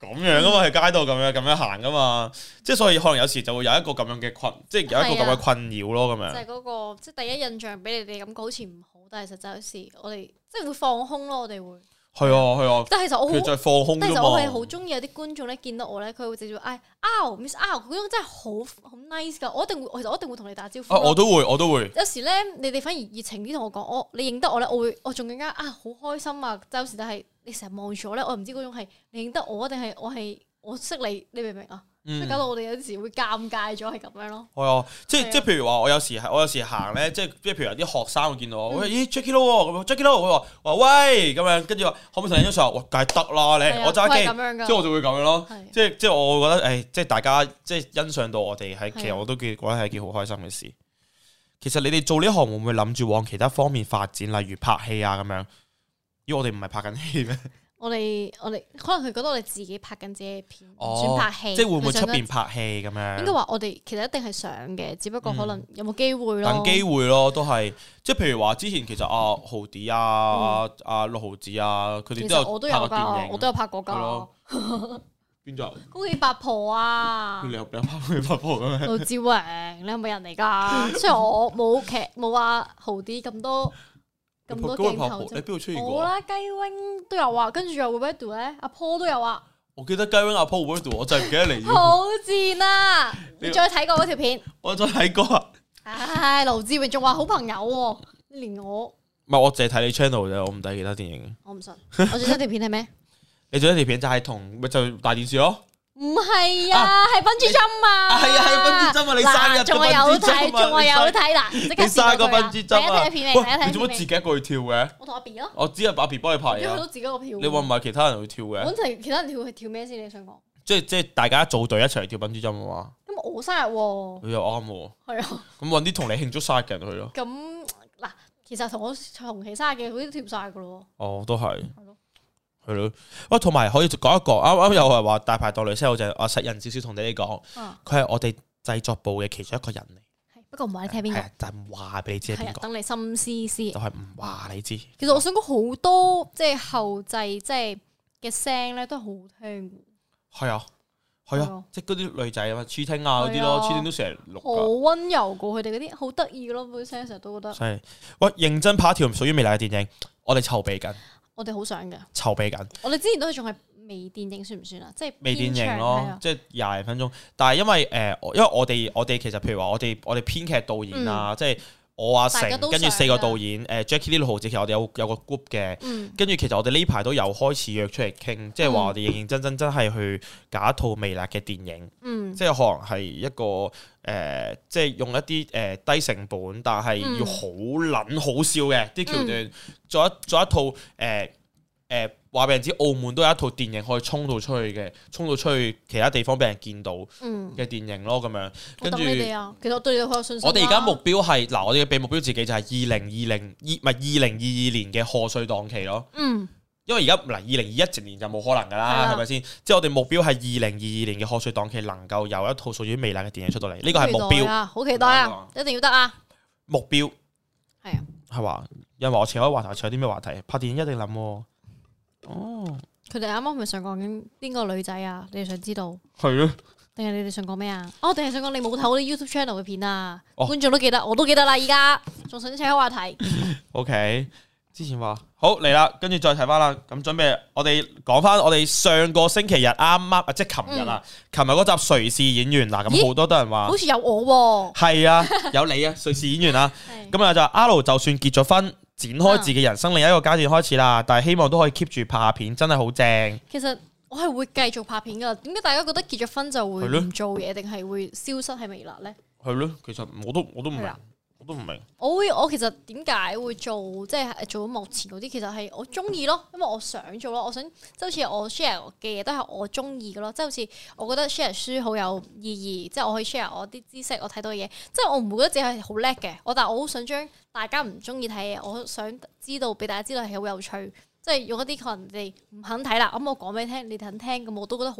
Speaker 1: 咁樣噶嘛，喺街度咁樣咁樣行噶嘛，即係所以可能有時就會有一個咁樣嘅困，即係有一個咁
Speaker 2: 係
Speaker 1: 嘅
Speaker 2: 啊
Speaker 1: 困擾咯，咁
Speaker 2: 就係
Speaker 1: 樣
Speaker 2: 嗰、個即係第一印象俾你哋感覺好似唔好，但係實際有時我哋即係會放空咯，我哋會。
Speaker 1: 係啊係啊，
Speaker 2: 但係其實我
Speaker 1: 佢
Speaker 2: 好，
Speaker 1: 就係放空
Speaker 2: 但係
Speaker 1: 啫
Speaker 2: 其實我係好
Speaker 1: 嘛，啊
Speaker 2: 中意有啲觀眾咧見到我咧，佢會直接嗌 R Miss R，佢嗰種真係好好 nice 噶，我一定會，其實我一定會同你打招呼
Speaker 1: 啊我
Speaker 2: 咯。
Speaker 1: 都會我都會，
Speaker 2: 有時咧，你哋反而熱情啲同我講，我你認得我咧，我會我仲更加啊好開心啊！但有時就係你成日望住我咧，我唔知嗰種係你認得我定係我係我識你，你明唔明啊？即係
Speaker 1: 嗯
Speaker 2: 搞。到我哋有時會尷尬咗，係咁樣咯。
Speaker 1: 係啊，即係
Speaker 2: 係啊
Speaker 1: 即係譬如話，我有時係我有時行咧，即係即係譬如有啲學生會見到我，
Speaker 2: 嗯
Speaker 1: 喂咦 Jackie 咯咁樣，Jackie 咯，我話話喂咁樣，跟住話可唔可以同你影張相？哇，梗係得啦，
Speaker 2: 係
Speaker 1: 你
Speaker 2: 啊
Speaker 1: 我揸
Speaker 2: 係
Speaker 1: 機，
Speaker 2: 咁樣噶
Speaker 1: 即係。我就會咁樣咯
Speaker 2: 係。
Speaker 1: 即係即係我會覺得誒，即係大家即係欣賞到我哋係，
Speaker 2: 係啊
Speaker 1: 其實我都覺得係一件好開心嘅事。其實你哋做呢行會唔會諗住往其他方面發展，例如拍戲啊咁樣？咦，我哋唔係拍緊戲咩？
Speaker 2: 我哋我哋可能佢覺得我哋自己拍緊自己嘅片，唔
Speaker 1: 哦
Speaker 2: 算拍戲，
Speaker 1: 即係會唔會
Speaker 2: 佢
Speaker 1: 出
Speaker 2: 想
Speaker 1: 邊拍戲咁樣？
Speaker 2: 應該話我哋其實一定係想嘅，只不過可能有冇機會咯。
Speaker 1: 等機會咯，都係即係譬如話之前其實啊豪啲啊啊六毫子啊，佢哋
Speaker 2: 嗯其
Speaker 1: 都
Speaker 2: 實我都
Speaker 1: 有拍
Speaker 2: 有
Speaker 1: 過電
Speaker 2: 噶，
Speaker 1: 影，
Speaker 2: 我都有拍過
Speaker 1: 係
Speaker 2: 噶
Speaker 1: 咯。邊度？
Speaker 2: 恭喜八婆啊！
Speaker 1: 你有你有拍過拍過咁樣？
Speaker 2: 盧志榮，你係咪人 嚟㗎？雖然我冇劇冇話豪啲咁多咁多
Speaker 1: 高位拍
Speaker 2: 鏡
Speaker 1: 過
Speaker 2: 頭
Speaker 1: 你邊
Speaker 2: 啫。
Speaker 1: 度出現過
Speaker 2: 我
Speaker 1: 啊？
Speaker 2: 啦，雞 wing 都有啊，跟住又 Webedu 咧，阿 Paul 都有啊，
Speaker 1: 我記得雞 wing 阿 Paul 嗰度，我就係唔記得嚟咗，
Speaker 2: 好賤啊！
Speaker 1: 嗯 你
Speaker 2: 你再睇過嗰條片，
Speaker 1: 我再睇過啊。
Speaker 2: 唉，盧志榮仲話好朋友喎，你連我
Speaker 1: 唔係，我淨係睇你 channel 啫，我唔睇其他電影。
Speaker 2: 我唔信，我最新條片係咩？
Speaker 1: 你做一條片就係同咪就大電視咯，
Speaker 2: 唔係啊，係笨豬針啊！
Speaker 1: 係啊係笨豬針啊你生日
Speaker 2: 嗱仲我有睇，
Speaker 1: 個笨豬針啊
Speaker 2: 仲我有睇嗱，即刻
Speaker 1: 你
Speaker 2: 試
Speaker 1: 生
Speaker 2: 過
Speaker 1: 個
Speaker 2: 佢
Speaker 1: 笨
Speaker 2: 啊
Speaker 1: 豬針啊！
Speaker 2: 第一睇片嚟，第
Speaker 1: 喂，
Speaker 2: 一
Speaker 1: 你做乜
Speaker 2: 睇片
Speaker 1: 自
Speaker 2: 嚟
Speaker 1: 己一個去跳嘅？
Speaker 2: 我同阿 B 咯，
Speaker 1: 我知啊，阿 B 幫你拍
Speaker 2: 因為
Speaker 1: 嘢
Speaker 2: 佢
Speaker 1: 啊，
Speaker 2: 都自己個票。
Speaker 1: 你話唔係其他人去跳嘅？
Speaker 2: 本嚟其他人跳跳咩先？你想講？
Speaker 1: 即係即係大家組隊一齊嚟跳笨豬針啊嘛，
Speaker 2: 咁我生日喎，
Speaker 1: 佢又啱喎。
Speaker 2: 係啊，
Speaker 1: 咁揾啲同你慶祝生日嘅人去咯。
Speaker 2: 咁嗱，其實同我同期生日嘅好似跳晒噶咯
Speaker 1: 哦，都係
Speaker 2: 係咯。嗯
Speaker 1: 係咯。喂，同埋可以講一講，啱啱又係話大排檔女聲，我就阿實人少少同你哋講，
Speaker 2: 喎。啊，
Speaker 1: 佢係我哋製作部嘅其中一個人嚟。
Speaker 2: 係不過唔話你聽邊
Speaker 1: 係
Speaker 2: 個
Speaker 1: 啊，但唔話俾你知係
Speaker 2: 係
Speaker 1: 邊
Speaker 2: 啊，
Speaker 1: 個，
Speaker 2: 等你心思思。
Speaker 1: 就係唔話你知。
Speaker 2: 其實我想講好多即係後製即係嘅聲咧，都係好好聽㗎
Speaker 1: 係啊，係
Speaker 2: 係
Speaker 1: 啊
Speaker 2: 啊，
Speaker 1: 即係嗰啲女仔啊嘛，黐聽啊嗰啲咯，
Speaker 2: 係啊
Speaker 1: 黐聽都成日錄
Speaker 2: 好
Speaker 1: 㗎。
Speaker 2: 温柔過佢哋嗰啲，好得意咯！本身成日都覺得
Speaker 1: 犀利。喂，認真拍一條屬於未來嘅電影，我哋籌備緊，
Speaker 2: 我哋好想嘅。
Speaker 1: 籌備緊。
Speaker 2: 我哋之前都係仲係微電影算唔算啊？即係啊
Speaker 1: 微電影
Speaker 2: 編
Speaker 1: 咯
Speaker 2: 長，
Speaker 1: 即係廿零分鐘。但係因為誒、呃我因為我哋我哋其實譬如話我哋我哋編劇導演啊，即係我阿成
Speaker 2: 大家，都
Speaker 1: 跟住
Speaker 2: 想
Speaker 1: 四個
Speaker 2: 㗎
Speaker 1: 導演，誒 Jackie Lil 豪子，其實我哋有有個 group 嘅。
Speaker 2: 嗯，
Speaker 1: 跟住其實我哋呢排都有開始約出嚟傾，即係話
Speaker 2: 嗯
Speaker 1: 我哋認認真真真係去搞一套微辣嘅電影，
Speaker 2: 嗯，
Speaker 1: 即係可能係一個誒、呃即係用一啲誒、呃低成本，但係
Speaker 2: 嗯
Speaker 1: 要好撚好笑嘅啲橋段，做一做一套誒誒。呃話俾人知，澳門都有一套電影可以衝到出去嘅，衝到出去其他地方俾人見到
Speaker 2: 嗯，
Speaker 1: 嘅電影咯，咁樣。跟
Speaker 2: 我等
Speaker 1: 住
Speaker 2: 你哋啊，其實我對你好有信心啦。
Speaker 1: 我哋而家目標係嗱，我哋嘅俾目標自己就係二零二零二唔係二零二二年嘅賀歲檔期咯。
Speaker 2: 嗯
Speaker 1: 因為而家嗱，二零二一年就冇可能噶
Speaker 2: 係啊
Speaker 1: 啦，
Speaker 2: 啦
Speaker 1: 係咪先？即係我哋目標係二零二二年嘅賀歲檔期能夠有一套屬於微辣嘅電影出到嚟，呢個係目
Speaker 2: 期待
Speaker 1: 標
Speaker 2: 啊，好期待啊，一定要得啊，
Speaker 1: 目標
Speaker 2: 係啊，
Speaker 1: 係話。因為我前開話題，我前有啲咩話題？拍電影一定諗喎。哦，
Speaker 2: 佢哋啱啱咪想講緊邊個女仔啊？你哋想知道？
Speaker 1: 係咯，
Speaker 2: 定係你哋想講咩啊？哦，定係想講你冇睇我啲 YouTube channel 嘅片啊？
Speaker 1: 哦
Speaker 2: 觀眾都記得，我都記得啦。而家仲想扯開話題，
Speaker 1: OK。之前話好嚟啦，跟住再睇翻啦。咁準備，我哋講翻我哋上個星期日啱啱啊，即係琴日啊，琴日嗰集誰是演員嗱，咁
Speaker 2: 嗯咦
Speaker 1: 好多都人話
Speaker 2: 好似有我
Speaker 1: 係啊， 有你啊，誰是演員啊？
Speaker 2: 喎。
Speaker 1: 咁啊就阿 L 就算結咗婚，展開自己人生另一個階段開始啦，但係希望都可以 keep 住拍下片，真係好正。
Speaker 2: 其實我係會繼續拍片噶。點解大家覺得結咗婚就會
Speaker 1: 係咯
Speaker 2: 唔做嘢，定係會消失喺微辣咧？
Speaker 1: 係咯，其實我都我都唔
Speaker 2: 係啊，
Speaker 1: 我都唔明。
Speaker 2: 我會我其實點解會做即係做到目前嗰啲，其實係我中意咯，因為我想做咯，我想即係好似我 share 嘅嘢都係我中意嘅咯，即係好似我覺得 share 書好有意義，即係我可以 share 我啲知識，我睇到嘅嘢，即係我唔會覺得自己係好叻嘅，我但係我好想將大家唔中意睇嘅嘢，我想知道俾大家知道係好有趣。即係用一啲可能你哋唔肯睇啦，咁我講俾你聽，你哋肯聽，咁我都覺得好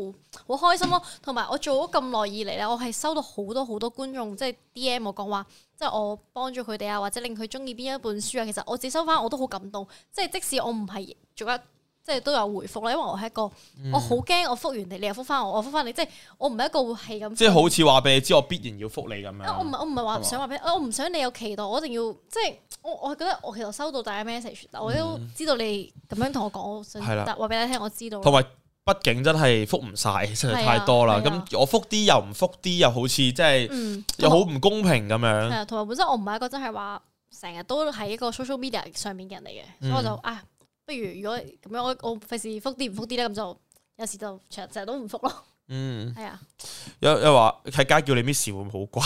Speaker 2: 好開心咯。啊同埋我做咗咁耐以嚟咧，我係收到好多好多觀眾即係 D.M 我講話，即係我幫咗佢哋啊，或者令佢中意邊一本書啊。其實我自己收翻我都好感動，即係即使我唔係做一即係都有回覆啦，因為我係一個我好驚我覆完你，你又覆翻我，我覆翻你，即係我唔係一個會係咁覆。
Speaker 1: 即係好似話俾你知，我必然要覆你咁
Speaker 2: 啊！我唔
Speaker 1: 樣。
Speaker 2: 係我唔係
Speaker 1: 係
Speaker 2: 話
Speaker 1: 嘛
Speaker 2: 想話俾，啊我唔想你有期待，我一定要即係我我係覺得我其實收到大家 message，我都知道你咁樣同我講，我想
Speaker 1: 嗯係啦
Speaker 2: 答話俾大家聽，我知道啦。
Speaker 1: 同埋畢竟真係覆唔晒， 真係太多啦。
Speaker 2: 係啊
Speaker 1: 咁我覆啲又唔覆啲，又好似即係
Speaker 2: 嗯，
Speaker 1: 又好唔公平咁
Speaker 2: 係
Speaker 1: 樣。
Speaker 2: 啊，同埋本身我唔係一個真係話成日都喺一個 social media 上面嘅人嚟嘅，所以我就
Speaker 1: 嗯
Speaker 2: 啊，不如如果咁樣，我我費事覆啲唔覆啲咧，咁就有時就成日成日都唔覆 咯。
Speaker 1: 嗯，
Speaker 2: 係啊，
Speaker 1: 有有話喺街叫你 miss 會唔會好怪？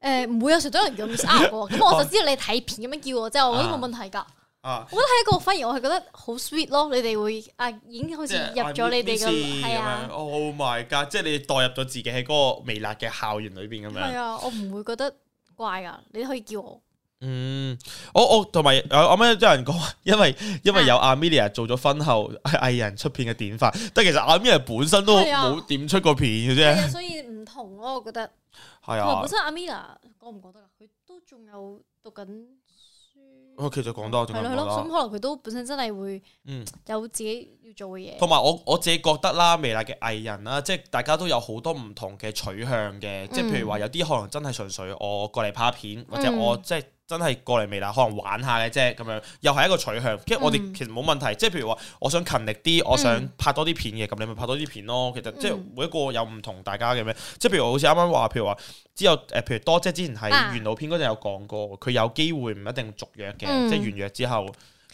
Speaker 2: 誒唔會有啊時都有人叫我 miss out 嘅喎，咁我就知道你睇片咁樣叫我啫，我覺得冇問題㗎。
Speaker 1: 啊，
Speaker 2: 我覺得係一個，反而我係覺得好 sweet 咯。你哋會啊，已經好似入咗你哋嘅係啊，
Speaker 1: Oh my god！即係你代入咗自己喺嗰個微辣嘅校園裏邊咁樣。
Speaker 2: 係啊，我唔會覺得怪㗎。你可以叫 我
Speaker 1: 嗯，我我同埋有我啱啱有人講話，因 為因
Speaker 2: 啊
Speaker 1: 為有 Amelia 做咗婚後藝人出片嘅典範，但其實 Amelia 本身都
Speaker 2: 係啊
Speaker 1: 冇點出過片嘅
Speaker 2: 係
Speaker 1: 啫，
Speaker 2: 啊，所以唔同咯。我覺得
Speaker 1: 係
Speaker 2: 同埋
Speaker 1: 啊
Speaker 2: 本。身阿 Mila 講唔講得㗎？佢都仲有讀緊書，
Speaker 1: 我其實哦講多，仲
Speaker 2: 係
Speaker 1: 有
Speaker 2: 咯
Speaker 1: 講
Speaker 2: 係咯。咁
Speaker 1: 多，
Speaker 2: 可能佢都本身真係會
Speaker 1: 嗯，
Speaker 2: 有自己要做嘅嘢。
Speaker 1: 同埋我我自己覺得啦，微辣嘅藝人啦，即係大家都有好多唔同嘅取向嘅，即係
Speaker 2: 嗯
Speaker 1: 譬如話有啲可能真係純粹我過嚟拍片，或者
Speaker 2: 嗯
Speaker 1: 我即係真係過嚟微辣可能玩下嘅啫，咁樣又係一個取向。即係我哋
Speaker 2: 嗯
Speaker 1: 其實冇問題，即係譬如話我想勤力啲，我想拍多啲片嘅，咁你咪拍多啲片咯。其實即係
Speaker 2: 嗯
Speaker 1: 每一個有唔同大家嘅咩，即係譬如我好似啱啱話，譬如話之後誒，譬如多姐之前喺
Speaker 2: 啊
Speaker 1: 元老篇嗰陣有講過，佢有機會唔一定續約嘅，
Speaker 2: 嗯
Speaker 1: 即係完約之後。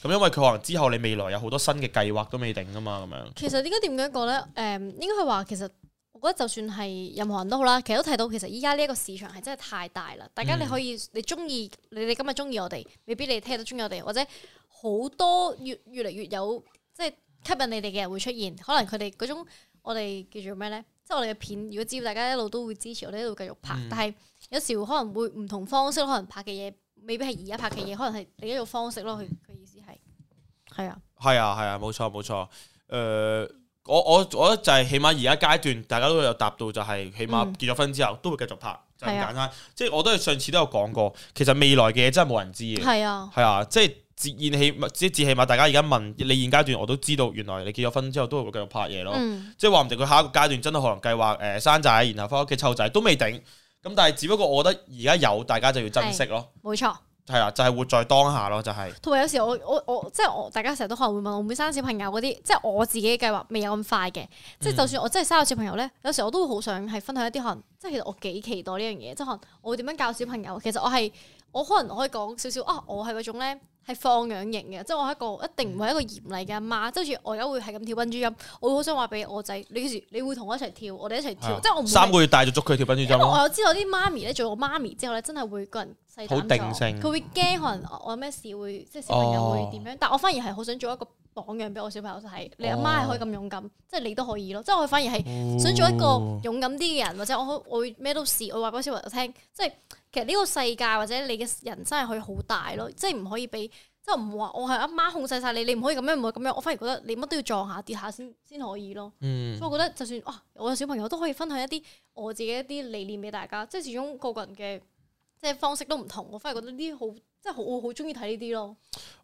Speaker 1: 咁因為佢可能之後你未來有好多新嘅計劃都未定噶嘛，咁樣。
Speaker 2: 其實應該點樣講咧？誒、應該係話其實我覺得就算係任何人都好啦，其實都睇到其實依家呢一個市場係真係太大啦。大家
Speaker 1: 嗯
Speaker 2: 你可以、你中意你哋今日中意我哋，未必你聽日都中意我哋，或者好多越越嚟越有即係吸引你哋嘅人會出現。可能佢哋嗰種我哋叫做咩咧？即係我哋嘅片，如果只要大家一路都會支持，我哋一路繼續拍。
Speaker 1: 嗯
Speaker 2: 但係有時可能會唔同方式，可能拍嘅嘢未必係而家拍嘅嘢，可能係另一種方式咯。佢佢意思係
Speaker 1: 嗯
Speaker 2: 係啊，
Speaker 1: 係啊，係啊，冇錯冇錯。誒、我我我覺得就係起碼而家階段，大家都有答到，就係起碼
Speaker 2: 嗯
Speaker 1: 結咗婚之後都會繼續拍，就咁
Speaker 2: 係啊
Speaker 1: 簡單。即係我都係上次都有講過，其實未來嘅嘢真係冇人知嘅。
Speaker 2: 係啊，
Speaker 1: 係啊，即係自現起，即係至起碼大家而家問你現階段，我都知道原來你結咗婚之後都會繼續拍嘢咯。
Speaker 2: 嗯。
Speaker 1: 即係話唔定佢下一個階段真係可能計劃誒、生仔，然後翻屋企湊仔都未定。咁但係只不過我覺得而家有，大家就要珍惜咯。
Speaker 2: 冇錯，
Speaker 1: 係啦，就係、活在當下咯，就係、
Speaker 2: 同埋有時我我我即係我大家成日都可能會問我會唔會生小朋友嗰啲，即係我自己嘅計劃未有咁快嘅，即係就算我真係生咗小朋友咧，有時我都會好想係分享一啲可能，即係其實我幾期待呢樣嘢，即係可能我會點樣教小朋友，其實我係我可能可以講少少啊，我係嗰種咧係放養型嘅，即係我係一個一定唔係一個嚴厲嘅阿媽，即係好似我而家會係咁跳笨豬音，我會好想話俾我仔，你幾時你會同我一齊跳，我哋一齊
Speaker 4: 係
Speaker 2: 跳，
Speaker 4: 啊
Speaker 2: 即係我唔會
Speaker 1: 三個月大就捉佢跳笨豬
Speaker 2: 因
Speaker 1: 跳
Speaker 2: 為我
Speaker 1: 咯，
Speaker 2: 有知道啲媽咪咧，做咗媽咪之後咧，真係會個人細膽
Speaker 1: 好定性哦
Speaker 2: 咗，佢會驚可能我有咩事會即係小朋友會點樣，但我反而係好想做一個榜樣俾我小朋友睇，你阿
Speaker 1: 哦
Speaker 2: 媽係可以咁勇敢，即係你都可以咯，即係我反而係想做一個勇敢啲嘅人，或者我好我會咩都試，我會話俾小朋友聽，即係其實呢個世界或者你嘅人生係可以好大咯，即係唔可以俾。即係唔話我係阿媽控制晒你，你唔可以咁樣，唔可以咁樣。我反而覺得你乜都要撞下跌下先先可以咯。
Speaker 1: 嗯
Speaker 2: 所以我覺得就算啊，我有小朋友都可以分享一啲我自己一啲理念俾大家，即係始終個個人嘅即係方式都唔同，我反而覺得呢啲好，即係好我好中意睇呢啲咯。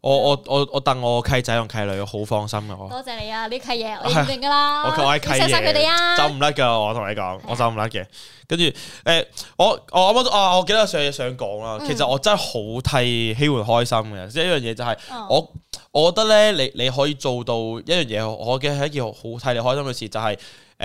Speaker 1: 我我我我戥我契仔同契女好放心嘅我，
Speaker 2: 多謝你啊，呢契嘢我認定噶啦，
Speaker 1: 哦 我我係契
Speaker 2: 要錫錫佢哋啊，
Speaker 1: 走唔甩噶，我同你講，我走唔甩嘅。跟住誒，我我啱啱啊，我記得有樣嘢想講啦。
Speaker 2: 嗯
Speaker 1: 其實我真係好替希煥開心嘅，即係一樣嘢就係。
Speaker 2: 嗯
Speaker 1: 我我覺得咧，你你可以做到一樣嘢，我嘅係一件好替你開心嘅事，就係、誒、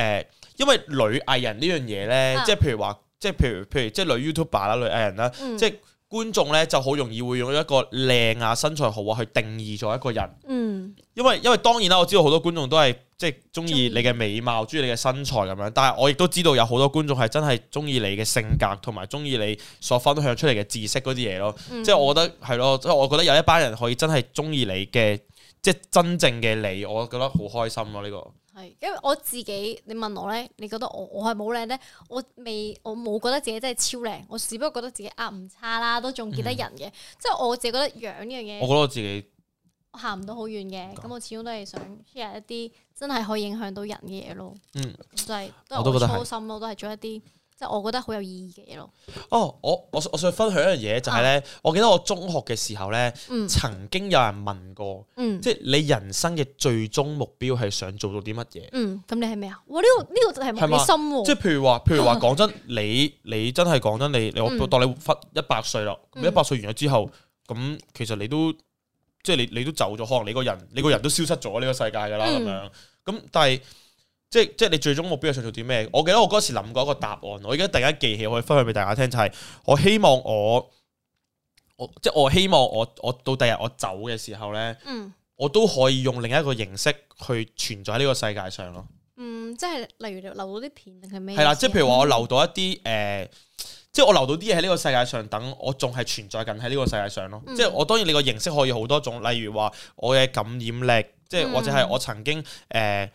Speaker 1: 因為女藝人呢樣嘢咧，
Speaker 2: 啊
Speaker 1: 即係譬如話，即係譬如譬如即係女 YouTuber 啦，女藝人啦，
Speaker 2: 嗯
Speaker 1: 即係觀眾咧就好容易會用一個靚啊、身材好啊去定義咗一個人。
Speaker 2: 嗯
Speaker 1: 因為因為當然啦，我知道好多觀眾都係即係中
Speaker 2: 鍾
Speaker 1: 意
Speaker 2: 意
Speaker 1: 你嘅美貌，中意你嘅身材咁樣。但係我亦都知道有好多觀眾係真係中意你嘅性格，同埋中意你所分享出嚟嘅知識嗰啲嘢咯。
Speaker 2: 嗯
Speaker 1: 即係我覺得係咯，即係我覺得有一班人可以真係中意你嘅，即係真正嘅你，我覺得好開心咯。呢個
Speaker 2: 係，因為我自己，你問我咧，你覺得我我係冇靚咧？我未，我冇覺得自己真係超靚，我只不過覺得自己啊唔差啦，都仲見
Speaker 1: 嗯
Speaker 2: 得人嘅。即係我自己覺得樣呢樣嘢
Speaker 1: 我。覺得我自己
Speaker 2: 我行唔到好遠嘅，
Speaker 1: 咁
Speaker 2: 咁我始終都係想 share 一啲真係可以影響到人嘅嘢咯。
Speaker 1: 嗯，
Speaker 2: 就係
Speaker 1: 我
Speaker 2: 都
Speaker 1: 都覺
Speaker 2: 係
Speaker 1: 得
Speaker 2: 我
Speaker 1: 係
Speaker 2: 初心咯，都係做一啲即係我覺得好有意義嘅嘢咯。
Speaker 1: 哦，我我我想分享一樣嘢就係咧，我記得我中學嘅時候咧，
Speaker 2: 啊嗯
Speaker 1: 曾經有人問過，
Speaker 2: 嗯
Speaker 1: 即係你人生嘅最終目標係想做到啲乜嘢？
Speaker 2: 嗯，咁你係咩啊？哇！呢個呢個題目
Speaker 1: 係嘛
Speaker 2: 幾深喎。
Speaker 1: 即係譬如 話，譬如話講真，你你真係講真，你你我
Speaker 2: 嗯
Speaker 1: 當你忽一百歲啦，咁
Speaker 2: 嗯
Speaker 1: 一百歲完咗之後，咁其實你都即係你你都走咗，可能你個人你個人都消失咗呢個世界㗎啦咁樣。
Speaker 2: 嗯
Speaker 1: 咁但係即係即係你最終目標係想做啲咩？我記得我嗰時諗過一個答案，我而家突然間記起，我可以分享俾大家聽，就係、我希望我我即係我希望我我到第日我走嘅時候呢，
Speaker 2: 嗯
Speaker 1: 我都可以用另一個形式去存在喺呢個世界上咯。
Speaker 2: 嗯，即係例如你留到啲片定係咩意思
Speaker 1: 係
Speaker 2: 啊？
Speaker 1: 啦，即係譬如話我留到一啲誒、呃即係我留到啲嘢喺呢個世界上，等我仲係存在緊喺呢個世界上咯。
Speaker 2: 嗯
Speaker 1: 即係我當然你個形式可以好多種，例如話我嘅感染力，即係
Speaker 2: 嗯
Speaker 1: 或者係我曾經誒、呃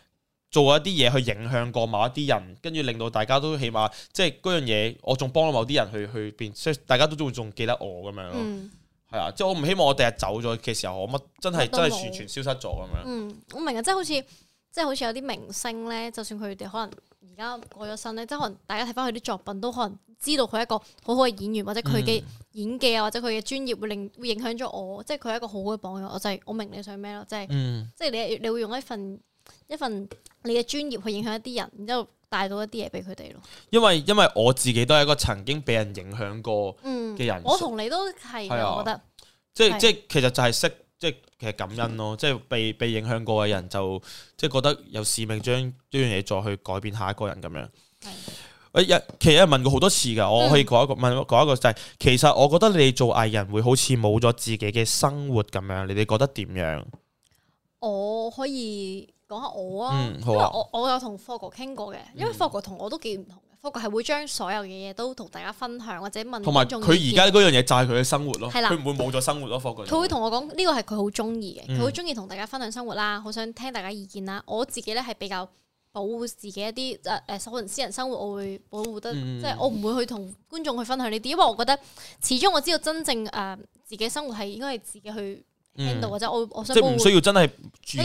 Speaker 1: 做過一啲嘢去影響過某一啲人，跟住令到大家都起碼即係嗰樣嘢，我仲幫到某啲人去去變，所以大家都仲仲記得我咁樣咯。
Speaker 2: 嗯
Speaker 1: 係啊，即係我唔希望我第日走咗嘅時候，我乜真係
Speaker 2: 乜都冇
Speaker 1: 真係完全消失咗咁樣。
Speaker 2: 嗯，我明啊，即係好似即係好似有啲明星咧，就算佢哋可能。而家過咗身咧，即係可能大家睇翻佢啲作品，都可能知道佢係一個好好嘅演員，或者佢
Speaker 1: 嗯
Speaker 2: 嘅演技啊，或者佢嘅專業會令會影響咗我，即係佢係一個好好嘅榜樣。我就係、我明你想咩咯，即係
Speaker 1: 嗯，
Speaker 2: 即係你你會用一份一份你嘅專業去影響一啲人，然之後帶到一啲嘢俾佢哋咯。
Speaker 1: 因為因為我自己都係一個曾經俾人影響過。
Speaker 2: 嗯
Speaker 1: 嘅人
Speaker 2: 我同你都係
Speaker 1: 係啊
Speaker 2: 㗎，我覺得
Speaker 1: 即係
Speaker 2: 係
Speaker 1: 即係其實就係識即係其實感恩咯，即係被被影響過嘅人就即係覺得有使命將呢樣嘢再去改變下一個人咁樣。
Speaker 2: 係
Speaker 1: 誒有其實有人問過好多次㗎，我
Speaker 2: 嗯
Speaker 1: 可以講一個問講一個就係、其實我覺得你哋做藝人會好似冇咗自己嘅生活咁樣，你哋覺得點樣？
Speaker 2: 我可以講下我啊，
Speaker 1: 嗯好
Speaker 2: 因為
Speaker 1: 啊嗯
Speaker 2: 我我有同霍哥傾過嘅，因為霍哥同我都幾唔同嘅，霍哥係會將所有嘅嘢都同大家分享或者問
Speaker 1: 同埋
Speaker 2: 觀眾
Speaker 1: 佢
Speaker 2: 意
Speaker 1: 而
Speaker 2: 見
Speaker 1: 家嗰樣嘢就係佢嘅生活咯，
Speaker 2: 係啦
Speaker 1: 佢唔會冇咗生活咯，霍哥就
Speaker 2: 佢會同我講呢個係佢好中意嘅，
Speaker 1: 嗯
Speaker 2: 佢好中意同大家分享生活啦，好想聽大家意見啦。我自己咧係比較保護自己一啲誒誒，可能私人生活我會保護得，
Speaker 1: 嗯
Speaker 2: 即係我唔會去同觀眾去分享呢啲，因為我覺得始終我知道真正誒、呃自己生活係應該係自己去
Speaker 1: 嗯
Speaker 2: handle、或者我我想
Speaker 1: 即
Speaker 2: 保
Speaker 1: 係唔需
Speaker 2: 護。
Speaker 1: 要真係
Speaker 2: 我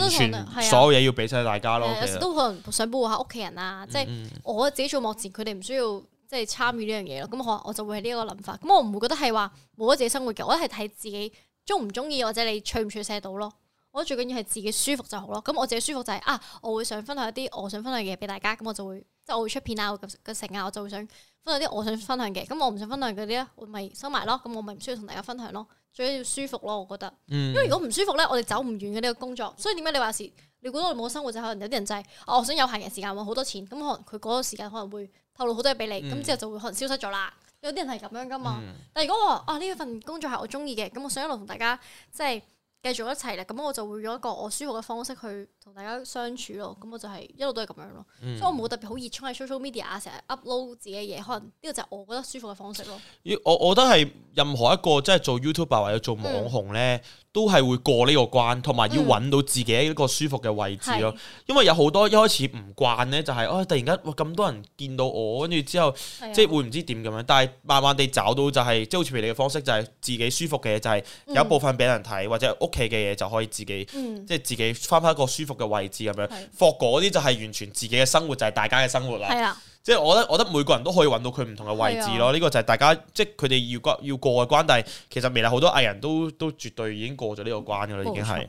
Speaker 1: 完
Speaker 2: 都同
Speaker 1: 全
Speaker 2: 係啊
Speaker 1: 所有嘢要俾晒大家咯。
Speaker 2: 誒有
Speaker 1: 其
Speaker 2: 時
Speaker 1: 實
Speaker 2: 都可能想保護下屋企人啊，即係
Speaker 1: 嗯
Speaker 2: 我自己做幕前，佢哋唔需要即係參與呢樣嘢咯。咁可能我就會係呢一個諗法。咁我唔會覺得係話冇咗自己生活嘅，我覺得係睇自己中唔中意或者你取唔取捨到咯。我覺得最緊要係自己舒服就好咯。咁我自己舒服就係、啊，我會想分享一啲我想分享嘅嘢俾大家，咁我就會即係我會出片啊，我嘅成啊，我就會想分享啲我想分享嘅。咁我唔想分享嗰啲咧，我咪收埋咯。咁我咪唔需要同大家分享咯。最緊要舒服咯，我覺得。
Speaker 1: 嗯
Speaker 2: 因為如果唔舒服咧，我哋走唔遠嘅呢個工作。所以點解你話是？你估到我冇生活就可能有啲人就係、哦我想有限嘅時間，我好多錢，咁可能佢嗰個時間可能會透露好多嘢俾你，咁、
Speaker 1: 嗯
Speaker 2: 之後就會可能消失咗啦。因有啲人係咁樣噶啊嘛。
Speaker 1: 嗯
Speaker 2: 但係如果我話啊呢份工作係我中意嘅，咁我想一路同大家即係繼續一齊啦，咁我就會用一個我舒服嘅方式去同大家相處咯。咁我就係一路都係咁樣咯，
Speaker 1: 嗯
Speaker 2: 所以我冇特別好熱衷喺 social media 啊，成日 upload 自己嘅嘢，可能呢個就係我覺得舒服嘅方式咯。
Speaker 1: 要我我覺得係任何一個即係做 YouTuber 或者做網紅咧，都係會過呢個關，同埋要
Speaker 2: 嗯
Speaker 1: 揾到自己一個舒服嘅位置咯
Speaker 2: 係。
Speaker 1: 因為有好多一開始唔慣咧，就係、哦突然間哇咁多人見到我，跟住之後
Speaker 2: 係啊
Speaker 1: 嗯即係會唔知點咁樣。但係慢慢地找到就係、即係好似譬如你嘅方式，就係自己舒服嘅嘢，就係、有一部分俾人睇，或者屋企嘅嘢就可以自己。
Speaker 2: 嗯，
Speaker 1: 即係自己翻返一個舒服嘅位置咁樣
Speaker 2: 係，
Speaker 1: 霍嗰啲就係完全自己嘅生活，就係、大家嘅生活啦。
Speaker 2: 係啦，
Speaker 1: 即係我覺得，我覺得每個人都可以揾到佢唔同嘅位置咯。呢個就係大家即係佢哋要過要過嘅關，但係其實未來好多藝人都都絕對已經過咗呢個關噶啦，已經係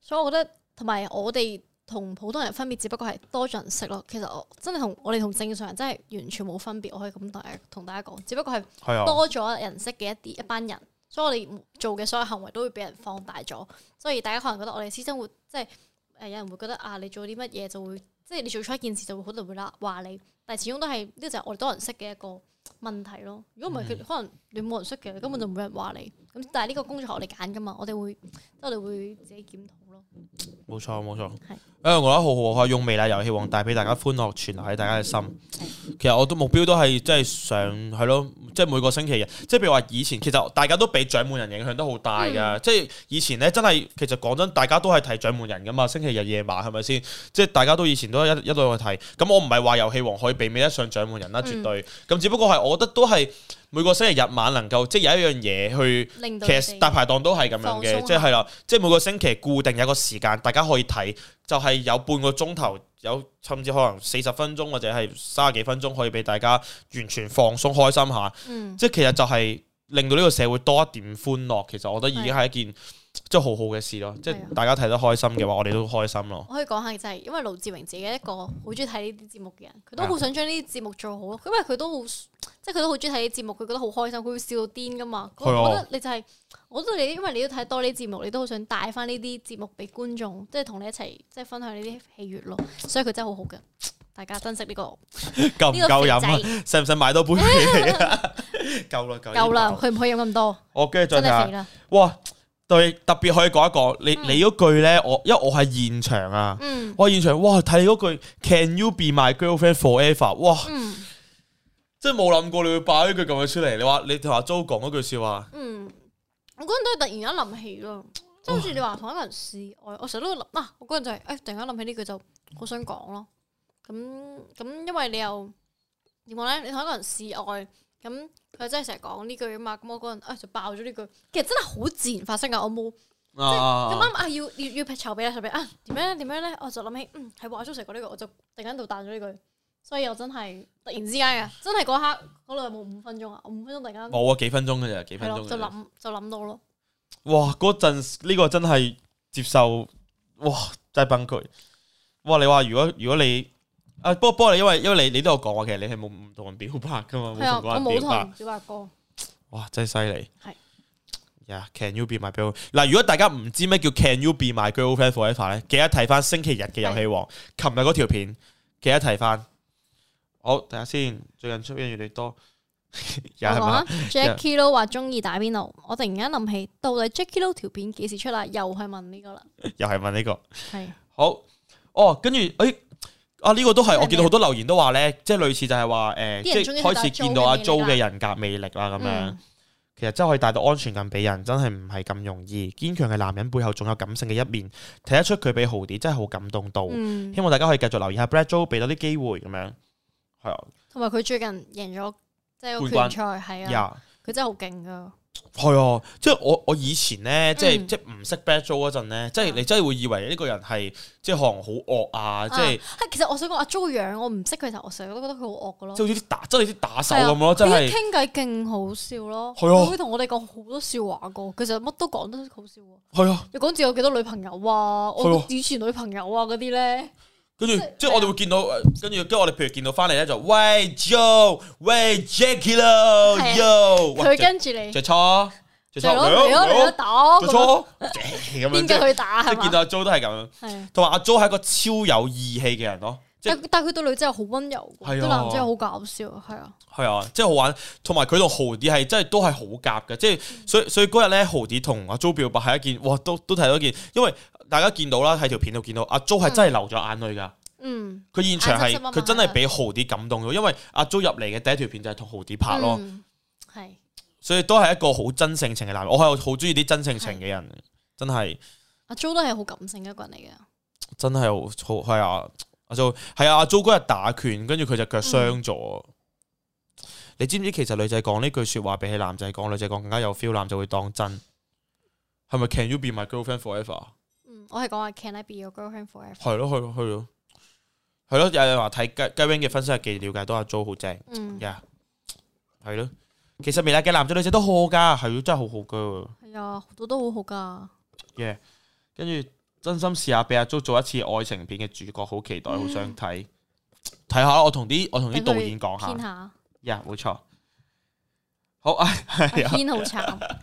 Speaker 2: 所以我覺得同埋我哋同普通人分別，只不過係多咗人識咯。其實我真係同我哋同正常人真係完全冇分別，我可以咁大同大家講，只不過係。
Speaker 1: 係啊，
Speaker 2: 多咗人識嘅一啲一班人，所以我哋做嘅所有行為都會俾人放大咗，所以大家可能覺得我哋私生活即係誒、呃有人會覺得啊，你做啲乜嘢就會即係你做錯一件事就會好多人會啦話你，但係始終都係呢個就係我哋多人識嘅一個問題咯。如果唔係，佢可能你冇人識嘅，根本就冇人話你。咁但係呢個工作係我哋揀噶嘛，我哋會即係我哋會自己檢討咯。
Speaker 1: 冇錯冇錯。
Speaker 2: 係
Speaker 1: 因為我覺得好好開，用微辣遊戲王帶俾大家歡樂，傳流喺大家嘅心。其實我都目標都係即係上係咯，即係每個星期日，即係譬如話以前其實大家都俾掌門人影響得好大㗎。即係以前咧真係其實講真，大家都係睇掌門人㗎嘛，星期日夜晚係咪先？即係大家都以前都一一路去睇。咁我唔係話遊戲王可以媲美得上掌門人啦，絕對。咁、只不過係我覺得都係每個星期日晚能夠即係有一樣嘢去。
Speaker 2: 令到
Speaker 1: 其
Speaker 2: 你
Speaker 1: 實大
Speaker 2: 哋
Speaker 1: 排檔都係咁樣
Speaker 2: 放鬆
Speaker 1: 嘅，
Speaker 2: 下
Speaker 1: 即係啦，即係每個星期固定有一個時間，大家可以睇，就係、有半個鐘頭，有甚至可能四十分鐘或者係三十幾分鐘，可以俾大家完全放鬆開心下。
Speaker 2: 嗯
Speaker 1: 即係其實就係令到呢個社會多一點歡樂。其實我覺得已經係一件即係好好嘅事咯。即
Speaker 2: 係啊
Speaker 1: 係大家睇得開心嘅話，我哋都開心 咯。
Speaker 2: 我可以講下就係因為盧志榮自己一個好中意睇呢啲節目嘅人，佢都
Speaker 1: 係啊
Speaker 2: 好想將呢啲節目做好咯。因為佢都好，即係佢都好中意睇呢啲節目，佢覺得好開心，佢會笑到癲噶嘛。
Speaker 1: 係啊
Speaker 2: 我覺得你就係、我覺得你因為你都睇多呢啲節目，你都好想帶翻呢啲節目俾觀眾，即係同你一齊即係分享呢啲喜悅咯。所以佢真係好好嘅，大家珍惜呢、個
Speaker 1: 夠唔
Speaker 2: 呢個
Speaker 1: 夠飲啊
Speaker 2: 肥？仔。
Speaker 1: 使唔使買多杯俾你啊？ 夠啦，夠
Speaker 2: 夠啦，
Speaker 1: 呢個
Speaker 2: 佢唔可以飲咁多，
Speaker 1: 我跟住再
Speaker 2: 真
Speaker 1: 睇下
Speaker 2: 係肥。啦。
Speaker 1: 哇！對，特別可以講一講你
Speaker 2: 嗯
Speaker 1: 你嗰句咧，我因為我係現場啊，
Speaker 2: 嗯
Speaker 1: 我喺現場哇睇你嗰句 Can you be my girlfriend forever？哇！
Speaker 2: 嗯
Speaker 1: 即係冇諗過你會爆呢句咁樣出嚟。你話你同阿 Jo 講嗰句説話，
Speaker 2: 嗯，我嗰陣都係突然間諗起咯，即係好似你話同一個人示愛，我成日都會諗啊，我嗰陣就係、誒、突然間諗起呢句就好想講咯。咁咁因為你又點講咧？你同一個人示愛，咁佢真係成日講呢句啊嘛，咁我嗰陣啊就爆咗呢句，其實真係好自然發生噶，我冇咁
Speaker 1: 啊
Speaker 2: 啱啊要要要籌備啦籌備啊點樣咧點樣咧，我就諗起嗯係喎阿 Jo 成日講呢句，我就突然間就彈咗呢句，所以我真係突然之間嘅，真係嗰刻嗰度有冇五分鐘啊？我五分鐘突然間
Speaker 1: 冇啊幾分鐘嘅咋，幾
Speaker 2: 係
Speaker 1: 分鐘
Speaker 2: 咯
Speaker 1: 嘅
Speaker 2: 就
Speaker 1: 咋。
Speaker 2: 諗就諗到咯。
Speaker 1: 哇！嗰陣呢個真係接受，哇！真係崩潰。哇！你話如果如果你啊，不過不過你因為因為你你都有講話，其實你係冇唔同人表白噶嘛，
Speaker 2: 係
Speaker 1: 冇
Speaker 2: 啊，
Speaker 1: 同
Speaker 2: 我
Speaker 1: 嗰
Speaker 2: 冇
Speaker 1: 人表
Speaker 2: 同
Speaker 1: 白。
Speaker 2: 小白哥，
Speaker 1: 哇，真係犀利。
Speaker 2: 係
Speaker 1: 呀、yeah,，Can you be my girl？嗱，如果大家唔知咩叫 Can you be my girlfriend forever 咧，記得睇翻星期日嘅遊戲王，琴日嗰條片，記得睇翻。好，睇下先，最近出片越嚟越多，
Speaker 2: 我
Speaker 1: 又係
Speaker 2: 講
Speaker 1: 嘛
Speaker 2: 啊？，Jackie Lou 話中意打邊爐，我突然間諗起，到底 Jackie Lou 條片幾時出啦？又係問呢個啦，
Speaker 1: 又係問呢、個。
Speaker 2: 係
Speaker 1: 好，哦，跟住，誒，啊呢、個都
Speaker 2: 咩
Speaker 1: 係我見到
Speaker 2: 咩
Speaker 1: 好多留言都話咧，即係類似就係話誒，
Speaker 2: 啲
Speaker 1: 即係
Speaker 2: 人終於
Speaker 1: 開始
Speaker 2: 睇到阿
Speaker 1: 見到阿
Speaker 2: Jo
Speaker 1: Jo
Speaker 2: 嘅
Speaker 1: 嘅
Speaker 2: 魅力啊
Speaker 1: 人格魅力啦咁樣。
Speaker 2: 嗯
Speaker 1: 其實真係可以帶到安全感俾人，真係唔係咁容易。堅強嘅男人背後總有感性嘅一面，睇得出佢俾豪啲，真係好感動到。
Speaker 2: 嗯
Speaker 1: 希，望大家可以繼續留意下 Brad Jo，俾多啲機會咁樣。係啊
Speaker 2: 同埋佢最近贏咗即係個
Speaker 1: 冠
Speaker 2: 拳賽，係啊，
Speaker 1: 呀，
Speaker 2: 佢真係好勁噶，
Speaker 1: 係啊，即係我我以前咧，即係
Speaker 2: 嗯
Speaker 1: 即係唔識 Brad Jo 嗰陣咧，即係你真係會以為呢個人係即係可能好惡啊，即係
Speaker 2: 啊啊其實我想講阿 Jo 樣，我唔識佢，但我成日都覺得佢好惡噶咯
Speaker 1: 即係，好似啲打真係啲打手
Speaker 2: 係啊
Speaker 1: 咁咯，真
Speaker 2: 佢一
Speaker 1: 係。
Speaker 2: 傾偈勁好笑咯，
Speaker 1: 係啊
Speaker 2: 佢會同我哋講好多笑話噶，佢其實乜都講得好笑喎，
Speaker 1: 係啊，
Speaker 2: 又講自己有幾多女朋友啊，
Speaker 1: 係
Speaker 2: 我
Speaker 1: 啊
Speaker 2: 以前女朋友啊嗰啲咧。
Speaker 1: 跟住
Speaker 2: 即係啊
Speaker 1: 即係我哋會見到，呃跟住跟住我哋譬如見到翻嚟咧就喂 Joe，喂 Jackie 咯
Speaker 2: 係啊
Speaker 1: ，Yo，喂
Speaker 2: 佢跟住你，
Speaker 1: 着錯，着
Speaker 2: 就
Speaker 1: 錯，
Speaker 2: 攞
Speaker 1: 嚟
Speaker 2: 嚟
Speaker 1: 咯
Speaker 2: 咯嚟咯
Speaker 1: 嚟
Speaker 2: 打，
Speaker 1: 咯，着錯，咁樣
Speaker 2: 邊
Speaker 1: 即
Speaker 2: 個
Speaker 1: 係
Speaker 2: 去打
Speaker 1: 即
Speaker 2: 係
Speaker 1: 係見
Speaker 2: 嘛？
Speaker 1: 到阿 Jo 都係咁樣，
Speaker 2: 係
Speaker 1: 同埋阿 Jo 係一個超有義氣嘅人咯。即係
Speaker 2: 但但佢對女仔又好温柔
Speaker 1: 係啊
Speaker 2: 喎，對男仔又好搞笑，係啊，
Speaker 1: 係啊，即係好玩，同埋佢同豪啲係真係都係好夾嘅，即係
Speaker 2: 嗯
Speaker 1: 所以所以嗰日咧，豪啲同阿 Jo 表白係一件，哇都都睇到一件，因為大家見到啦喺條片度見到阿 Jo 係真係流咗眼淚㗎。
Speaker 2: 嗯，
Speaker 1: 佢現場係
Speaker 2: 眼濕濕啊嘛
Speaker 1: 佢真係俾豪啲感動咗，因為阿 Jo 入嚟嘅第一條片就係同豪啲拍咯，
Speaker 2: 嗯，係
Speaker 1: 所以都係一個好真性情嘅男人。我係好中意啲真性情嘅人，真係
Speaker 2: 阿 Jo 都係好感性嘅一個人嚟嘅，
Speaker 1: 真係好好係啊！阿 Jo 係啊，阿 Jo 嗰日打拳，跟住佢隻腳傷咗。你知唔知其實女仔講呢句説話比起男仔講，女仔講更加有 feel，男仔會當真。係咪 Can you be my girlfriend forever？
Speaker 2: 嗯，我係講話 Can I be your girlfriend forever？
Speaker 1: 係咯，係咯，係咯，係咯。有人話睇雞雞 wing 嘅分析日記，了解到阿 Jo 好正。
Speaker 2: 嗯，
Speaker 1: 呀，系咯。其實微辣嘅男仔女仔都好好噶，係真係好好噶。
Speaker 2: 係啊，好多都好好噶，
Speaker 1: 耶，跟住真心試下俾阿 Jo 做一次愛情片嘅主角，好期待，好
Speaker 2: 嗯
Speaker 1: 想睇。睇下啦我同啲我同啲導演講
Speaker 2: 偏
Speaker 1: 下。
Speaker 2: 下，
Speaker 1: 呀，冇錯。好啊， 係
Speaker 2: 阿
Speaker 1: 啊，
Speaker 2: 偏好慘，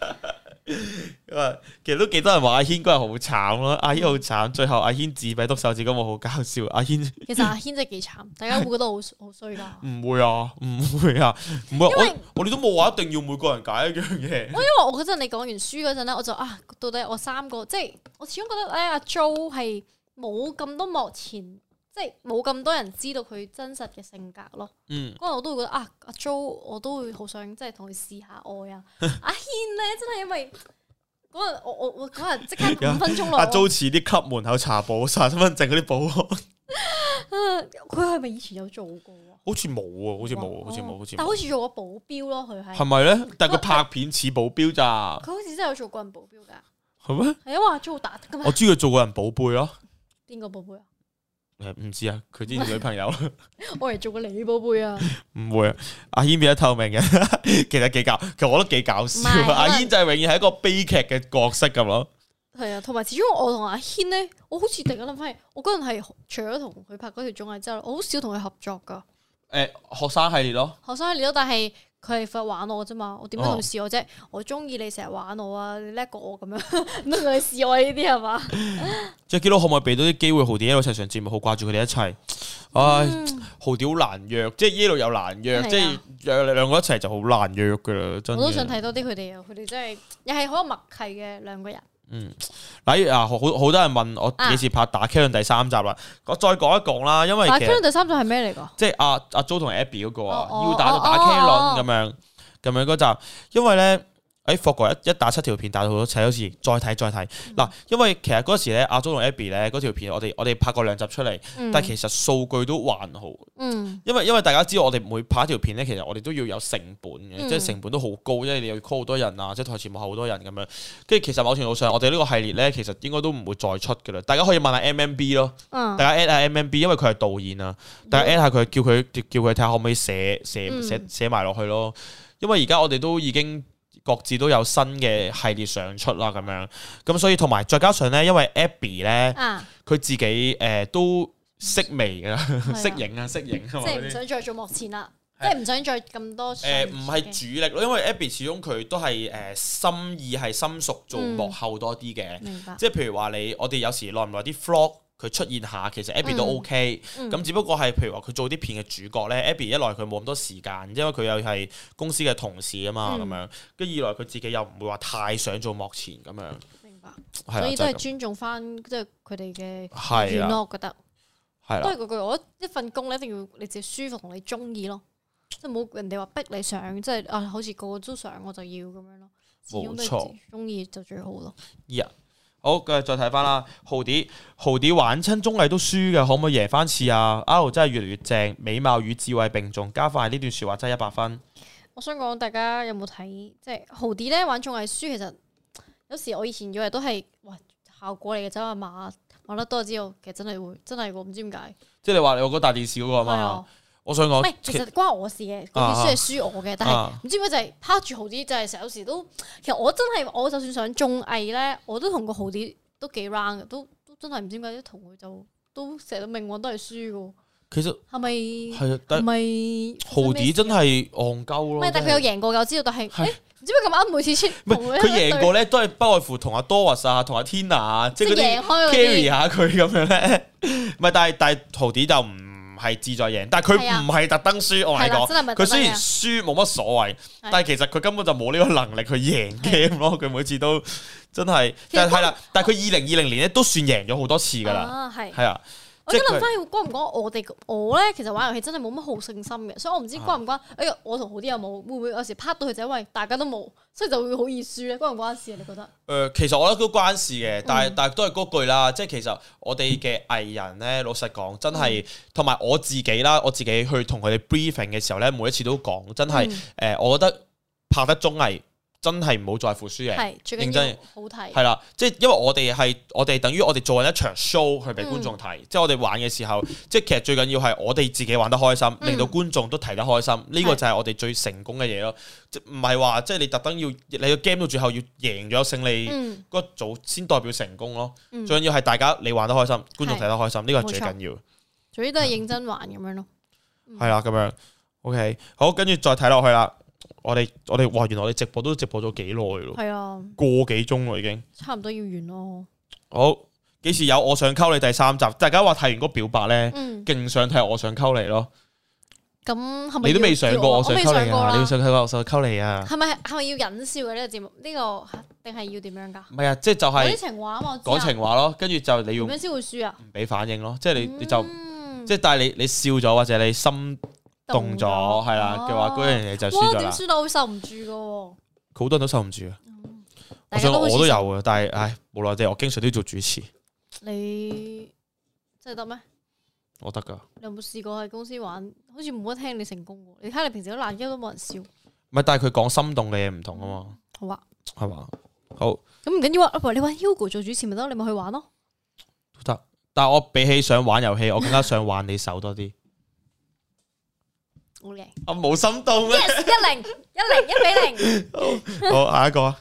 Speaker 1: 因為其實都幾多人話阿軒嗰日好慘咯，阿軒好慘，最後阿軒自閉篤手指公，我好搞笑。阿軒
Speaker 2: 其實阿軒真係幾慘，大家會覺得好好衰噶。
Speaker 1: 唔會啊，唔會啊，唔會啊。
Speaker 2: 因
Speaker 1: 我
Speaker 2: 為
Speaker 1: 我哋都冇話一定要每個人解一樣嘢。
Speaker 2: 因為我嗰陣你講完書嗰陣咧，我就啊，到底我三個即係我始終覺得咧，阿 Jo 係冇咁多幕前，即係冇咁多人知道佢真實嘅性格咯。
Speaker 1: 嗯，
Speaker 2: 嗰陣我都會覺得啊，阿 Jo 我都會好想即係同佢試下愛啊。阿軒咧真係因為嗰日我我我嗰日即刻 五分鐘內，
Speaker 1: 阿 Jo 似啲級門口查保查身份證嗰啲保安。
Speaker 2: 啊佢係咪以前有做過啊？
Speaker 1: 好似冇啊，好似冇，
Speaker 2: 哇哦
Speaker 1: 好似冇，好似
Speaker 2: 但好
Speaker 1: 冇。
Speaker 2: 似做過保鏢咯，佢
Speaker 1: 係
Speaker 2: 係
Speaker 1: 咪咧？但係佢拍片似保鏢咋，
Speaker 2: 佢好似真係有做過人保鏢㗎，
Speaker 1: 係咩？
Speaker 2: 係因為阿 Jo 好打得㗎
Speaker 1: 我
Speaker 2: 嘛？
Speaker 1: 知佢做過人寶貝咯，
Speaker 2: 邊個保鏢啊？
Speaker 1: 誒唔知啊，佢之前女朋 友
Speaker 2: 我嚟做過你保鏢啊！
Speaker 1: 唔會啊。阿軒變得透明嘅， 其實幾搞，其實我覺得幾搞笑
Speaker 2: 唔係可
Speaker 1: 啊。
Speaker 2: 能
Speaker 1: 阿軒就係永遠係一個悲劇嘅角色咁咯。
Speaker 2: 係啊，同埋始終我同阿軒咧，我好似突然間諗翻起，我嗰陣係除咗同佢拍嗰條綜藝之後，我好少同佢合作噶。
Speaker 1: 誒學生系列咯，
Speaker 2: 學生系列咯，但係佢係負責玩我嘅啫嘛，我點樣同佢試我啫？我中意你成日玩我啊，你叻過我咁樣， 唔通同佢試我呢啲係嘛？
Speaker 1: 即係基佬可唔可以俾到啲機會豪啲一路一齊上節目，好掛住佢哋一齊。唉，豪屌難約，即係耶魯又難約，
Speaker 2: 嗯係啊
Speaker 1: 即係約兩個一齊就好難約噶啦，真
Speaker 2: 我
Speaker 1: 嘅。
Speaker 2: 都想睇多啲佢哋啊，佢哋真係又係好有默契嘅兩個人。
Speaker 1: 嗯，嗱啊，好好多人問
Speaker 2: 啊
Speaker 1: 我幾時拍打 K 第三集啦，我再講一講啦，因為
Speaker 2: 但係
Speaker 1: 其
Speaker 2: k a r e
Speaker 1: 實
Speaker 2: 第三集係咩嚟㗎？
Speaker 1: 即係阿阿 Jo 同 Abby 嗰個啊，
Speaker 2: 哦哦
Speaker 1: 要打就打
Speaker 2: 哦
Speaker 1: K 輪
Speaker 2: 哦
Speaker 1: 咁樣咁樣嗰集，因為咧。誒霍哥一一打七條片打到好多齊，好似再睇再睇
Speaker 2: 嗯
Speaker 1: 嗱，因為其實嗰時咧，阿 Jo 同 Abby 咧嗰條片，我哋我哋拍過兩集出嚟，
Speaker 2: 嗯
Speaker 1: 但係其實數據都還好，
Speaker 2: 嗯
Speaker 1: 因為因為大家知道我哋每拍一條片咧，其實我哋都要有成本嘅，
Speaker 2: 嗯
Speaker 1: 即係成本都好高，因為你又要 call 好多人啊，即係台前幕後好多人咁樣。跟住其實某程度上，我哋呢個系列咧，其實應該都唔會再出嘅啦。大家可以問下 MMB 咯，
Speaker 2: 嗯
Speaker 1: 大家 at 下 MMB，因為佢係導演啊，大家 at 下佢，叫佢叫佢睇下可唔可以寫寫
Speaker 2: 嗯
Speaker 1: 寫寫埋落去咯。因為而家我哋都已經各自都有新嘅系列上出啦，咁樣咁所以同埋再加上咧，因為 Abby 咧
Speaker 2: 啊，
Speaker 1: 佢自己誒、呃都識微㗎，
Speaker 2: 啊
Speaker 1: 識影啊，識影啊
Speaker 2: 即
Speaker 1: 嘛
Speaker 2: 係
Speaker 1: 嗰
Speaker 2: 唔
Speaker 1: 啲。
Speaker 2: 想再做幕前啦，即係唔想再咁多上
Speaker 1: 誒呃唔係
Speaker 2: 嘅
Speaker 1: 主力咯，因為 Abby 始終佢都係誒、呃心意係深熟做
Speaker 2: 嗯
Speaker 1: 幕後多啲嘅，
Speaker 2: 明白。
Speaker 1: 即係譬如話你我哋有時耐唔耐啲 vlog 佢出現下，其實 Abby 都
Speaker 2: 嗯
Speaker 1: OK，
Speaker 2: 嗯
Speaker 1: 咁、只不過係譬如話佢做啲片嘅主角咧，Abby 一來佢冇咁多時間，因為佢又係公司嘅同事啊嘛咁、
Speaker 2: 嗯
Speaker 1: 樣，跟住二來佢自己又唔會話太想做幕前咁樣，
Speaker 2: 明白。
Speaker 1: 係
Speaker 2: 所
Speaker 1: 啦，
Speaker 2: 以
Speaker 1: 就
Speaker 2: 都係
Speaker 1: 係咁
Speaker 2: 尊重翻即係佢哋嘅意
Speaker 1: 係
Speaker 2: 願
Speaker 1: 啦，
Speaker 2: 咯，我覺得
Speaker 1: 係
Speaker 2: 都
Speaker 1: 啦
Speaker 2: 係，嗰句，我覺得一份工你一定要你自己舒服同你中意咯，即係冇人哋話逼你上，即係啊好似個個都上我就要咁樣咯，始終都係自己中意就最好咯。
Speaker 1: 好，繼續再睇翻啦，豪啲豪啲玩親綜藝都輸嘅，可唔可以贏翻次啊？R 真係越嚟越正，美貌與智慧並重，加快呢段説話真係一百分。
Speaker 2: 我想講大家有冇睇即係豪啲咧玩綜藝書，其實有時我以前以為都係哇效果嚟嘅，走下馬馬得多就知道，其實真係會真係喎，唔知點解
Speaker 1: 即係你話你我嗰大電視嗰個啊
Speaker 2: 係啊
Speaker 1: 嘛，，我想
Speaker 2: 唔
Speaker 1: 講
Speaker 2: 係其實關我事嘅，嗰本書係輸我嘅，但係。
Speaker 1: 哦啊
Speaker 2: 唔知點解就係趴住豪啲，就係成日有時都，其實我真係我就算上綜藝咧，我都同個豪啲都幾 round 嘅，都都真係唔知點解同佢就都成日命運都係輸嘅，
Speaker 1: 其實
Speaker 2: 係咪？
Speaker 1: 係啊，
Speaker 2: 係
Speaker 1: 但
Speaker 2: 咪
Speaker 1: 豪啲真係戇鳩
Speaker 2: 啊唔
Speaker 1: 咯。
Speaker 2: 係，但係佢有贏過嘅，我知道，但係
Speaker 1: 係
Speaker 2: 誒唔知點解咁啱每次出
Speaker 1: 唔係
Speaker 2: 同佢
Speaker 1: 佢
Speaker 2: 一
Speaker 1: 贏過咧，都係不外乎同阿 Doris 啊，同阿 Tina 啊，即
Speaker 2: 對
Speaker 1: 係嗰
Speaker 2: 即係
Speaker 1: 啲 carry 下
Speaker 2: 贏開嗰 啲，
Speaker 1: 佢咁樣咧。唔係，但係但係豪啲就唔係志在贏，但係佢
Speaker 2: 係啊
Speaker 1: 唔係特登輸，我嚟
Speaker 2: 係啦，
Speaker 1: 講，
Speaker 2: 真係咪特
Speaker 1: 佢
Speaker 2: 登
Speaker 1: 雖然
Speaker 2: 嘅
Speaker 1: 輸冇乜所謂，但係其實佢根本就冇呢個能力去贏 game 咯。佢每次都真係，
Speaker 2: 其實
Speaker 1: 但係係啦，但係佢二零二零年咧都算贏咗好多次㗎啦，
Speaker 2: 啊，係。
Speaker 1: 係啊，
Speaker 2: 我
Speaker 1: 即
Speaker 2: 而
Speaker 1: 係
Speaker 2: 家諗
Speaker 1: 佢
Speaker 2: 翻，關唔關我哋？我咧其實玩遊戲真係冇乜好勝心嘅，所以我唔知關唔
Speaker 1: 啊
Speaker 2: 關。哎呀，我同好啲有冇？會唔會有時拍到佢就因為大家都冇，所以就會好易輸咧？關唔關事啊？你覺得？
Speaker 1: 誒、呃其實我覺得都關事
Speaker 2: 嗯
Speaker 1: 嘅，但係、但係都係嗰句啦，即係其實我哋嘅藝人咧，老實講真
Speaker 2: 嗯
Speaker 1: 係，同埋、我自己啦，我自己去同佢哋 briefing 嘅時候咧，每一次都講，真係誒、呃
Speaker 2: 嗯
Speaker 1: 我覺得拍得綜藝真係唔好在乎輸贏，
Speaker 2: 係最緊
Speaker 1: 認真
Speaker 2: 要好睇。
Speaker 1: 係啦，即係因為我哋係我哋等於我哋做緊一場 show 去俾
Speaker 2: 嗯
Speaker 1: 觀眾睇，即係我哋玩嘅時候，即係其實最緊要係我哋自己玩得開心，
Speaker 2: 嗯
Speaker 1: 令到觀眾都睇得開心，呢、個
Speaker 2: 係
Speaker 1: 就係我哋最成功嘅嘢咯，即係唔係話即係你特登要你個 game 到最後要贏咗勝利。
Speaker 2: 嗯，
Speaker 1: 嗰組先代表成功咯。
Speaker 2: 嗯
Speaker 1: 最緊要係大家你玩得開心，觀眾睇得開心，呢個係最緊要。
Speaker 2: 總之都係認真玩咁樣咯。嗯
Speaker 1: 係啦，咁樣 OK，好，跟住再睇落去啦。我哋我哋哇，原來我哋直播都直播咗幾耐咯，
Speaker 2: 係啊，
Speaker 1: 個幾鐘咯已經。
Speaker 2: 差唔多要完咯。
Speaker 1: 好，幾時有我想溝你第三集？大家話睇完嗰個表白咧，
Speaker 2: 嗯，
Speaker 1: 勁想睇我想溝你咯。
Speaker 2: 咁係咪
Speaker 1: 你都
Speaker 2: 要
Speaker 1: 未上
Speaker 2: 要
Speaker 1: 過
Speaker 2: 我
Speaker 1: 我想
Speaker 2: 未上
Speaker 1: 溝你
Speaker 2: 過
Speaker 1: 啊！你
Speaker 2: 啦
Speaker 1: 要想溝我想溝你啊！
Speaker 2: 係咪係咪要忍笑嘅呢個節目？呢個定係要點樣㗎？
Speaker 1: 唔係啊，即係就
Speaker 2: 講
Speaker 1: 係
Speaker 2: 啲情話啊嘛，我知啊
Speaker 1: 講情話咯，跟住就你要
Speaker 2: 點
Speaker 1: 唔
Speaker 2: 樣先會輸啊？
Speaker 1: 俾反應咯，即係你你就
Speaker 2: 嗯
Speaker 1: 即係但係你你笑咗或者你心動咗係啦
Speaker 2: 哦
Speaker 1: 嘅話，嗰樣嘢就輸
Speaker 2: 哇，
Speaker 1: 咗
Speaker 2: 點
Speaker 1: 啦。
Speaker 2: 輸到好受唔住嘅喎，
Speaker 1: 好多人都受唔住啊！我
Speaker 2: 大家
Speaker 1: 想
Speaker 2: 都
Speaker 1: 我
Speaker 2: 好似
Speaker 1: 都有嘅，但係唉，無奈地我經常都要做主持，
Speaker 2: 你真係得咩？
Speaker 1: 我得噶。
Speaker 2: 你有冇試過喺公司玩？好似冇乜聽你成功喎。你睇你平時都爛音都冇人笑，
Speaker 1: 唔係，但係佢講心動嘅嘢唔同啊嘛，
Speaker 2: 好啊。
Speaker 1: 係嘛？好
Speaker 2: 咁唔緊要啊，阿婆你揾 Hugo 做主持咪得，你咪去玩咯。
Speaker 1: 都得，但係我比起想玩遊戲，我更加想玩你手多 啲。
Speaker 2: 好嘅，
Speaker 1: 我冇心動咩？
Speaker 2: 一零一零一比 零。
Speaker 1: 好，下一個啊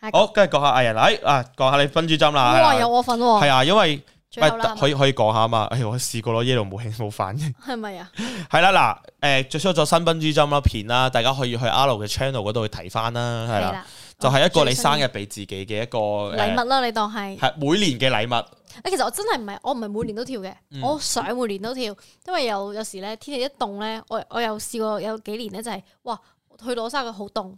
Speaker 2: 下一，個
Speaker 1: 好，跟住講下藝人啦，哎啊，講下你分珠針啦，係
Speaker 2: 哇，有
Speaker 1: 啊
Speaker 2: 我份喎。
Speaker 1: 係啊，因為唔
Speaker 2: 最後啦
Speaker 1: 係，可以可以講下啊嘛，哎，我試過攞 yellow 冇興冇反應。
Speaker 2: 係咪啊？
Speaker 1: 係啦，嗱，誒，着出咗新賓珠針啦片啦，大家可以去 R 嘅 channel 嗰度去睇翻啦，係啦，，就係一個你生日俾自己嘅一個
Speaker 2: 禮物啦，你當係。
Speaker 1: 係每年嘅禮物，
Speaker 2: 啊，其實我真係唔係，我唔係每年都跳嘅，
Speaker 1: 嗯
Speaker 2: 我想每年都跳，因為有有時咧天氣一凍咧，我我有試過有幾年咧就係、哇，去到沙嘅好凍，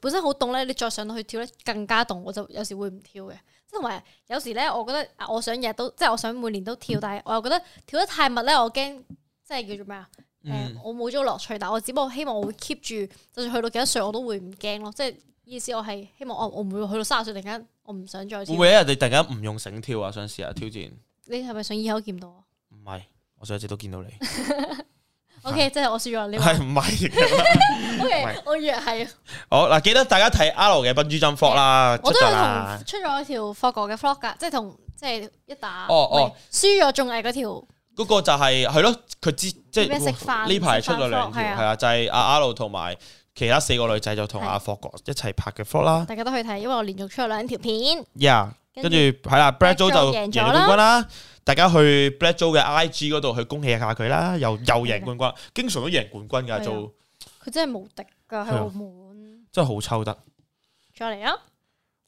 Speaker 2: 本身好凍咧，你再上到去跳咧更加凍，我就有時會唔跳嘅。即係同埋有時咧，我覺得啊我想日都即係我想每年都跳，但係我又覺得跳得太密咧，我驚即係叫做咩啊？誒、
Speaker 1: 嗯，
Speaker 2: 我冇咗個樂趣，但我只不過希望我會 keep 住，就算去到幾多歲我都會唔驚咯。即係意思我係希望我哦我唔會去到三十歲突然間我唔想再
Speaker 1: 會
Speaker 2: 跳
Speaker 1: 唔。會一日你突然間唔用繩跳啊？想試下挑戰？
Speaker 2: 你係咪想以後見到我？啊
Speaker 1: 唔係，我上一次都見到你，
Speaker 2: O K，即係我輸咗，你話
Speaker 1: 啊 係唔係？唔
Speaker 2: O
Speaker 1: 係
Speaker 2: K，我以為係，
Speaker 1: 好嗱，記得大家睇 R 嘅賓珠針 vlog 啦，出
Speaker 2: 我都有
Speaker 1: 咗啦
Speaker 2: 同。出咗條法國嘅 vlog 噶，即係同即係一打，
Speaker 1: 哦哦
Speaker 2: 唔係，輸咗綜藝嗰條，
Speaker 1: 嗰個就係係咯，佢知即係
Speaker 2: 咩食飯
Speaker 1: 呢排出咗兩
Speaker 2: 食
Speaker 1: 條，
Speaker 2: 飯 vlog，係啊
Speaker 1: 係啊，就係阿 R 同埋其他四個女仔就同阿霍哥一齊拍嘅 vlog 啦。
Speaker 2: 大家都去睇，因為我連續出咗兩條片，
Speaker 1: Yeah，跟
Speaker 2: 跟
Speaker 1: 住
Speaker 2: 住
Speaker 1: 係啦，Black
Speaker 2: Black
Speaker 1: Joe
Speaker 2: Joe
Speaker 1: 就贏
Speaker 2: 贏
Speaker 1: 咗
Speaker 2: 咗啦
Speaker 1: 冠軍啦。大家去 Black Joe 嘅 IG 嗰度去恭喜下佢啦，又又贏冠軍，經常都贏冠軍
Speaker 2: 啊
Speaker 1: 㗎，
Speaker 2: 係啊
Speaker 1: 做
Speaker 2: 佢真係無敵噶
Speaker 1: 係
Speaker 2: 喺
Speaker 1: 啊
Speaker 2: 澳門，
Speaker 1: 真係好抽得。
Speaker 2: 再嚟啊！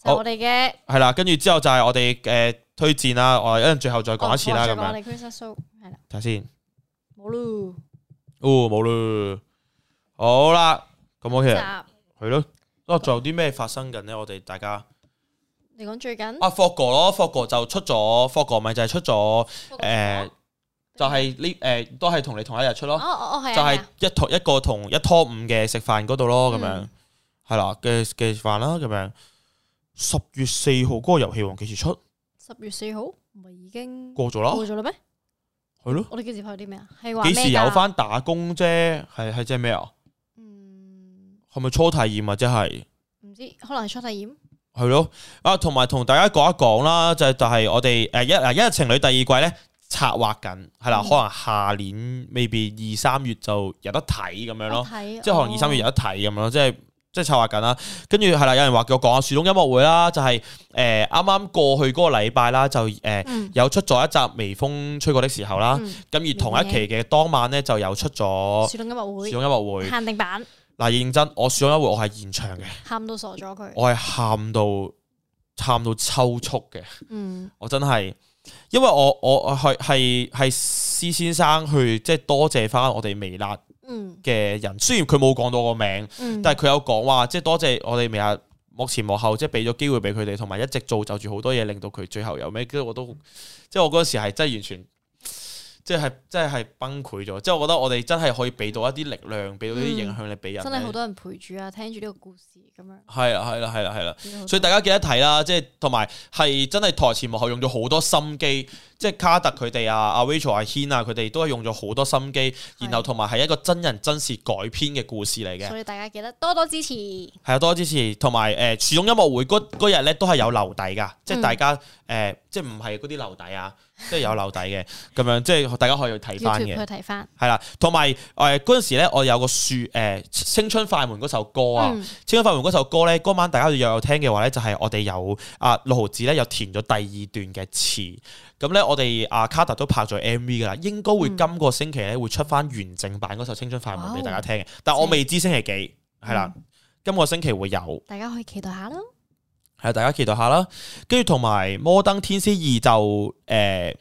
Speaker 2: 就
Speaker 1: 好
Speaker 2: 係我哋嘅，
Speaker 1: 係啦，跟住之後就係我哋誒推薦啦，我一陣最後再講一次啦，咁
Speaker 2: 哦再講我
Speaker 1: 樣
Speaker 2: 哋 Christmas show 係啦，
Speaker 1: 睇下先。
Speaker 2: 冇咯，
Speaker 1: 哦，冇啦，好啦，咁 OK 啦
Speaker 2: 集
Speaker 1: 係咯。啊，仲有啲咩發生緊呢？我哋大家
Speaker 2: 你講最近
Speaker 1: 啊，霍哥咯，霍哥就出咗，霍哥咪就係出咗誒，就係呢誒，都係同你同一日出
Speaker 2: 哦
Speaker 1: 咯。
Speaker 2: 哦哦係啊，
Speaker 1: 就係
Speaker 2: 係啊
Speaker 1: 一同一個同一拖五嘅食飯嗰度咯，咁樣
Speaker 2: 嗯
Speaker 1: 係啦嘅嘅飯啦，咁樣。十月四號嗰個遊戲王幾時出？
Speaker 2: 十月四號，唔係已經
Speaker 1: 過咗
Speaker 2: 過
Speaker 1: 啦，
Speaker 2: 咗啦咩？
Speaker 1: 係咯。
Speaker 2: 我哋幾時拍啲咩啊？係哦話
Speaker 1: 幾
Speaker 2: 咩
Speaker 1: 時有
Speaker 2: 㗎？
Speaker 1: 翻打工啫？係係即係咩啊？
Speaker 2: 嗯，
Speaker 1: 係咪初體驗啊？即係
Speaker 2: 唔知可能係初體驗。
Speaker 1: 係咯。啊，同埋同大家講一講啦，就係就係我哋誒一啊一日情侶第二季咧策劃緊，係啦，
Speaker 2: 嗯
Speaker 1: 可能下年 maybe 二三月就有得睇咁樣咯。
Speaker 2: 睇，
Speaker 1: 即係可能二三月
Speaker 2: 哦
Speaker 1: 有得睇咁樣咯，即係即係策劃緊啦。跟住係啦，有人話叫我講下樹窿音樂會啦，就係誒啱啱過去嗰個禮拜啦，就誒、呃
Speaker 2: 嗯
Speaker 1: 有出咗一集《微風吹過的時候》啦。
Speaker 2: 嗯
Speaker 1: 咁、而同一期嘅當晚咧，就有出咗
Speaker 2: 樹洞音
Speaker 1: 樹窿
Speaker 2: 樂
Speaker 1: 哦音樂
Speaker 2: 會
Speaker 1: 會。
Speaker 2: 限定版，
Speaker 1: 嗱，認真，我樹窿音樂會我係現場嘅，
Speaker 2: 喊到傻咗佢。
Speaker 1: 我係喊到喊到抽搐嘅，
Speaker 2: 嗯，
Speaker 1: 我真係，因為我我我係係係施先生去即係多謝翻我哋微辣
Speaker 2: 嗯
Speaker 1: 嘅人，雖然佢冇講到個名，
Speaker 2: 嗯，
Speaker 1: 但係佢有講話，即係多謝我哋微辣幕前幕後，即係俾咗機會俾佢哋，同埋一直造就住好多嘢，令到佢最後有咩？跟住我都即係我嗰陣時係真係完全。即係真係崩潰咗，即係我覺得我哋真係可以俾到一啲力量，俾到一啲影響力俾人呢。
Speaker 2: 真係好多人陪住啊，聽住呢個故事咁樣
Speaker 1: 係啦，係啦，係啦，係啦。
Speaker 2: 見到好多。
Speaker 1: 所以大家記得睇啦，即係同埋係真係台前幕後用咗好多心機，即係卡特佢哋啊、阿 Rachel 阿軒啊，佢哋都係用咗好多心機，然後同埋係一個真人真事改編嘅故事嚟嘅，
Speaker 2: 所以大家記得多多支持，
Speaker 1: 係啊，多支持，同埋誒樹種音樂會嗰嗰日咧都係有留底㗎，即係
Speaker 2: 嗯
Speaker 1: 大家誒、呃即係唔係嗰啲留底啊，即係有留底嘅咁樣，即係大家可以去睇
Speaker 2: 要
Speaker 1: 翻
Speaker 2: 貼
Speaker 1: 嘅
Speaker 2: 去。睇翻。
Speaker 1: 係啦，同埋誒呃嗰陣時咧，我有個樹誒、呃青春快門》嗰首歌啊，
Speaker 2: 嗯
Speaker 1: 青春快門》嗰首歌咧，嗰晚大家又有聽嘅話咧，就係、我哋有啊六毫子咧，又填咗第二段嘅詞，咁咧我哋啊卡特都拍咗 M V 噶啦，應該會
Speaker 2: 嗯
Speaker 1: 今個星期咧會出翻完整版嗰首《青春快門》
Speaker 2: 哇哦
Speaker 1: 俾大家聽嘅，但我未知星期幾
Speaker 2: 嗯
Speaker 1: 係啦，今個星期會有。
Speaker 2: 大家可以期待下咯。
Speaker 1: 係大家期待下啦。跟住同埋《摩登天師二》就誒，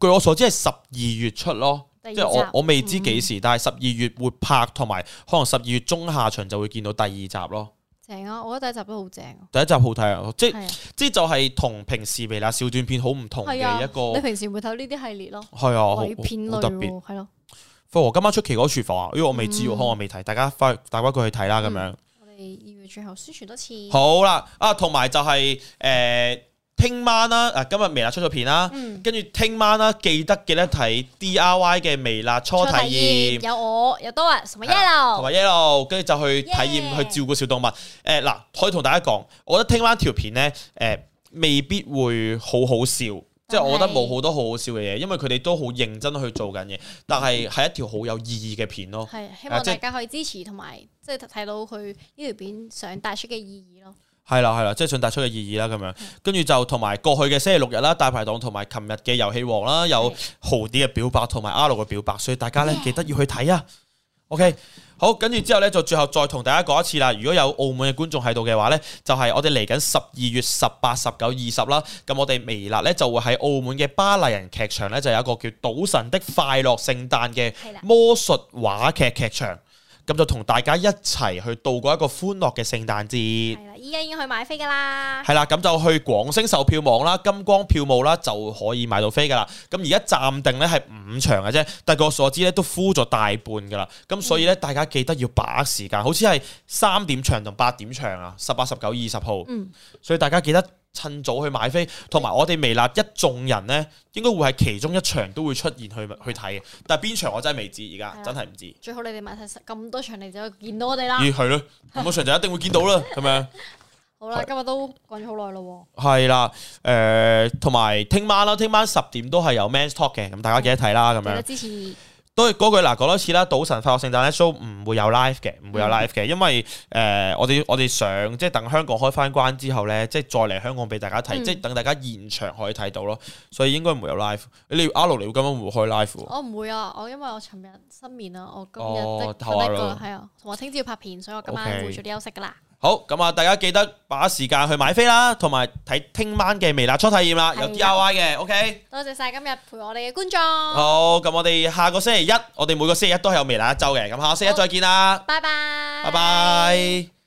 Speaker 1: 據我所知係十二月出咯，
Speaker 2: 第二
Speaker 1: 即
Speaker 2: 集嗯
Speaker 1: 係我我未知幾時，但係十二月會拍，同埋可能十二月中下旬就會見到第二集咯。
Speaker 2: 正啊！我覺得第一集都好正啊。
Speaker 1: 第一集好睇啊，即
Speaker 2: 係啊，
Speaker 1: 即就係同平時微辣小短片好唔同嘅
Speaker 2: 係啊
Speaker 1: 一
Speaker 2: 你
Speaker 1: 個。
Speaker 2: 平時會睇呢啲系列咯，
Speaker 1: 係啊，好
Speaker 2: 鬼片類
Speaker 1: 好特別。
Speaker 2: 喎，係咯。
Speaker 1: 不過今晚出奇嗰個廚房啊，因為我未知喎，可
Speaker 2: 嗯
Speaker 1: 能我未睇，大家翻大家過去睇啦咁樣。
Speaker 2: 我哋二月最後宣傳多次，
Speaker 1: 好啦，啊，同埋就係誒聽晚啦，啊，今日微辣出咗片啦，
Speaker 2: 嗯，
Speaker 1: 跟住聽晚啦，記得記得睇 DIY 嘅微辣初體驗，
Speaker 2: 有我有多人，什麼
Speaker 1: 係啊同
Speaker 2: yellow，
Speaker 1: 埋 Yellow，跟住就去體
Speaker 2: Yeah
Speaker 1: 驗去照顧小動物。誒、嗱，可以同大家講，我覺得聽晚條片咧，誒、未必會好好笑，即係我覺得冇好多好好笑嘅嘢，因為佢哋都好認真去做緊嘢，但係係一條好有意義嘅片咯。
Speaker 2: 係希
Speaker 1: 啊
Speaker 2: 望
Speaker 1: 即係
Speaker 2: 大家可以支持同埋即係睇到佢呢條片想帶出嘅意義咯。
Speaker 1: 係啦，係啦，即係想帶出嘅意義啦，咁樣，跟住就同埋過去嘅星期六日啦，大排檔同埋琴日嘅遊戲王啦，有
Speaker 2: 係
Speaker 1: 豪啲嘅表白同埋阿 L 嘅表白，所以大家咧記得要去睇啊。OK，好，跟住之後咧就最後再同大家講一次啦。如果有澳門嘅觀眾喺度嘅話咧，就係、我哋嚟緊十二月十八、十九、二十啦。咁我哋微辣咧就會喺澳門嘅巴黎人劇場咧就有一個叫《賭神的快樂聖誕》嘅
Speaker 2: 係啦
Speaker 1: 魔術話劇劇場。咁就同大家一齊去度過一個歡樂嘅聖誕節。
Speaker 2: 係啦，依家已經去買飛㗎啦。
Speaker 1: 係啦，咁就去廣星售票網啦、金光票務啦，就可以買到飛噶啦。咁而家暫定咧係五場嘅啫，但係據我所知咧都敷咗大半噶啦。咁所以
Speaker 2: 嗯
Speaker 1: 咧，大家記得要把握時間，好似係三點場同八點場啊，十八、十九、二十號。
Speaker 2: 嗯，
Speaker 1: 所以大家記得趁早去買飛，同埋我哋微辣一眾人咧，應該會係其中一場都會出現去去睇嘅。但係邊場我真係未知，而
Speaker 2: 係
Speaker 1: 家
Speaker 2: 啊
Speaker 1: 真係唔知。
Speaker 2: 最好你哋買晒咁多場，你就見到我哋啦。
Speaker 1: 咦，係咯，咁嗰場就一定會見到啦，啊咁樣。
Speaker 2: 好啦，
Speaker 1: 係
Speaker 2: 今日都講咗好耐咯
Speaker 1: 係啦，誒同埋聽晚啦，聽晚十點都係有 Men's Talk 嘅，咁大家記得睇啦，咁
Speaker 2: 嗯喎，記得
Speaker 1: 樣
Speaker 2: 支持。
Speaker 1: 都係嗰句嗱，講多次啦，賭神快樂聖誕咧 show 唔會有 live 嘅，唔
Speaker 2: 嗯
Speaker 1: 會有 live 嘅，因為誒、我哋我哋想即係等香港開翻關之後咧，即係再嚟香港俾大家睇，
Speaker 2: 嗯
Speaker 1: 即係等大家現場可以睇到咯，所以應該唔會有 live。你阿盧你會今晚會唔會開 live 喎？
Speaker 2: 我唔會啊，我因為我尋日失眠啊，我今
Speaker 1: 哦
Speaker 2: 日得
Speaker 1: 唞下
Speaker 2: 瞓一個
Speaker 1: 咯
Speaker 2: 係啊，同埋聽朝要拍片，所以我今晚
Speaker 1: OK
Speaker 2: 會早啲休息㗎啦。
Speaker 1: 好，咁啊，大家記得把握時間去買飛啦，同埋睇聽晚嘅微辣初體驗啦，有
Speaker 2: 係
Speaker 1: D
Speaker 2: 啊
Speaker 1: I Y 嘅，OK。
Speaker 2: 多謝晒今日陪我哋嘅觀眾，
Speaker 1: 好，咁我哋下個星期一，我哋每個星期一都係有微辣一周嘅，咁下個星期一再見啦，
Speaker 2: 拜拜，
Speaker 1: 拜拜。